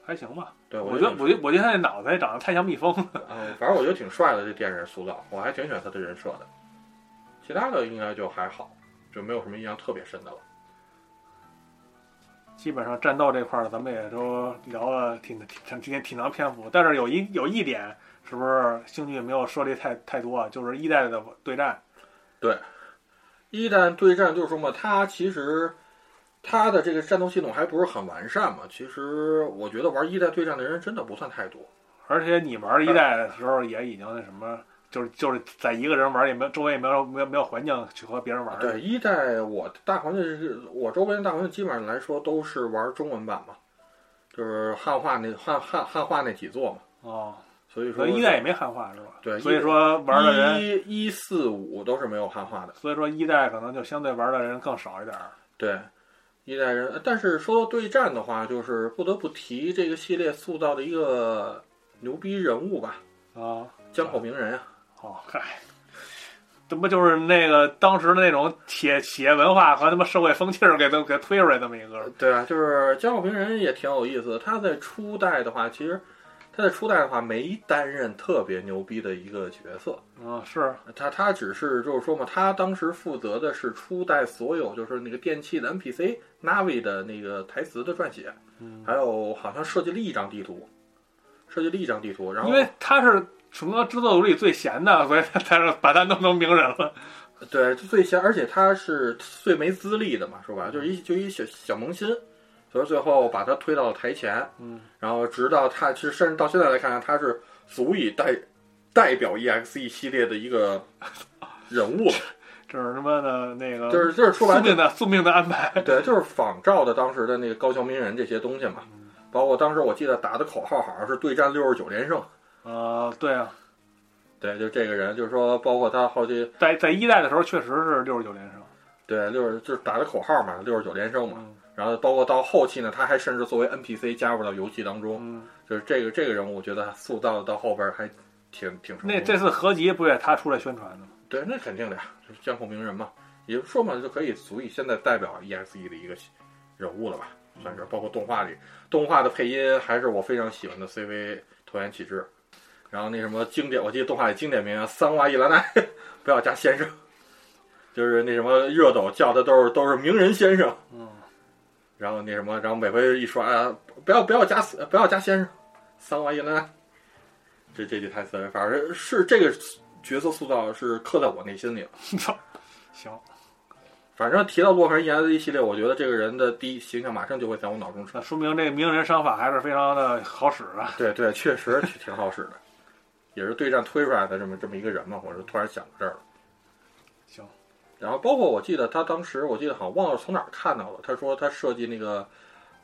S1: 还行吧。
S2: 对，
S1: 我
S2: 觉
S1: 觉得我觉得我觉得他那脑袋长得太像蜜蜂了。
S2: 嗯，反正我觉得挺帅的这电影塑造，我还挺喜欢他的人设的。其他的应该就还好，就没有什么印象特别深的了。
S1: 基本上战斗这块儿，咱们也都聊了挺挺挺挺挺长篇幅，但是有一有一点，是不是兴趣没有涉猎太太多啊？就是一代的对战，
S2: 一战对战就是说嘛，它其实它的这个战斗系统还不是很完善嘛。其实我觉得玩一代对战的人真的不算太多。
S1: 而且你玩一代的时候也已经那什么，就是就是在一个人玩，也没有周围也没有没有没有环境去和别人玩。，
S2: 对，一代我大环境是我周边大环境基本上来说都是玩中文版嘛，就是汉化那汉汉汉化那几座嘛。
S1: 哦，
S2: 所以
S1: 所
S2: 说
S1: 以一代也没汉化是吧？
S2: 对
S1: 所以说玩的人，
S2: 一一四五都是没有汉化的。
S1: 所以说一代可能就相对玩的人更少一点儿。
S2: 对，一代人。呃但是说到对战的话，就是不得不提这个系列塑造的一个牛逼人物吧，
S1: 啊，
S2: 江口明人啊。
S1: 哦，嗨，这不就是那个当时的那种企业企业文化和他妈社会风气儿给都给推出来这么一个？
S2: 对啊，就是江口明人也挺有意思的。他在初代的话，其实他在初代的话没担任特别牛逼的一个角色，
S1: 嗯，是，
S2: 他他只是就是说嘛，他当时负责的是初代所有就是那个电器的 NPC Navi 的那个台词的撰写，
S1: 嗯
S2: 还有好像设计了一张地图，设计了一张地图，然后
S1: 因为他是整个制作组里最闲的，所以他才是把他弄成名人了。
S2: 对，就最先，而且他是最没资历的嘛，说白了就是一就一小小萌新，所以最后把他推到了台前，
S1: 嗯，
S2: 然后直到他其实甚至到现在来看，他是足以代代表 EXE 系列的一个人物了，
S1: 这是他妈的那个，
S2: 就是就是说白
S1: 宿
S2: 了
S1: 命的宿命的安排。
S2: 对，就是仿照的当时的那个高桥名人这些东西嘛，
S1: 嗯
S2: 包括当时我记得打的口号好像是对战六十九连胜，
S1: 啊，对啊，
S2: 对，就这个人，就是说包括他后期
S1: 在在一代的时候确实是六十九连胜。
S2: 对，六十就是打的口号嘛，六十九连胜嘛。
S1: 嗯
S2: 然后包括到后期呢，他还甚至作为 NPC 加入到游戏当中，
S1: 嗯，
S2: 就是这个这个人物，我觉得塑造到后边还挺挺成功
S1: 那
S2: 的。
S1: 这次合集不也他出来宣传的吗？
S2: 对，那肯定的呀，就是江湖名人嘛，也说嘛，就可以足以现在代表 ESE 的一个人物了吧，算是。包括动画里，动画的配音还是我非常喜欢的 CV 头原启志，然后那什么经典，我记得动画里经典名言三娃一兰奈， 不要加先生， 就是那什么热斗叫的都是都是名人先生，
S1: 嗯，
S2: 然后那什么，然后每回一说啊，不要不要加死不要加先生，三娃一兰奈，这这句台词，反正是这个角色塑造是刻在我内心里了。
S1: 操，行，
S2: 反正提到洛克人 E 研的一系列，我觉得这个人的第一形象马上就会在我脑中出现。
S1: 那说明这名人商法还是非常的好使啊。
S2: 对对，确实挺挺好使的，也是对战推出来的这么这么一个人嘛，我是突然想到这儿了。
S1: 行，
S2: 然后包括我记得他当时，我记得好像忘了从哪儿看到了，他说他设计那个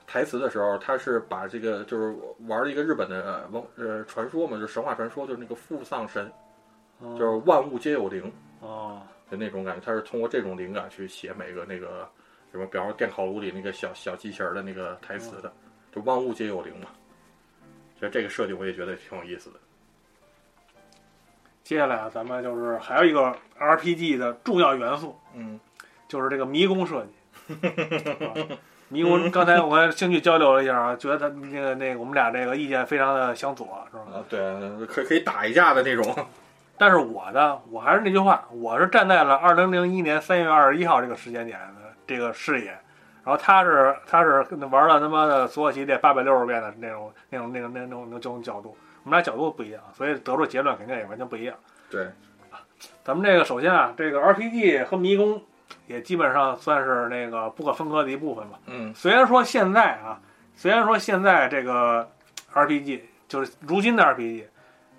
S2: 台词的时候，他是把这个就是玩一个日本的呃文呃传说嘛，就是神话传说，就是那个父丧神，
S1: 就
S2: 就是万物皆有灵
S1: 嗯哦，
S2: 的那种感觉，他是通过这种灵感去写每个那个什么，比方说电烤炉里那个小小机器人的那个台词
S1: 嗯
S2: 的，就万物皆有灵嘛。所以这个设计我也觉得挺有意思的。
S1: 接下来啊，咱们就是还有一个 RPG 的重要元素，
S2: 嗯，
S1: 就是这个迷宫设计。啊迷宫，刚才我跟兴趣交流了一下啊，觉得他那个那个我们俩这个意见非常的相左，是吧？
S2: 啊，对，可以可以打一架的 那种。
S1: 但是我呢，我还是那句话，我是站在了二零零一年三月二十一号这个时间点的这个视野，然后他是他是玩了他妈的所有系列八百六十遍的那种那种那种那种那种那种角度，我们俩角度不一样，所以得出结论肯定也完全不一样。
S2: 对，
S1: 咱们这个首先啊，这个 RPG 和迷宫也基本上算是那个不可分割的一部分吧。
S2: 嗯
S1: 虽然说现在啊，虽然说现在这个 RPG 就是如今的 RPG，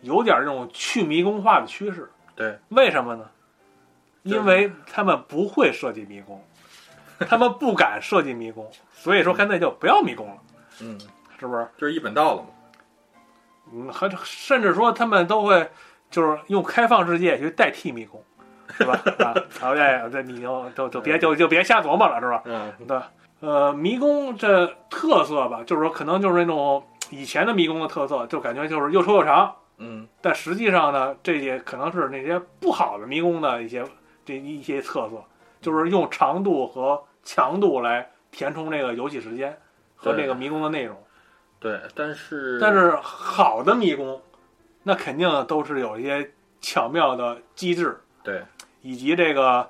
S1: 有点这种去迷宫化的趋势。
S2: 对，
S1: 为什么呢？
S2: 就是
S1: 因为他们不会设计迷宫，他们不敢设计迷宫，所以说干脆就不要迷宫了，
S2: 嗯，
S1: 是不是？
S2: 就是一本道了嘛。
S1: 嗯，还甚至说他们都会就是用开放世界去代替迷宫，是吧？啊，好，这这你就就就别就就别瞎琢磨了，是吧？
S2: 嗯，
S1: 对，呃，迷宫这特色吧，就是说可能就是那种以前的迷宫的特色，就感觉就是又臭又长，
S2: 嗯，
S1: 但实际上呢，这也可能是那些不好的迷宫的一些这一些特色，就是用长度和强度来填充这个游戏时间和
S2: 对
S1: 这个迷宫的内容。
S2: 对，但是
S1: 但是好的迷宫，那肯定都是有一些巧妙的机制，
S2: 对，
S1: 以及这个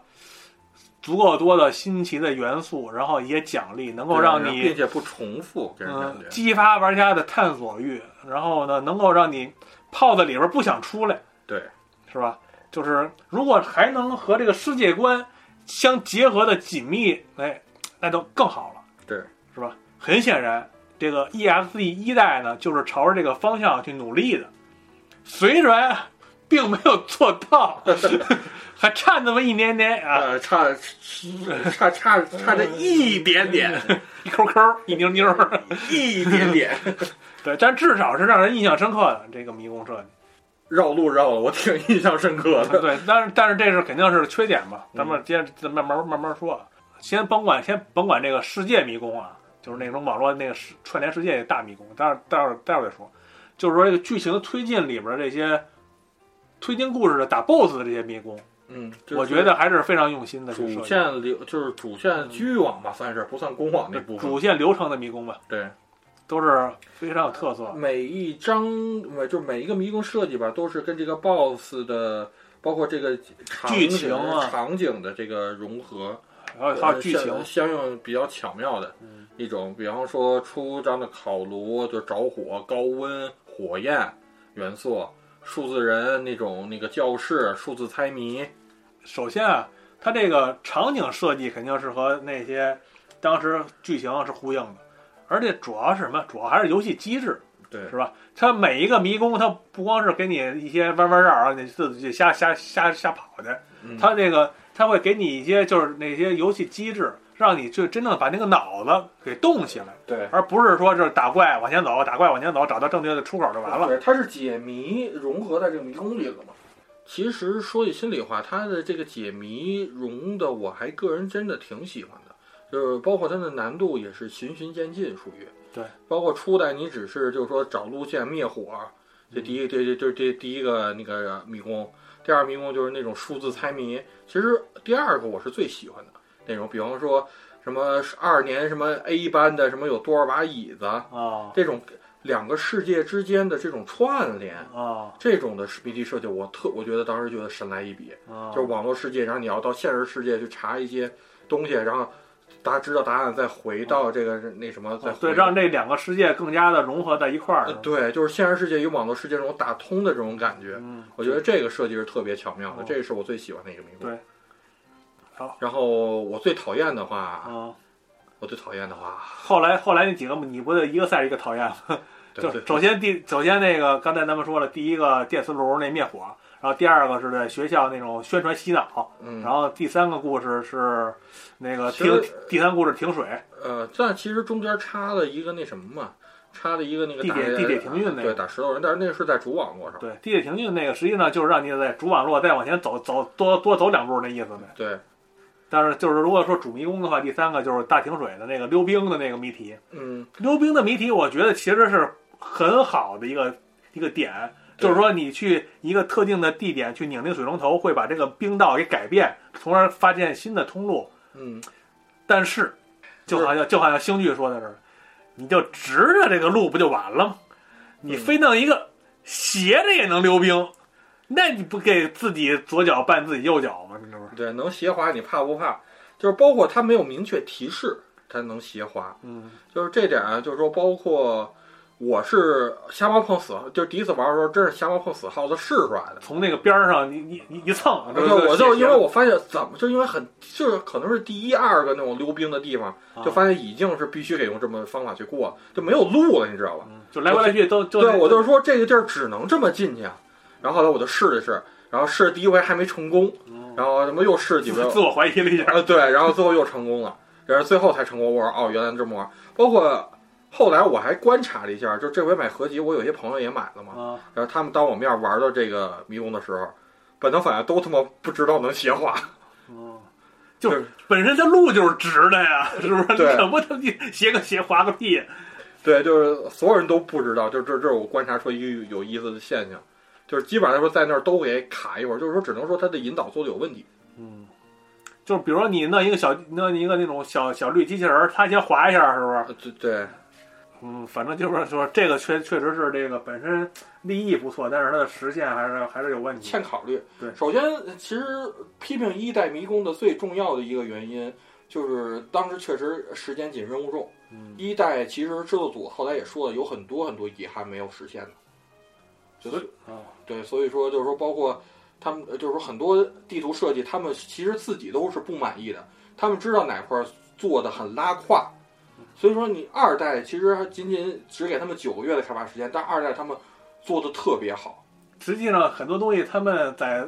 S1: 足够多的新奇的元素，然后一些奖励，能够让
S2: 对
S1: 你
S2: 并且不重复，给人感
S1: 嗯
S2: 觉。
S1: 激发玩家的探索欲，然后呢，能够让你泡在里边不想出来，
S2: 对，
S1: 是吧？就是如果还能和这个世界观相结合的紧密，哎，那就更好了。
S2: 对，
S1: 是吧？很显然，这个 EXE 一代呢，就是朝着这个方向去努力的，虽然并没有做到， 还差那么一点点啊，
S2: 呃，差差 差差这一点点，
S1: 一抠抠，一妞妞。
S2: 一 点点，
S1: 对，但至少是让人印象深刻的这个迷宫设计。
S2: 绕路绕的我挺印象深刻的。
S1: 啊对，但是但是这是肯定是缺点嘛，咱
S2: 嗯
S1: 们接着慢慢慢慢说。先甭管先甭管这个世界迷宫啊，就是那种网络那个世串联世界的大迷宫，待会儿待会儿待会儿再说。就是说这个剧情推进里边儿这些推进故事的打 BOSS 的这些迷宫，
S2: 嗯，
S1: 我觉得还是非常用心的去设计
S2: 主
S1: 嗯
S2: 线流就是主线局域网吧，算是不算公网那部分。
S1: 主线流程的迷宫吧，
S2: 对，
S1: 都是非常有特色的。
S2: 每一章每就是每一个迷宫设计吧，都是跟这个 BOSS 的，包括这个场景
S1: 剧情啊
S2: 场景的这个融合，
S1: 还有还有剧情
S2: 呃，相相应比较巧妙的
S1: 嗯
S2: 一种，比方说出张的烤炉就着火、高温、火焰元素，数字人那种那个教室、数字猜谜，
S1: 首先啊，它这个场景设计肯定是和那些当时剧情是呼应的，而且主要是什么？主要还是游戏机制，
S2: 对
S1: 是吧？它每一个迷宫，它不光是给你一些弯弯绕绕，让你自己瞎瞎瞎瞎跑去，
S2: 嗯
S1: 它那个它会给你一些就是那些游戏机制，让你去真正把那个脑子给动起来，
S2: 对。
S1: 而不是说就是打怪往前走，打怪往前走，找到正确的出口就完了。
S2: 对，它是解谜融合在这个迷宫里了嘛。其实说句心里话，它的这个解谜融的，我还个人真的挺喜欢的，就是包括它的难度也是循序渐进，属于
S1: 对，
S2: 包括初代你只是就是说找路线灭火，这第一，这这这这第一个那个迷宫，第二迷宫就是那种数字猜谜。其实第二个我是最喜欢的那种，比方说什么二年什么 A 班的什么有多少把椅子，
S1: 啊
S2: 这种两个世界之间的这种串联，
S1: 啊
S2: 这种的谜题设计，我特我觉得当时觉得神来一笔，
S1: 啊！
S2: 就是网络世界，然后你要到现实世界去查一些东西，然后大家知道答案，再回到这个那什么，再
S1: 哦
S2: 回
S1: 对，让这嗯两个世界更加的融合在一块儿
S2: 呃
S1: 是吧。
S2: 对，就是现实世界与网络世界这种打通的这种感觉，
S1: 嗯，
S2: 我觉得这个设计是特别巧妙的，
S1: 哦
S2: 这是我最喜欢的一个迷宫。
S1: 对好，
S2: 然后我最讨厌的话，
S1: 嗯，
S2: 我最讨厌的话，
S1: 后来后来那几个你不是一个赛一个讨厌吗？
S2: 对
S1: 就
S2: 对，
S1: 首先第首先那个刚才咱们说了，第一个电磁炉那灭火，然后第二个是在学校那种宣传洗脑，
S2: 嗯
S1: 然，后第三个故事是那个
S2: 其
S1: 停
S2: 实，
S1: 第三故事停水，
S2: 呃，但其实中间插了一个那什么嘛，插了一个那个
S1: 地铁
S2: 打
S1: 地铁停运那个
S2: 对，打石头人，但是那个是在主网络上。
S1: 对，地铁停运那个实际呢就是让你在主网络再往前走走多多走两步那意思呗。
S2: 对，
S1: 但是就是如果说主迷宫的话，第三个就是大停水的那个溜冰的那个谜题，
S2: 嗯，
S1: 溜冰的谜题我觉得其实是很好的一个一个点。
S2: 对
S1: 就是说，你去一个特定的地点去拧那个水龙头，会把这个冰道给改变，从而发现新的通路。
S2: 嗯，
S1: 但是，就好像就好像星剧说的是，你就直着这个路不就完了吗？你
S2: 嗯
S1: 非弄一个斜着也能溜冰，那你不给自己左脚绊自己右脚吗？你这不是？
S2: 对，能斜滑你怕不怕？就是包括它没有明确提示，它能斜滑，
S1: 嗯
S2: 就是这点啊，就是说包括我是瞎猫碰死，就是第一次玩的时候，真是瞎猫碰死，耗子试出来的。
S1: 从那个边儿上你你你一蹭，
S2: 对，我就因为我发现怎么就因为很就是可能是第一二个那种溜冰的地方，
S1: 啊
S2: 就发现已经是必须得用这么方法去过，就没有路了，你知道吧？
S1: 就来回来去都就
S2: 对，我就是说这个地儿只能这么进去啊。然后后来我就试了试，然后试了第一回还没成功，然后他妈又试了几回，
S1: 自我怀疑了一下。
S2: 啊，对，然后最后又成功了，然后最后才成功。我说哦，原来这么玩。包括后来我还观察了一下，就这回买合集，我有些朋友也买了嘛。
S1: 啊，
S2: 然后他们当我面玩到这个迷宫的时候，本能反应都他妈不知道能斜滑。
S1: 嗯，就是本身这路就是直的 呀，是不是？你
S2: 对
S1: 怎么他妈你斜个斜滑个屁？
S2: 对，就是所有人都不知道，就这这是我观察出一个有意思的现象，就是基本上说在那儿都给卡一会儿，就是说只能说他的引导做的有问题。
S1: 嗯，就是比如说你弄一个小弄一个那种小小绿机器人儿，它先滑一下，是不是？
S2: 呃对对，
S1: 嗯，反正就是说这个确确实是这个本身立意不错，但是它的实现还是还是有问题
S2: 欠。考虑。
S1: 对
S2: 首先，其实批评一代迷宫的最重要的一个原因，就是当时确实时间紧任务重。
S1: 嗯，
S2: 一代其实制作组后来也说了，有很多很多遗憾没有实现的。所以
S1: 啊，
S2: 对，所以说就是说，包括他们，呃就是说很多地图设计，他们其实自己都是不满意的，他们知道哪块儿做的很拉胯。所以说，你二代其实还仅仅只给他们九个月的开发时间，但二代他们做的特别好。
S1: 实际上很多东西他们在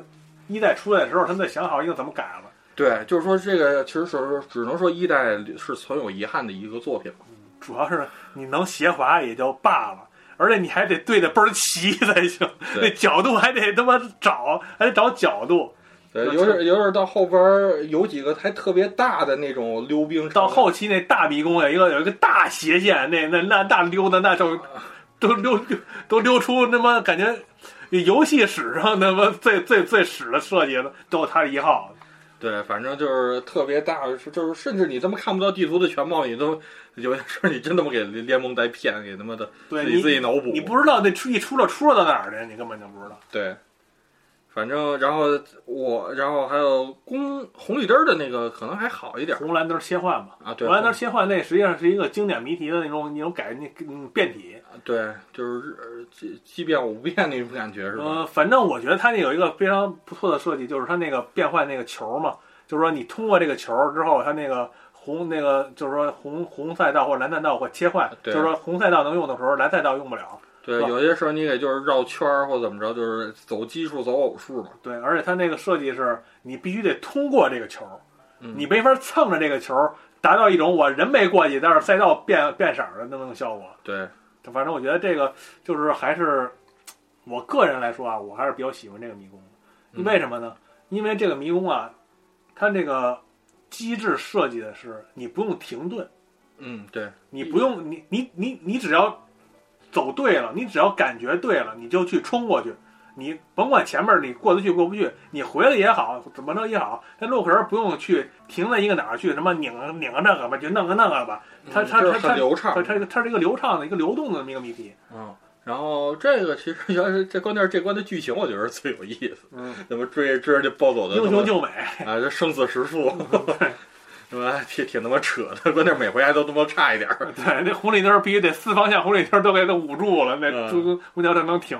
S1: 一代出来的时候，他们在想好应该怎么改了。
S2: 对，就是说这个其实是只能说一代是存有遗憾的一个作品嘛。
S1: 主要是你能斜滑也就罢了，而且你还得对的倍儿齐才行，那
S2: 对
S1: 角度还得他妈找，还得找角度。
S2: 对，
S1: 那
S2: 有
S1: 这
S2: 点有点到后边儿有几个还特别大的那种溜冰场
S1: 到后期那大迷宫有啊一个有一个大斜线，那那那那溜达那就都溜溜都溜出他妈感觉游戏史上他妈最最最屎的设计了，都有他的一号。
S2: 对，反正就是特别大，是就是甚至你他妈看不到地图的全貌，你都有些事儿你真他妈给联盟带骗，给他妈的
S1: 对
S2: 自己
S1: 你
S2: 自己脑补。
S1: 你不知道那出一出了出了到哪儿去，你根本就不知道。
S2: 对，反正然后我然后还有公红绿灯儿的那个可能还好一点儿
S1: 红蓝灯切换嘛，
S2: 啊，对，
S1: 红蓝灯切换那实际上是一个经典谜题的那种那种改那嗯变体。
S2: 对，就是呃即即变我不变那种感觉是吧？
S1: 呃，反正我觉得它那有一个非常不错的设计，就是它那个变换那个球嘛，就是说你通过这个球之后，它那个红那个就是说红红赛道或者蓝赛道会切换，就
S2: 对
S1: 是说红赛道能用的时候，蓝赛道用不了。
S2: 对，
S1: 是吧
S2: 有些时候你给就是绕圈儿或怎么着，就是走奇数、走偶数嘛。
S1: 对，而且它那个设计是你必须得通过这个球，
S2: 嗯
S1: 你没法蹭着这个球达到一种我人没过去，但是赛道变变色儿的那种效果。
S2: 对，
S1: 反正我觉得这个就是还是我个人来说啊，我还是比较喜欢这个迷宫的。
S2: 嗯
S1: 为什么呢？因为这个迷宫啊，它这个机制设计的是你不用停顿，
S2: 嗯，对，
S1: 你不用你你你你只要走对了，你只要感觉对了，你就去冲过去。你甭管前面你过得去过不去，你回来也好，怎么着也好，那路人不用去停在一个哪儿去什么拧啊拧啊那个吧，就弄个那个吧，它它
S2: 嗯就
S1: 它
S2: 是很
S1: 它
S2: 流
S1: 它
S2: 畅，
S1: 它它是一个流畅的一个流动的这么一个谜题。
S2: 嗯。然后这个其实原来这关键是这关的剧情，我觉得是最有意思。
S1: 嗯，
S2: 怎么追追着这暴走的
S1: 英
S2: 他妈
S1: 雄救美，
S2: 啊，这生死时 速，他妈挺挺他妈扯的，关键每回还都他妈差一点儿。
S1: 对，那红绿灯必须得四方向红绿灯都给它捂住了，那
S2: 嗯啊
S1: 公公交车能停。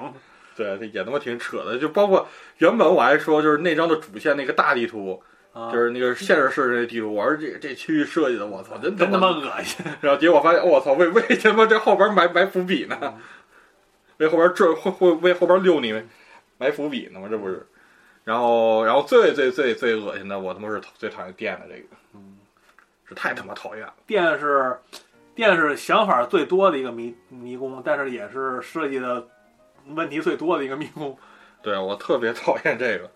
S2: 对，这也他妈挺扯的。就包括原本我还说，就是那张的主线那个大地图，
S1: 啊
S2: 就是那个现实世界那地图，我说这这区域设计的，我操，真
S1: 真他
S2: 他
S1: 妈
S2: 妈！
S1: 恶心！
S2: 然后结果发现，我操，为 为他妈这后边埋埋伏笔呢
S1: 嗯？
S2: 为后边这会会为后边溜你埋伏笔呢吗？这不是？然后，然后最最最最恶心的，我他妈是最讨厌电的这个，
S1: 嗯，
S2: 是太他妈讨厌了。
S1: 电是电是想法最多的一个迷迷宫，但是也是设计的问题最多的一个迷宫。
S2: 对啊我特别讨厌这个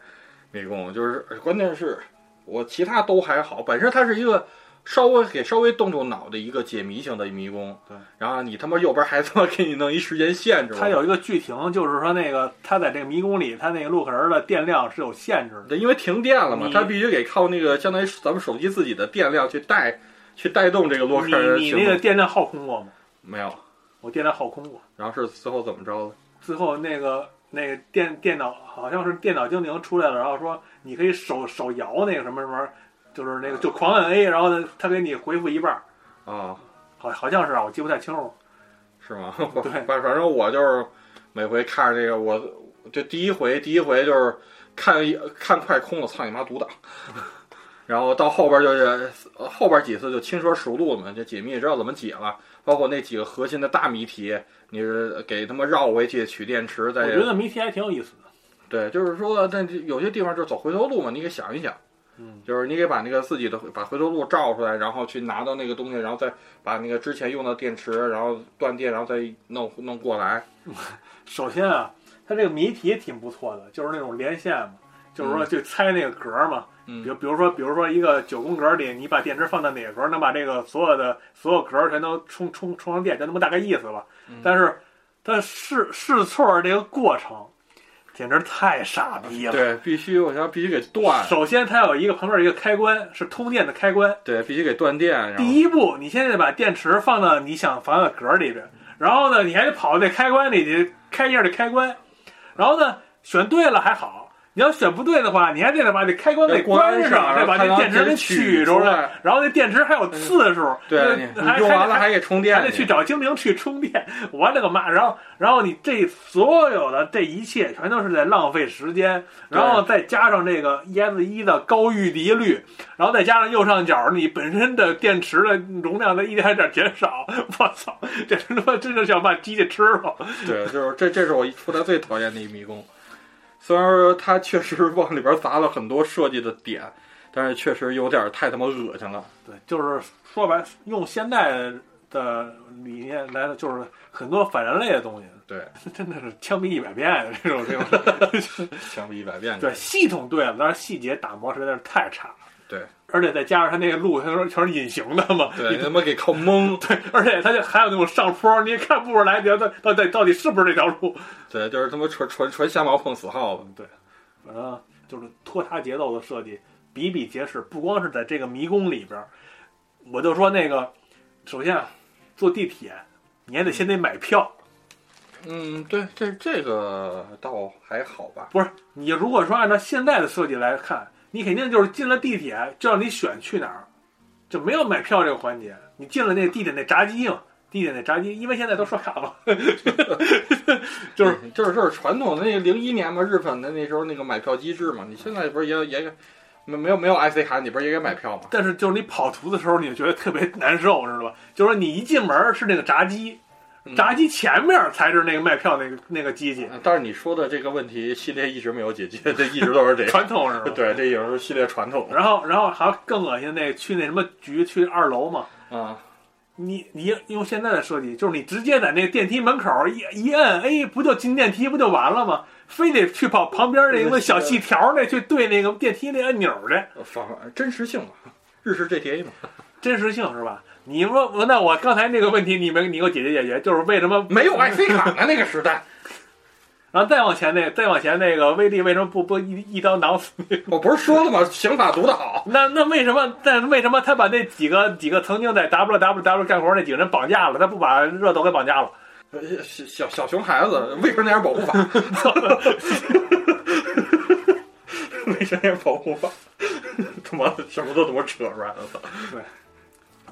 S2: 迷宫，就是关键是我其他都还好，本身它是一个稍微给稍微动动脑的一个解谜型的迷宫，
S1: 对，
S2: 然后你他妈右边还他妈给你弄一时间限制，
S1: 它有一个剧情，就是说那个它在这个迷宫里，它那个洛克人的电量是有限制的。
S2: 对，因为停电了嘛，
S1: 你
S2: 它必须得靠那个相当于是咱们手机自己的电量去带去带动这个洛克人的
S1: 你你那
S2: 行
S1: 个
S2: 动，
S1: 电量耗空过吗？
S2: 没有，
S1: 我电量耗空过。
S2: 然后是最后怎么着了？
S1: 最后那个那个电电脑好像是电脑精灵出来了，然后说你可以手手摇那个什么什么，就是那个就狂按 A，然后呢，他给你回复一半儿，
S2: 啊，
S1: 好好像是啊，我记不太清楚。
S2: 是吗？ 我
S1: 对
S2: 反反正我就是每回看着这个，我就第一回第一回就是看一看快空了，操你妈独挡， 然后到后边就是呃后边几次就轻车熟路嘛，这解密也知道怎么解了，包括那几个核心的大谜题，你是给他们绕回去取电池，
S1: 我
S2: 再
S1: 觉得谜题还挺有意思的。
S2: 对，就是说，但这有些地方就是走回头路嘛，你给想一想。
S1: 嗯，
S2: 就是你给把那个自己的把回头路照出来，然后去拿到那个东西，然后再把那个之前用的电池，然后断电，然后再弄弄过来。
S1: 首先啊，它这个谜题挺不错的，就是那种连线嘛，就是说去猜那个格儿嘛。
S2: 嗯
S1: 比如比如说比如说一个九宫格里，你把电池放在哪个格儿，能把这个所有的所有格儿全都充充充上电，就那么大概意思吧。
S2: 嗯
S1: 但是它试试错儿这个过程，简直太傻逼了。
S2: 对，必须我想必须给断，
S1: 首先，它有一个旁边有一个开关是通电的开关。
S2: 对，必须给断电。然后
S1: 第一步，你先得把电池放到你想放的格儿里边，然后呢，你还得跑到那开关里去开一下这开关，然后呢，选对了还好，你要选不对的话，你还得把这开关给
S2: 要关
S1: 关上，再
S2: 然后
S1: 把
S2: 看
S1: 这
S2: 它
S1: 电池给
S2: 给
S1: 取
S2: 取
S1: 出来，
S2: 来。嗯
S1: 然后那电池还有次数，
S2: 对，你
S1: 那
S2: 你
S1: 还
S2: 用完了
S1: 还
S2: 还给充电
S1: 还
S2: 去，
S1: 得去找精灵去充电， 我勒个妈！然后，然后你这所有的这一切全都是在浪费时间，
S2: 对
S1: 然后再加上这个椰子一的高遇敌率，然后再加上右上角你本身的电池的容量在一点点减少， 我操，这他妈真的想把鸡给吃了！
S2: 对，就是这，这是我出来最讨厌的一迷宫。虽然说它确实往里边砸了很多设计的点，但是确实有点太他妈恶心了。
S1: 对，就是说白，用现代的理念来的，就是很多反人类的东西，
S2: 对，
S1: 真的是枪毙一百遍的这种 这种。
S2: 想比一百遍。
S1: 对，系统对了，但是细节打磨实在是太差了。
S2: 对，
S1: 而且再加上他那个路，他说全是隐形的 嘛，
S2: 对，
S1: 你
S2: 他妈给靠蒙。
S1: 而且他就还有那种上坡，你也看不出来，你要到到底到底是不是这条路？
S2: 对，就是他妈纯纯纯瞎猫碰死耗子。
S1: 反正就是拖沓节奏的设计比比皆是，不光是在这个迷宫里边儿，我就说那个，首先啊坐地铁，你还得先得买票，
S2: 嗯，对，这这个倒还好吧。
S1: 不是你如果说按照现在的设计来看，你肯定就是进了地铁就让你选去哪儿，就没有买票这个环节。你进了那地铁那闸机嘛，地铁那闸机，因为现在都刷卡嘛，就是
S2: 对就是就是传统的那个零一年嘛，日本的那时候那个买票机制嘛，你现在不是也也没没有没有 IC 卡，你不是也该买票吗？
S1: 但是就是你跑图的时候，你就觉得特别难受，知道吧？就是说你一进门是那个闸机，
S2: 嗯
S1: 闸机前面才是那个卖票那个那个机器，
S2: 但是你说的这个问题系列一直没有解决，这一直都是这样。
S1: 传统是吧？
S2: 嗯对，这也是系列传统
S1: 然后，然后还更恶心那去那什么局去二楼嘛，
S2: 啊。
S1: 你你用现在的设计，就是你直接在那电梯门口一一摁 A，不就进电梯不就完了吗？非得去跑旁边那个小细条那去对那个
S2: 呃
S1: 电梯那按钮去，
S2: 反真实性嘛，日式 GTA 嘛。
S1: 真实性是吧？你问那我刚才那个问题，你们你给我解决解决，就是为什么
S2: 没有 IC 卡呢那个时代，
S1: 然后再往前那再往前那个威力为什么不不一一刀挠死？
S2: 我不是说了吗？刑法读得好，
S1: 那那为什么？但为什么他把那几个几个曾经在 WWW 干活那几个人绑架了，他不把热斗给绑架了？
S2: 呃小小小熊孩子未成年人保护法， 未成年人保护法， 他妈的什么都他妈扯出来了，操！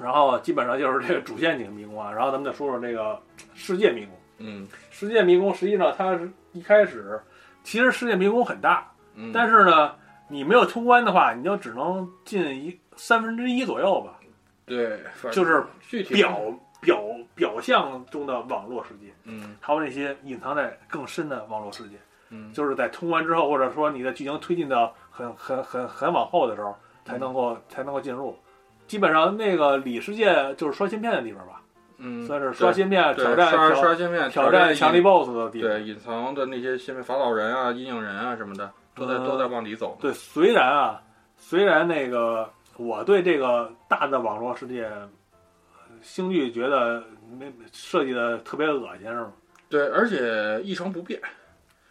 S1: 然后基本上就是这个主线几个迷宫啊，然后咱们再说说这个世界迷宫。
S2: 嗯
S1: 世界迷宫实际上它是一开始，其实世界迷宫很大，
S2: 嗯，
S1: 但是呢，你没有通关的话，你就只能进一三分之一左右吧，
S2: 对，反正
S1: 就是
S2: 具体
S1: 表表表象中的网络世界，
S2: 嗯
S1: 还有那些隐藏在更深的网络世界，
S2: 嗯
S1: 就是在通关之后，或者说你的剧情推进到很很很很往后的时候，才能够才能够进入。基本上那个里世界就是刷芯片的地方吧，
S2: 嗯，
S1: 算是刷芯片
S2: 对
S1: 挑战
S2: 刷
S1: 挑
S2: 刷芯片
S1: 挑战强力
S2: 隐
S1: BOSS 的地方。
S2: 对隐藏的那些芯片法老人啊、阴影人啊什么的，都在
S1: 嗯
S2: 都在往里走。
S1: 对，虽然啊，虽然那个我对这个大的网络世界，呃星剧觉得没设计的特别恶心，是吗？
S2: 对，而且一成不变，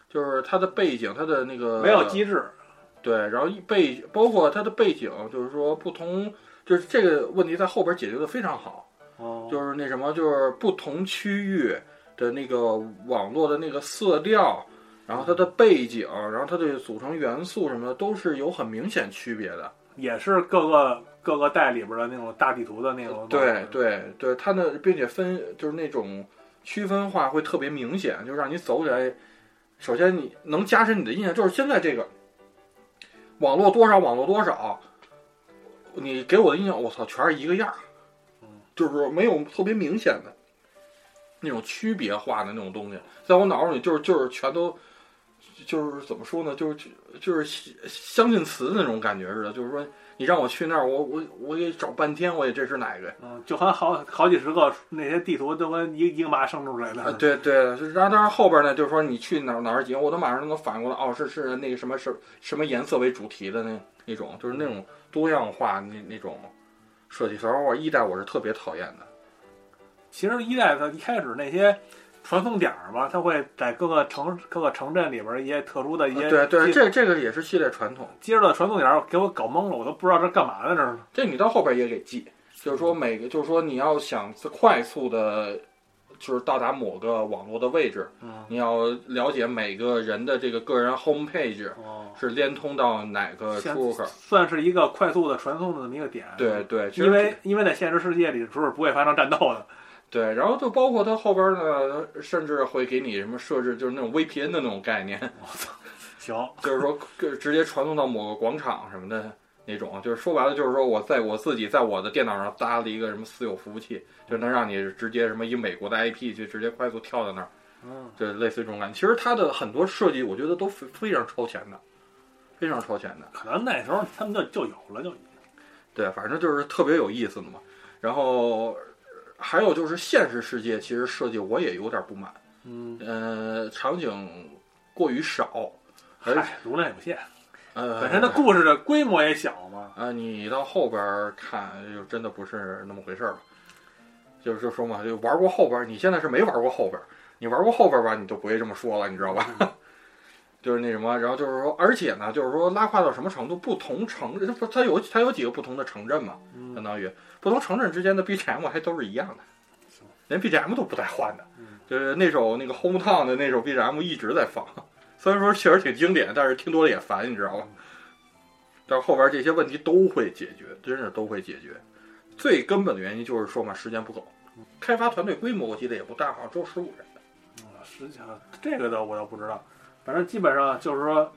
S2: 就是它的背景，它的那个
S1: 没有机制，
S2: 对，然后一背包括它的背景，就是说不同，就是这个问题在后边解决的非常好，
S1: 哦，
S2: 就是那什么，就是不同区域的那个网络的那个色调，然后它的背景，然后它的组成元素什么的都是有很明显区别的。
S1: 也是各个各个带里边的那种大地图的那种。
S2: 对，对对，它的并且分就是那种区分化会特别明显，就让你走起来，首先你能加深你的印象，就是现在这个网络多少，网络多少，你给我的印象，我操，全是一个样儿
S1: 嗯，
S2: 就是说没有特别明显的那种区别化的那种东西，在我脑子里就是就是全都。就是怎么说呢，就是就是相近词那种感觉似的，就是说你让我去那儿，我我我也找半天，我也这是哪个呀？
S1: 嗯，就好好好几十个那些地图都跟一一个妈生出来的。
S2: 啊，对对，就是然后当然后边呢，就是说你去哪儿哪儿几，我都马上能反应过来，哦，是是那个什么什什么颜色为主题的那那种，就是那种多样化那那种设计。反正我一代我是特别讨厌的，
S1: 其实一代它一开始那些传送点儿嘛，它会在各个城各个城镇里边儿一些特殊的一些
S2: 啊对对，
S1: 接
S2: 这这个也是系列传统，
S1: 接着的传送点儿给我搞懵了，我都不知道这干嘛的这是。
S2: 这你到后边也得记，就是说每个就是说你要想快速的，就是到达某个网络的位置，
S1: 嗯，
S2: 你要了解每个人的这个个人 home page
S1: 哦，
S2: 是连通到哪个
S1: 现
S2: 出入口。
S1: 算是一个快速的传送的这么一个点。
S2: 对，对，其实
S1: 因为因为在现实世界里的时候不会发生战斗的。
S2: 对，然后就包括它后边呢，甚至会给你什么设置，就是那种 VPN 的那种概念，
S1: 行，
S2: 就是说呃直接传送到某个广场什么的那种，就是说白了就是说我在我自己在我的电脑上搭了一个什么私有服务器，就能让你直接什么以美国的 IP 去直接快速跳到那儿，
S1: 嗯，
S2: 就类似于这种感觉。其实它的很多设计，我觉得都非非常超前的，非常超前的。
S1: 可能那时候他们就就有了，就已经
S2: 对，反正就是特别有意思的嘛。然后呃还有就是现实世界，其实设计我也有点不满。
S1: 嗯，
S2: 呃，场景过于少，而
S1: 嗨，容量有限，
S2: 呃，
S1: 本身的故事的规模也小嘛。
S2: 啊，你到后边儿看就真的不是那么回事儿了。就是就说嘛，就玩过后边儿，你现在是没玩过后边儿，你玩过后边儿吧，你就不会这么说了，你知道吧？ 就是那什么，然后就是说，而且呢，就是说拉胯到什么程度，不同城这不它有它有几个不同的城镇嘛，相
S1: 嗯，
S2: 当于不同城镇之间的 BGM 还都是一样的，连 BGM 都不带换的
S1: 嗯，
S2: 就是那首那个 Hometown 的那首 BGM 一直在放，虽然说确实挺经典，但是听多了也烦，你知
S1: 嗯
S2: 道吧？但是后边这些问题都会解决，真是都会解决。最根本的原因就是说嘛，时间不够，开发团队规模我记得也不大，好像只有十五人。
S1: 嗯实际上这个倒我倒不知道，反正基本上就是说，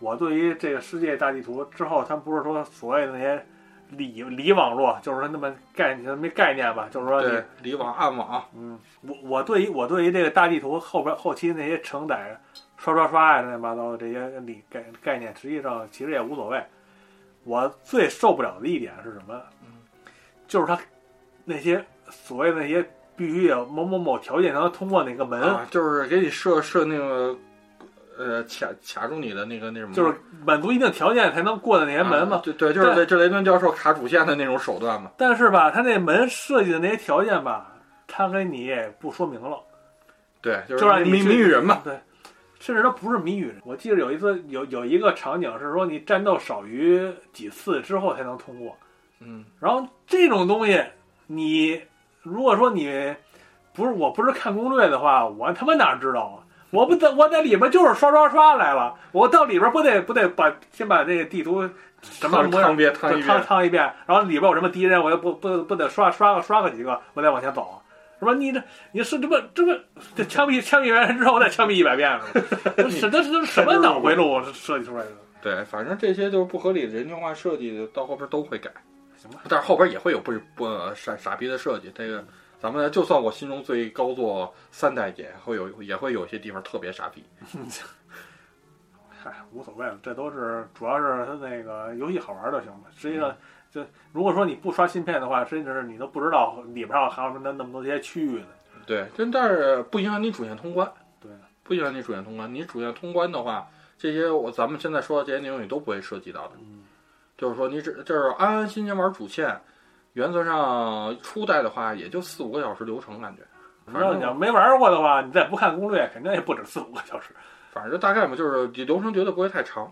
S1: 我对于这个世界大地图之后，他们不是说所谓的那些里里网络，就是说那么概念没概念吧，就是啊说你
S2: 对，里网暗网，
S1: 嗯，我我对于我对于这个大地图后边后期那些承载刷刷刷呀、乱七八糟的这些理概概念，实际上其实也无所谓。我最受不了的一点是什么？
S2: 嗯
S1: 就是他那些所谓的那些嗯
S2: 啊
S1: 必须有某某某条件才能通过哪个门，
S2: 啊，就是给你设设那个呃卡卡住你的那个那什么，
S1: 就是满足一定条件才能过的那些门嘛。
S2: 啊对对，就是
S1: 但
S2: 雷这雷顿教授卡主线的那种手段嘛。
S1: 但是吧，他那门设计的那些条件吧，他给你也不说明了，
S2: 对，就
S1: 就让
S2: 是
S1: 你
S2: 谜
S1: 去啊
S2: 谜语人嘛。。
S1: 对，甚至他不是谜语人。我记得有一次有有一个场景是说你战斗少于几次之后才能通过，
S2: 嗯，
S1: 然后这种东西你如果说你不是我不是看攻略的话，我他妈哪知道啊？我不在我在里边就是刷刷刷来了，我到里边不得不得把先把这个地图什么
S2: 汤
S1: 模样
S2: 汤别
S1: 就
S2: 汤一
S1: 趟
S2: 遍，
S1: 趟一遍，然后里边有什么敌人，我又不不不得刷刷个刷个几个，我再往前走，是吧？你这你是这不这不这枪毙枪毙完人之后，我再枪毙一百遍了，这是这是什么脑回路设计出来的？
S2: 对，反正这些就是不合理的人性化设计，到后边都会改。
S1: 行吧，
S2: 但是后边也会有不不呃傻傻逼的设计。这个咱们就算我心中最高作三代，也会有也会有些地方特别傻逼。
S1: 嗨，无所谓了，这都是主要是它那个游戏好玩就行了。实际
S2: 嗯
S1: 上，就如果说你不刷芯片的话，甚至是你都不知道里边还有那那么多这些区域呢。
S2: 对，真但是不影响你主线通关。
S1: 对，
S2: 不影响你主线通关。你主线通关的话，这些我咱们现在说的这些内容你都不会涉及到的。
S1: 嗯，
S2: 就是说你只就是安安心心玩主线，原则上初代的话也就四五个小时流程感觉。反
S1: 然后
S2: 正
S1: 你要没玩过的话，你再不看攻略，肯定也不止四五个小时。
S2: 反正大概嘛，就是流程绝对不会太长。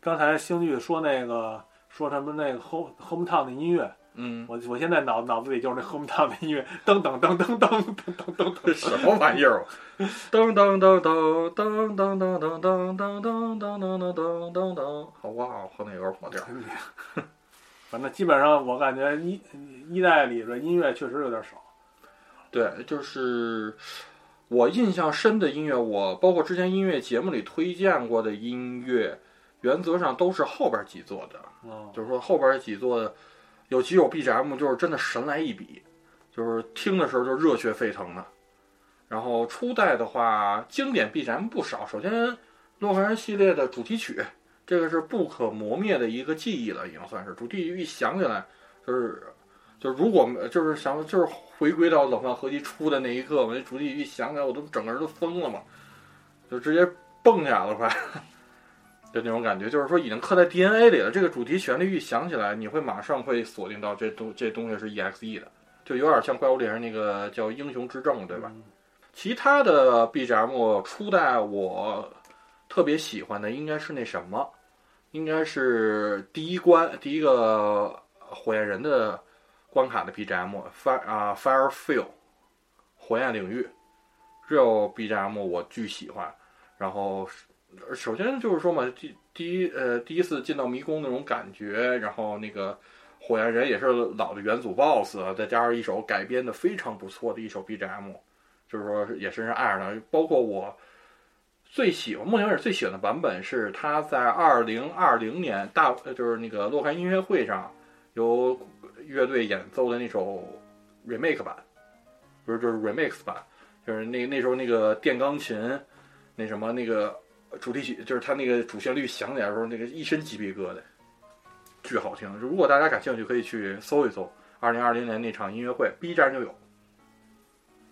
S1: 刚才星剧说那个说什么那个 home home town 的音乐，
S2: 嗯，
S1: 我我现在脑脑子里就是那 home town 的音乐，噔噔噔噔噔噔噔噔噔，
S2: 什么玩意儿？噔噔噔噔噔噔噔噔噔噔噔噔噔噔噔噔，好不好？后那歌跑调。
S1: 反正基本上我感觉一一代里边音乐确实有点少，
S2: 对，就是我印象深的音乐，我包括之前音乐节目里推荐过的音乐，原则上都是后边几做的，
S1: 嗯，
S2: 就是说后边几做的有几首 BGM 就是真的神来一笔，就是听的时候就热血沸腾的。然后初代的话，经典 BGM 不少，首先洛克人系列的主题曲，这个是不可磨灭的一个记忆了，已经算是主题曲一响起来就是。就如果就是想就是回归到冷饭合集出的那一刻，我那主题曲一响起来，我都整个人都疯了嘛，就直接蹦起来了快， 就那种感觉，就是说已经刻在 DNA 里了。这个主题旋律一响起来，你会马上会锁定到这东这东西是 EXE 的，就有点像怪物猎人那个叫英雄之证，对吧？
S1: 嗯？
S2: 其他的 BGM 初代我特别喜欢的应该是那什么，应该是第一关第一个火焰人的关卡的 BGM，Fire 啊 Fire Field 火焰领域这首 BGM 我巨喜欢。然后是首先就是说嘛，第第一呃第一次进到迷宫那种感觉，然后那个火焰人也是老的元祖 BOSS，再加上一首改编的非常不错的一首 BGM。就是说也深深爱上了。包括我最喜欢，目前为止最喜欢的版本是他在二零二零年大，呃就是那个洛开音乐会上由乐队演奏的那首 remake 版，不是就是 remix 版，就是那那时候那个电钢琴，那什么那个主题曲，就是他那个主旋律响起来的时候，那个一身鸡皮疙瘩，巨好听。如果大家感兴趣，可以去搜一搜二零二零年那场音乐会，B 站就有。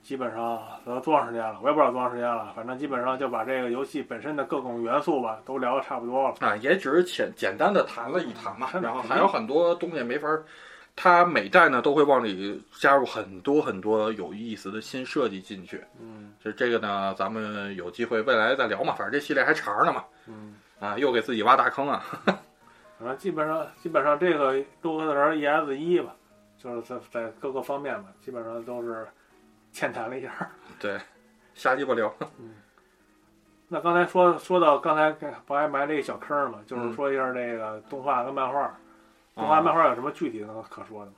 S1: 基本上都多长时间了，我也不知道多长时间了，反正基本上就把这个游戏本身的各种元素吧都聊得差不多了。
S2: 啊，也只是简简单的谈了一谈嘛，
S1: 嗯
S2: 然后
S1: 肯定
S2: 还有很多东西没法儿，它每代呢都会往里加入很多很多有意思的新设计进去，
S1: 嗯
S2: 所以这个呢，咱们有机会未来再聊嘛，反正这系列还长着呢嘛，
S1: 嗯，
S2: 啊，又给自己挖大坑啊，
S1: 反正基本上基本上这个洛克人 ES 一 E 吧，就是在在各个方面吧，基本上都是浅谈了一下。
S2: 瞎鸡巴聊，
S1: 那刚才说说到刚才给不还埋了一小坑儿嘛，就是说一下这个动画跟漫画，动画
S2: 嗯啊
S1: 漫画有什么具体的可说的吗？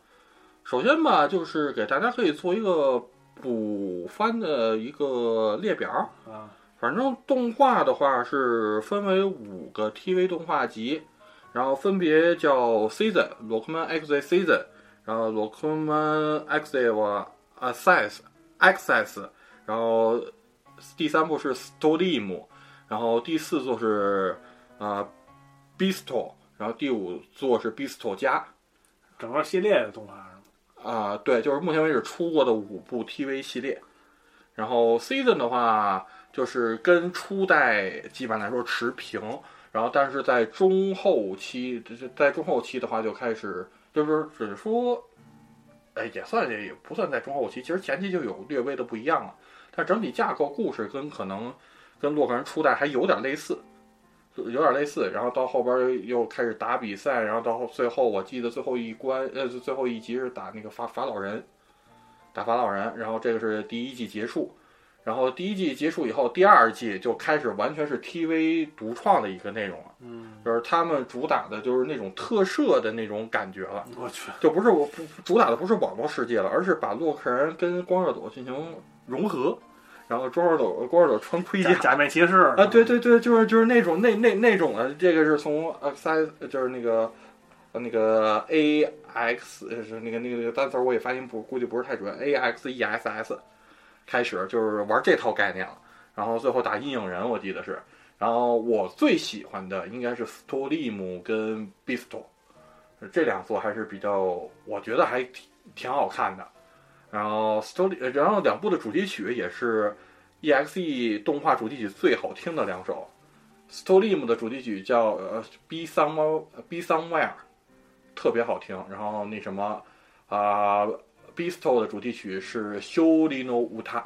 S2: 首先吧，就是给大家可以做一个补番的一个列表，
S1: 啊，
S2: 反正动画的话是分为五个 TV 动画集，然后分别叫 Season、罗克曼 X Season，然后罗克曼 X Active Access Access，然后第三部是 Storm，然后第四座是呃 Bistro，然后第五座是 Bistro 加。
S1: 整个系列的动画是吗？
S2: 啊、对，就是目前为止出过的五部 TV 系列。然后 Season 的话，就是跟初代基本上来说持平，然后但是在中后期，就是在中后期的话就开始，就是只是说，哎，也算也不算在中后期，其实前期就有略微的不一样了，但整体架构、故事跟可能跟洛克人初代还有点类似。有点类似，然后到后边又开始打比赛，然后到后最后我记得最后一关，呃，最后一集是打那个法法老人，打法老人，然后这个是第一季结束，然后第一季结束以后，第二季就开始完全是 TV 独创的一个内容了，
S1: 嗯，
S2: 就是他们主打的就是那种特摄的那种感觉了。
S1: 嗯我去，
S2: 就不是我不主打的不是网络世界了，而是把洛克人跟光热斗进行融合，然后光热斗光热斗穿盔
S1: 假
S2: 甲，
S1: 假面骑士
S2: 啊，对，对对，就是就是那种那那那种的，这个是从呃三就是那个呃那个 A X 呃是那个那个那个单词儿我也发音不估计不是太准，A X E S S 开始就是玩这套概念了，然后最后打阴影人我记得是，然后我最喜欢的应该是 Stolim 跟 Bisto，这两座还是比较我觉得还挺挺好看的，然后 Stolim 呃然后两部的主题曲也是。EXE ，E 动画主题曲最好听的两首，Stolim 的主题曲叫呃 Be Somewhere Be Somewhere，特别好听。然后那什么啊、b e a s t o 的主题曲是 Shorino Uta，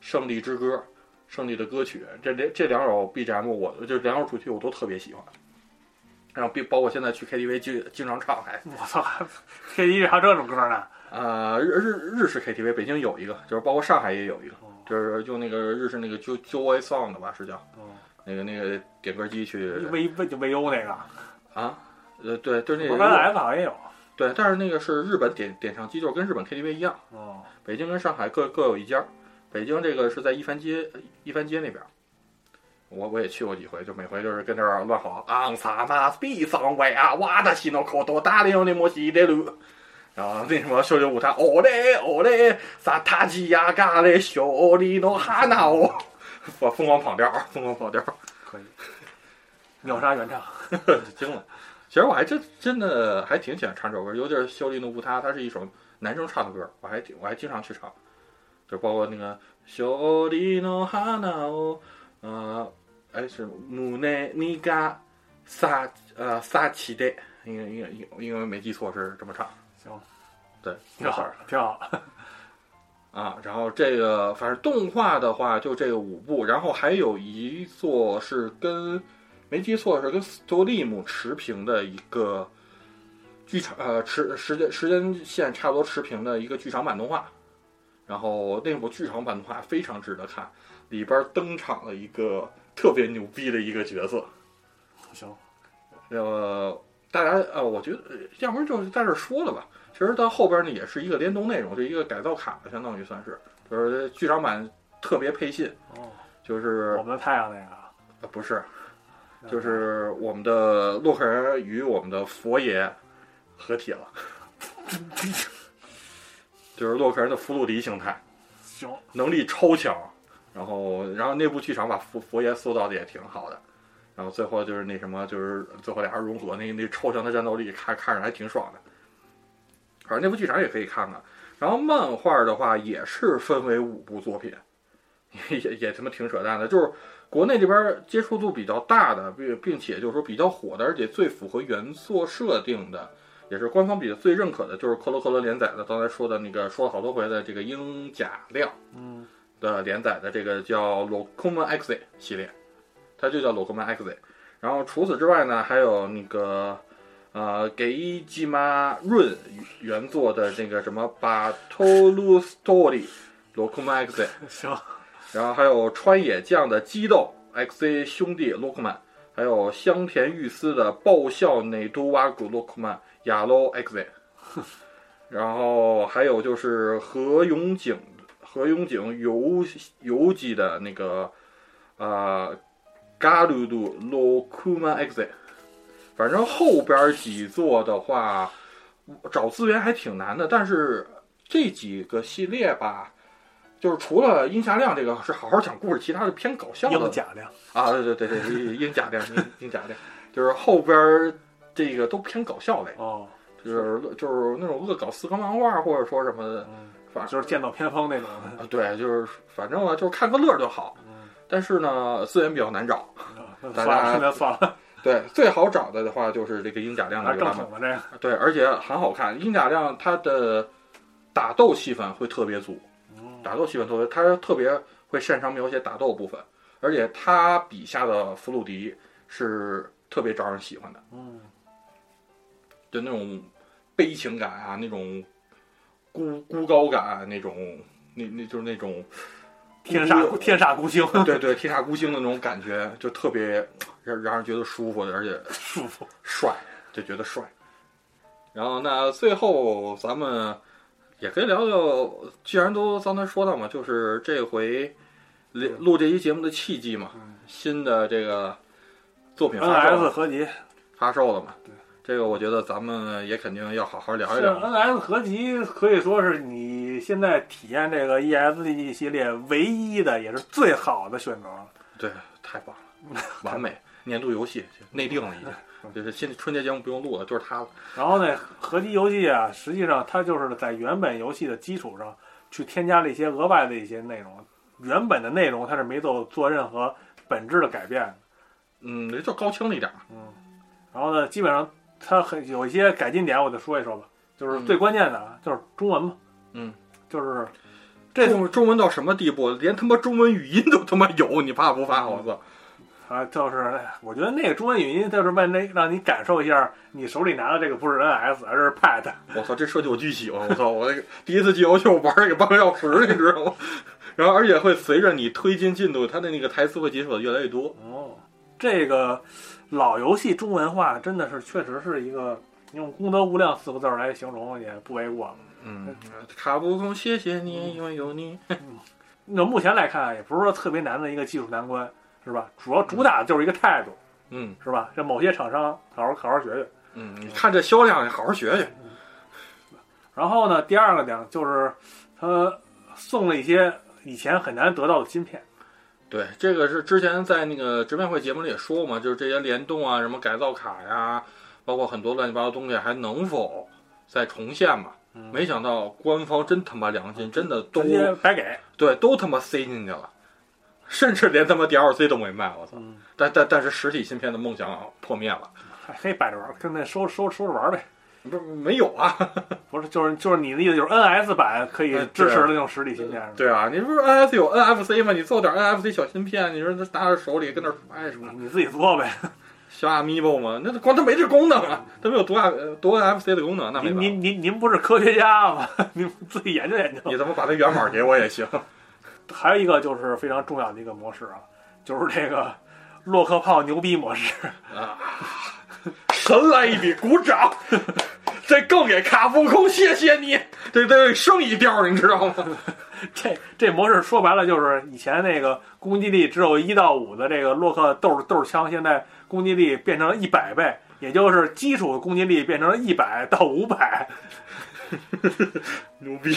S2: 胜利之歌，胜利的歌曲。这这这两首 BGM 我这两首主题曲我都特别喜欢。然后并包括现在去 KTV 经经常唱还
S1: 我操还，KTV 还有这种歌呢，
S2: 呃日日日式 KTV 北京有一个，就是包括上海也有一个，就是用那个日式那个 Jo Joy Song 的吧是叫。
S1: 哦，
S2: 那个那个点歌机去
S1: 维维就维欧那个，
S2: 啊，呃，对，就是那
S1: 不
S2: 个
S1: 是
S2: 日
S1: S 好像也有，
S2: 对，但是那个是日本点点唱机，就是跟日本 KTV 一样，
S1: 哦，
S2: 北京跟上海各各有一家儿。北京这个是在一番街一番街那边儿，我我也去过几回，就每回就是跟这儿乱吼昂萨马比桑维啊，哇的西诺口多大的用那摩西的路。然后那什么秀秀舞台，哦嘞哦嘞，萨塔吉亚嘎嘞，秀里诺哈纳哦， 我疯狂跑调儿，疯狂跑调儿。
S1: 可以，秒杀原唱，
S2: 惊了。其实我还真真的还挺喜欢唱这首歌，尤其是《修丽诺乌他》，它是一首男生唱的歌，我还挺我还经常去唱，就包括那个修丽诺哈纳哦，呃，哎是姆内尼嘎萨呃萨奇的，应该应该应应该没记错是这么唱，
S1: 行，
S2: 对，
S1: 挺好，挺好，
S2: 啊，然后这个反正动画的话就这个五部，然后还有一座是跟没记错是跟 Stolim 持平的一个剧场呃时时间时间线差不多持平的一个剧场版动画，然后那部剧场版动画非常值得看，里边登场了一个特别牛逼的一个角色，
S1: 行，
S2: 呃，大家呃，我觉得呃要不然就在这儿说了吧。其实到后边呢，也是一个联动内容，就一个改造卡，相当于算是，就是剧场版特别配信，
S1: 哦，
S2: 就是
S1: 我们的太阳那个啊，
S2: 呃不是，就是我们的洛克人与我们的佛爷合体了， 就是洛克人的弗鲁迪形态，
S1: 行，
S2: 能力超强。然后，然后那部剧场把佛佛爷塑造的也挺好的，然后最后就是那什么，就是最后俩人融合，那那超强的战斗力看看着还挺爽的。反正那部剧场也可以看看。然后漫画的话也是分为五部作品，也也也他妈挺扯淡的，就是国内这边接触度比较大的，并并且就是说比较火的，而且最符合原作设定的，也是官方比较最认可的，就是克罗克罗连载的，刚才说的那个说了好多回的这个英甲料。
S1: 嗯，
S2: 的连载的这个叫《Locoman X》系列，它就叫《Locoman X》。然后除此之外呢，还有那个呃给伊基马润原作的那个什么《巴托鲁 Story》《Locoman X》，
S1: 行，
S2: 然后还有川野将的激斗 XA 兄弟洛克曼，还有香田裕司的爆笑内都瓦古洛克曼亚罗 XA，然后还有就是何永景何永景游游记的那个呃嘎鲁鲁洛克曼 XA，反正后边几座的话找资源还挺难的，但是这几个系列吧。就是除了殷霞亮这个是好好讲故事，其他的偏搞笑的
S1: 英甲量，
S2: 啊，对对对对，殷殷假亮，殷殷假亮，就是后边儿这个都偏搞笑类，
S1: 哦，
S2: 就是就是那种恶搞四格漫画或者说什么的，
S1: 嗯，
S2: 反正
S1: 就是剑走偏锋那种的，
S2: 啊，对，就是反正啊，就是看个乐儿就好。
S1: 嗯，
S2: 但是呢，资源比较难找。
S1: 那
S2: 大
S1: 算
S2: 家
S1: 了，那算了，
S2: 对，最好找的的话就是这个鹰甲亮
S1: 还
S2: 的
S1: 是
S2: 游
S1: 正
S2: 览版
S1: 经，的这个。
S2: 对，而且很好看。鹰甲亮它的打斗戏份会特别足，
S1: 嗯
S2: 打斗戏份特别，他特别会擅长描写打斗部分，而且他笔下的弗鲁迪是特别招人喜欢的，
S1: 嗯，
S2: 就那种悲情感啊，那种孤孤高感、啊，那种那那就是那 种
S1: 天煞
S2: 孤
S1: 天煞孤星，
S2: 对对天煞孤星的那种感觉，就特别让让人觉得舒服的，而且
S1: 舒服。
S2: 帅，就觉得帅。然后那最后咱们也可以聊聊，既然都刚才说到嘛，就是这回录录这期节目的契机嘛，
S1: 嗯
S2: 新的这个作品发售
S1: NS
S2: 了
S1: 合集
S2: 发售了嘛
S1: 对，
S2: 这个我觉得咱们也肯定要好好聊一
S1: 是啊
S2: 聊。
S1: NS 合集，可以说是你现在体验这个 ESG 系列唯一的，也是最好的选择了。
S2: 对，太棒了，完美 年度游戏内定了已 经，就是新春节节目不用录了，就是它了。
S1: 然后呢，合集游戏啊，实际上它就是在原本游戏的基础上去添加了一些额外的一些内容。原本的内容它是没做做任何本质的改变的。
S2: 嗯，这就高清了一点儿。
S1: 然后呢，基本上它很有一些改进点，我就说一说吧。就是最关键的啊，就是中文嘛。
S2: 嗯，
S1: 就是这次
S2: 中中文到什么地步？连他妈中文语音都他妈有，你怕不怕？我操！
S1: 啊，就是哎我觉得那个中文语音就是为那让你感受一下，你手里拿的这个不是 NS，而是 Pad。
S2: 我操，这设计我巨喜欢！我操，我那个 第一次进游戏我玩儿给半个小时，你知道吗？ 然后而且会随着你推进进度，它的那个台词会解锁的越来越多。
S1: 哦，这个老游戏中文化真的是确实是一个用“功德无量”四个字儿来形容也不为过。
S2: 嗯，卡布空，谢谢你，因为有你。
S1: 那目前来看啊，也不是说特别难的一个技术难关，是吧？主要主打的就是一个态度，
S2: 嗯
S1: 是吧？这某些厂商好好好好学学。
S2: 嗯，你看这销量，你好好学学。
S1: 然后呢，第二个点就是他送了一些以前很难得到的芯片。
S2: 对，这个是之前在那个直面会节目里也说过嘛，就是这些联动啊，什么改造卡呀，包括很多乱七八糟东西，还能否再重现嘛？
S1: 嗯
S2: 没想到官方真他妈良心，真的都
S1: 直接白给，
S2: 对，都他妈塞进去了，甚至连他妈 DLC 都没卖，我操！
S1: 嗯，
S2: 但但但是实体芯片的梦想啊破灭了，
S1: 还可以摆着玩儿，跟那收收收着玩儿呗。
S2: 不是没有啊？
S1: 嗯不是，就是就是你的意思就是 NS 版可以
S2: 嗯
S1: 支
S2: 对
S1: 持的那种实体芯片，
S2: 对啊，你不是 NS 有 NFC 吗？你做点 NFC 小芯片，你说拿着手里跟那儿拍什么
S1: 你自己做呗。
S2: 小 Amiibo 吗？那光它没这功能啊，
S1: 嗯
S2: 它没有读 A 读 NFC 的功能，那没
S1: 您
S2: 办法。
S1: 您您您不是科学家吗？ 您自己研究研究。
S2: 你他妈把它源码给我也行。
S1: 还有一个就是非常重要的一个模式啊，就是这个洛克炮牛逼模式。
S2: 神来一笔，鼓掌！这更给卡夫空，谢谢你。这这升一调，你知道吗？
S1: 这这模式说白了就是以前那个攻击力只有一到五的这个洛克豆豆枪，现在攻击力变成一百倍，也就是基础攻击力变成一百到五百。
S2: 牛逼！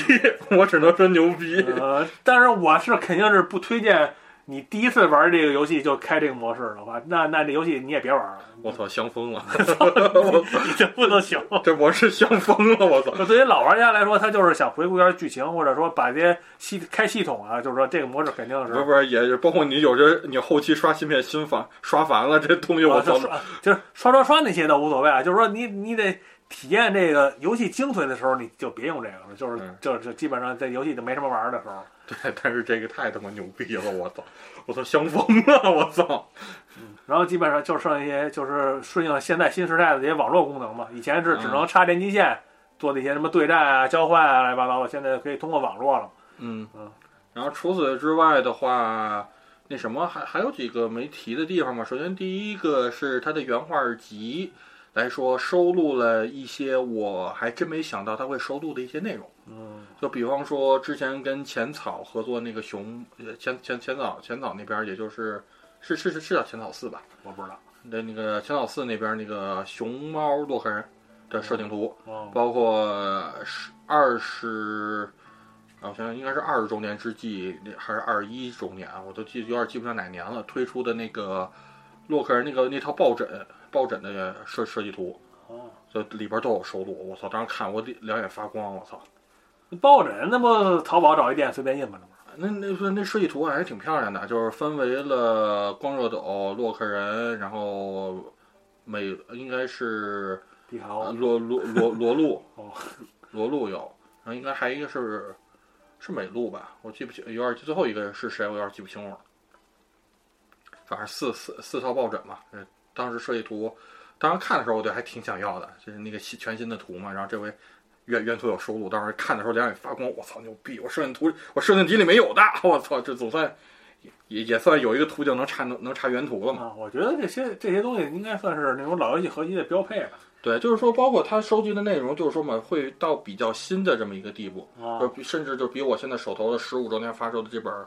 S2: 我只能说牛逼。
S1: 呃，但是我是肯定是不推荐你第一次玩这个游戏就开这个模式的话，那那这游戏你也别玩了，
S2: 我操，香疯了！我
S1: 你这不能行。
S2: 这我是香疯了！我操！
S1: 那对于老玩家来说，他就是想回顾一下剧情，或者说把这些系开系统啊，就是说这个模式肯定是啊
S2: 不是不是，也是包括你有些你后期刷芯片新烦刷烦了，这东西我
S1: 啊就
S2: 操，
S1: 刷就是刷刷刷那些倒无所谓啊，就是说你你得体验这个游戏精髓的时候，你就别用这个了，就是
S2: 嗯
S1: 就是基本上这游戏就没什么玩儿的时候。
S2: 对，但是这个太他妈牛逼了，我操，我操，香疯了，我操，
S1: 然后基本上就剩一些就是顺应现在新时代的这些网络功能嘛，以前是只能插联机线做那些什么对战啊、交换啊、乱七八糟的，现在可以通过网络了。
S2: 嗯
S1: 嗯。
S2: 然后除此之外的话，那什么还还有几个没提的地方嘛？首先第一个是它的原画集来说，收录了一些我还真没想到它会收录的一些内容。
S1: 嗯，
S2: 就比方说之前跟浅草合作那个熊，呃浅浅浅草浅草那边，也就是是是是是叫浅草寺吧？
S1: 我不知道。
S2: 那那个浅草寺那边那个熊猫洛克人的设定图，
S1: 哦，
S2: 包括十二十，啊，我想想应该是二十周年之际，那还是二十一周年啊，我都记有点记不上哪年了，推出的那个洛克人那个那套抱枕抱枕的设设计图，
S1: 哦
S2: 就里边都有收录。我操，当时看我两眼发光，我操。
S1: 抱枕那不淘宝找一店随便印吗？那不是
S2: 那那那那设计图案还挺漂亮的，就是分为了光热斗、洛克人，然后美应该是
S1: 迪卡
S2: 呃
S1: 奥，
S2: 罗罗罗罗路
S1: 哦，
S2: 罗路有，然后应该还一个是是美路吧，我记不清，有点最后一个是谁，我有点记不清了。反正四四四套抱枕嘛，呃当时设计图，当时看的时候我就还挺想要的，就是那个新全新的图嘛。然后这回原原图有收录，当时看的时候两眼发光，我操牛逼！我设计图我设定集里没有的，我操，这总算也也也算有一个途径能查能能查原图了嘛。
S1: 啊，我觉得这些这些东西应该算是那种老游戏合集的标配吧。
S2: 对，就是说，包括他收集的内容，就是说嘛，会到比较新的这么一个地步。
S1: 啊
S2: 就，比甚至就比我现在手头的十五周年发售的这本儿，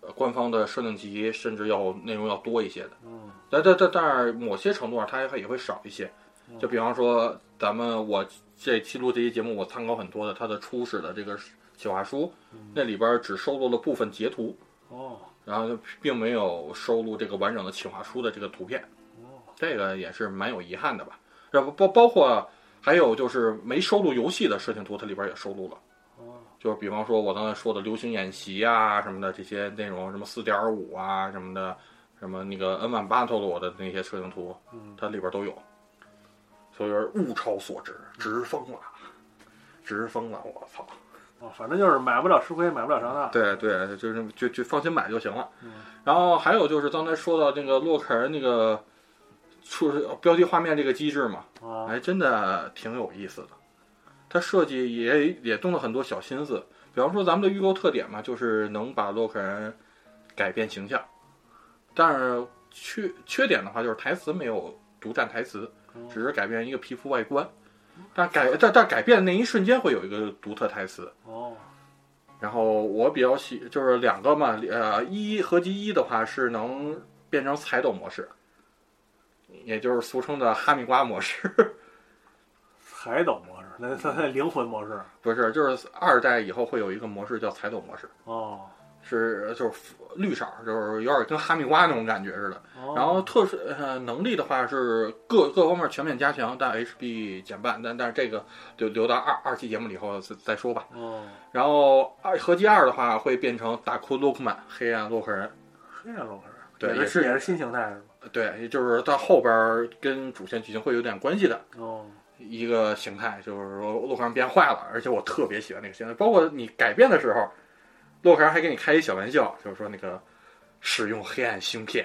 S2: 呃，官方的设定集，甚至要内容要多一些的。
S1: 嗯，
S2: 但但但但是某些程度上，它也也会少一些。
S1: 嗯
S2: 就比方说，咱们我这记录这期节目，我参考很多的它的初始的这个企划书，
S1: 嗯
S2: 那里边儿只收录了部分截图，
S1: 哦，
S2: 然后就并没有收录这个完整的企划书的这个图片。
S1: 哦，
S2: 这个也是蛮有遗憾的吧。然后包包括还有就是没收录游戏的设定图，它里边也收录了。
S1: 哦，
S2: 就是比方说我刚才说的流行演习啊什么的这些内容，什么四点五啊什么的，什么那个 N 版 Battle 的那些设定图，
S1: 嗯
S2: 它里边都有。所以说物超所值，值疯了，值疯了！我操！
S1: 哦，反正就是买不了吃亏，买不了上当。
S2: 对对，就是就就放心买就行了。然后还有就是刚才说到那个洛克人那个出标题画面这个机制嘛，
S1: 啊，
S2: 还真的挺有意思的。它设计也也动了很多小心思，比方说咱们的预购特点嘛，就是能把洛克人改变形象，但是缺缺点的话就是台词没有独占台词，
S1: 嗯
S2: 只是改变一个皮肤外观，但改但但改变的那一瞬间会有一个独特台词。
S1: 哦，
S2: 然后我比较喜就是两个嘛，呃，一合集一的话是能变成彩斗模式，也就是俗称的哈密瓜模式。
S1: 海斗模式，那那那灵魂模式。
S2: 不是，就是二代以后会有一个模式叫彩斗模式，
S1: 哦，
S2: 是就是绿色，就是有点跟哈密瓜那种感觉似的。
S1: 哦
S2: 然后特殊呃能力的话是各各方面全面加强，但 HB 减半，但但是这个留留到二二期节目里以后再再说吧。
S1: 哦，
S2: 然后二合集二的话会变成达库洛克曼黑暗洛克人，
S1: 黑暗龙式，
S2: 对
S1: 也
S2: 也是
S1: 也是新形态是吧？
S2: 对，也就是到后边儿跟主线剧情会有点关系的。
S1: 哦，
S2: 一个形态，就是说洛克人变坏了，而且我特别喜欢那个形态，包括你改变的时候，洛克人还给你开一小玩笑，就是说那个使用黑暗芯片，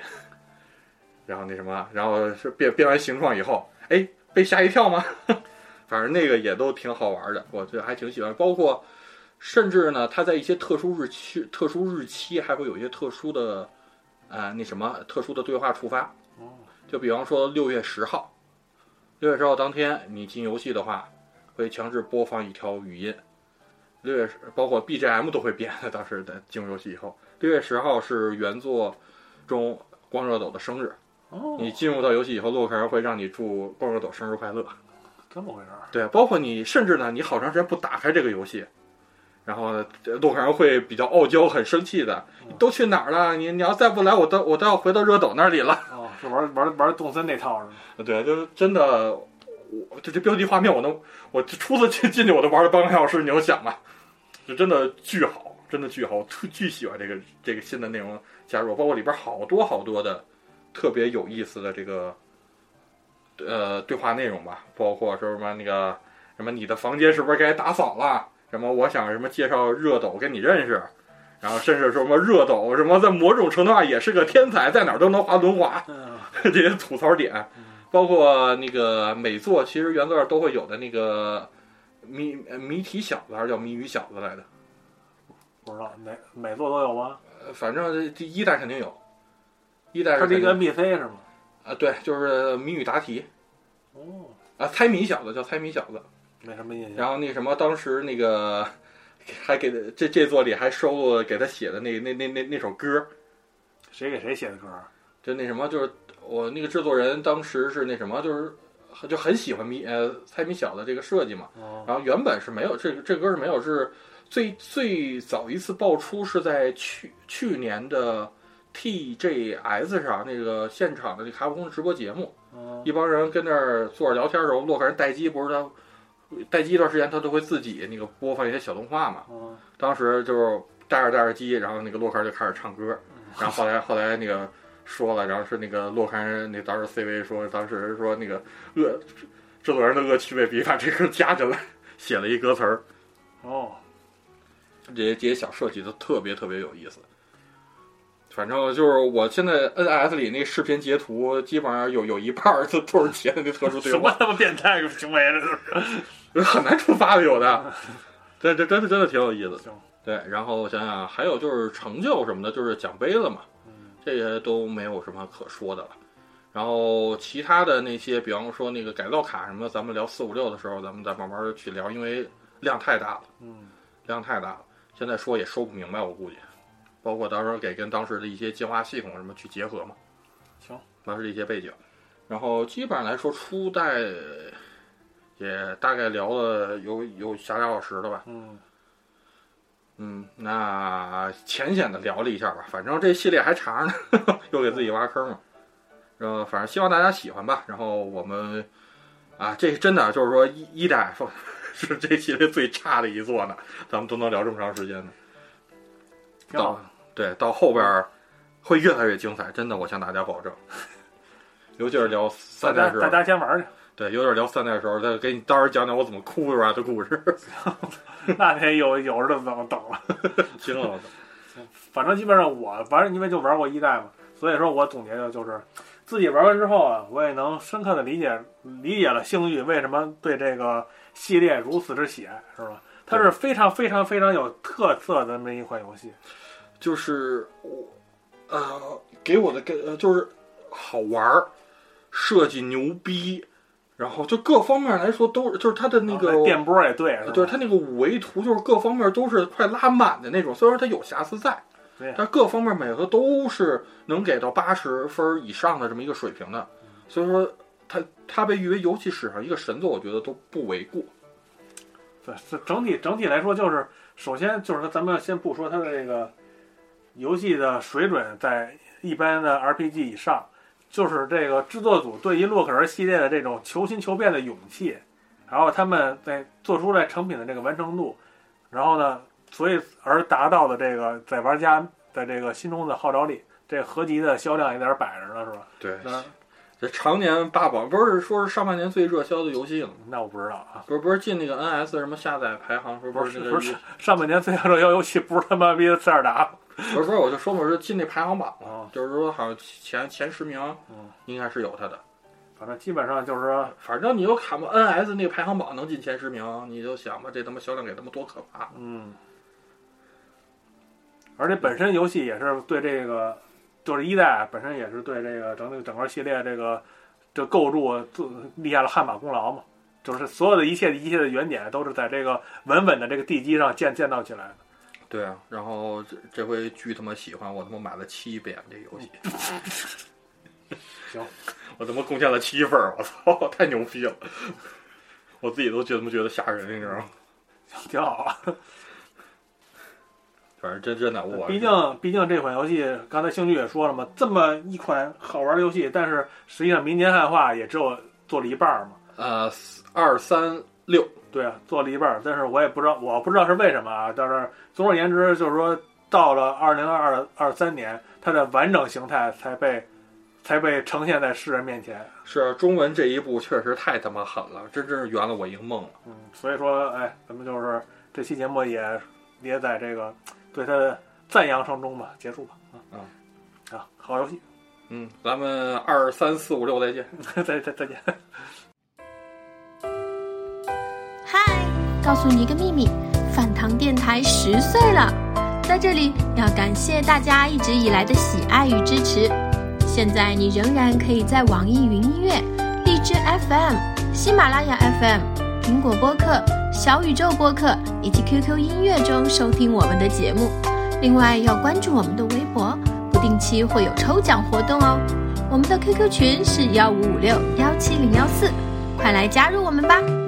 S2: 然后那什么，然后是变变完形状以后，哎，被吓一跳吗？ 反正那个也都挺好玩的，我觉得还挺喜欢，包括甚至呢，它在一些特殊日期、特殊日期还会有一些特殊的，呃，那什么特殊的对话触发，
S1: 哦，
S2: 就比方说六月十号，六月十号当天你进游戏的话，会强制播放一条语音。六月10包括 BGM 都会变的，当时在进入游戏以后，六月十号是原作中光热斗的生日。
S1: 哦，
S2: 你进入到游戏以后，洛克人会让你祝光热斗生日快乐。
S1: 这么回事儿？
S2: 对，包括你，甚至呢，你好长时间不打开这个游戏，然后呢这洛克人会比较傲娇、很生气的。你都去哪儿了？你你要再不来，我都我都要回到热斗那里了。
S1: 哦，是玩玩玩动森那套是吗？
S2: 对，就是真的，我这这标题画面我能，我这初次进进去我都玩了半个小时，你能想吗？啊就真的巨好，真的巨好，我特巨喜欢这个这个新的内容加入，包括里边好多好多的特别有意思的这个呃对话内容吧，包括说什么那个什么你的房间是不是该打扫了？什么我想什么介绍热斗跟你认识。然后甚至说什么热斗什么，在某种程度上也是个天才，在哪儿都能滑轮滑。
S1: 嗯，
S2: 这些吐槽点，包括那个每作其实原作都会有的那个谜呃谜题小子还是叫谜语小子来的，
S1: 不知道哪每座都有吗？
S2: 呃反正这第一代肯定有，一代
S1: 它
S2: 是
S1: 是一
S2: 肯定
S1: 个 NPC 是吗？
S2: 啊对，就是谜语答题
S1: 哦，
S2: 啊猜谜小子叫猜谜小子，
S1: 没什么印象。
S2: 然后那什么当时那个还给这这作里还收录了给他写的那那那那那首歌，
S1: 谁给谁写的歌儿？
S2: 就那什么就是我那个制作人当时是那什么就是就很喜欢谜呃猜谜小子这个设计嘛。
S1: 哦，
S2: 然后原本是没有这个这歌是没有，是最最早一次爆出是在去去年的 TGS 上那个现场的这卡普空直播节目，
S1: 哦，
S2: 一帮人跟那儿坐着聊天的时候，洛克人待机不是他待机一段时间，他都会自己那个播放一些小动画嘛。
S1: 哦，
S2: 当时就是戴着戴着机，然后那个洛克就开始唱歌，然后后来后来那个说了，然后是那个洛克人那当时 CV 说，当时说那个恶制作人的恶趣味笔把这歌加进来，写了一歌词儿，
S1: 哦，
S2: 这些这些小设计都特别特别有意思。反正就是我现在 NS 里那视频截图，基本上有有一半儿都都是截的那特殊对
S1: 什
S2: 话
S1: 么，他妈变态行为这都是。
S2: 很难触发的有 的。这这真的真的挺有意思的
S1: 行。
S2: 对，然后我想想，还有就是成就什么的，就是奖杯了嘛，
S1: 嗯
S2: 这些都没有什么可说的了。然后其他的那些，比方说那个改造卡什么的，咱们聊四五六的时候，咱们再慢慢去聊，因为量太大了，
S1: 嗯，
S2: 量太大了，现在说也说不明白，我估计。包括到时候给跟当时的一些进化系统什么去结合嘛。
S1: 行，
S2: 当时的一些背景。然后基本上来说，初代也大概聊了有有小俩小时了吧。
S1: 嗯，
S2: 嗯，那浅显的聊了一下吧，反正这系列还长呢， 又给自己挖坑了。然后反正希望大家喜欢吧。然后我们啊，这真的就是说一一代 是这系列最差的一座呢，咱们都能聊这么长时间呢。
S1: 挺好
S2: 到。对到后边儿会越来越精彩，真的，我向大家保证。 尤其是聊
S1: 大
S2: 三代
S1: 家
S2: 时
S1: 大
S2: 候，
S1: 家先玩去，
S2: 对，尤其是聊三代的时候，再给你到时候讲讲我怎么哭出来的故事，
S1: 那得有有的等等了。
S2: 惊了我操！
S1: 反正基本上我玩，因为就玩过一代嘛，所以说我总结的就是，自己玩完之后啊，我也能深刻的理解理解了星域为什么对这个系列如此之喜爱，是吧？它是非常非常非常有特色的这么一款游戏。
S2: 就是我，呃，给我的感呃就是好玩儿，设计牛逼，然后就各方面来说都是，就是它的那个
S1: 然后啊电波也对，是吧
S2: 对它那个五维图，就是各方面都是快拉满的那种。虽然它有瑕疵在
S1: 对，
S2: 但各方面每个都是能给到八十分以上的这么一个水平的。
S1: 嗯
S2: 所以说它，它被誉为游戏史上一个神作，我觉得都不为过。
S1: 对，是整体整体来说，就是首先就是说，咱们先不说它的这个游戏的水准在一般的 RPG 以上，就是这个制作组对于洛克人系列的这种求新求变的勇气，然后他们在做出来成品的这个完成度，然后呢，所以而达到的这个在玩家的这个心中的号召力，这合集的销量也在这儿摆着呢，是吧？
S2: 对
S1: 那
S2: 这常年霸榜，不是说是上半年最热销的游戏了吗？
S1: 那我不知道啊，
S2: 不是不是进那个 NS 什么下载排行，说
S1: 不
S2: 是
S1: 是
S2: 那个
S1: 不是上半年最热销游戏不是他妈逼的塞尔达吗
S2: 不是不是，我就说嘛，是进那排行榜了
S1: 哦，
S2: 就是说好像前前十名
S1: 嗯，
S2: 应该是有它的。
S1: 反正基本上就是说。
S2: 反正你就看吧，NS 那排行榜能进前十名，你就想吧，这他妈销量给他们多可怕！
S1: 嗯，而且本身游戏也是对这个，就是一代本身也是对这个整个整个系列这个这构筑做立下了汗马功劳嘛，就是所有的一切的一切的原点都是在这个稳稳的这个地基上建建造起来的。
S2: 对啊，然后这这回巨他妈喜欢，我他妈买了七遍这游戏，
S1: 行，
S2: 我他妈贡献了七分儿，我操，太牛逼了！我自己都觉得他妈觉得吓人，你知道吗？
S1: 挺好啊。
S2: 反正真真的，我
S1: 毕竟毕竟这款游戏，刚才星宇也说了嘛，这么一款好玩的游戏，但是实际上民间汉化也只有做了一半儿嘛。
S2: 呃二三六，
S1: 对啊，做了一半儿，但是我也不知道，我不知道是为什么啊。但是总而言之，就是说到了二零二二三年，它的完整形态才被才被呈现在世人面前。
S2: 是中文这一部确实太他妈狠了，真真是圆了我一个梦了。
S1: 嗯，所以说，哎，咱们就是这期节目也也在这个对它的赞扬声中吧，结束吧。啊
S2: 嗯
S1: 啊，好游戏，
S2: 嗯，咱们二三四五六再见。
S1: 再再再见。
S3: 嗨，告诉你一个秘密，饭堂电台十岁了，在这里要感谢大家一直以来的喜爱与支持。现在你仍然可以在网易云音乐、荔枝 FM、喜马拉雅 FM、苹果播客、小宇宙播客以及 QQ 音乐中收听我们的节目。另外要关注我们的微博，不定期会有抽奖活动哦。我们的 QQ 群是幺五五六幺七零幺四，快来加入我们吧！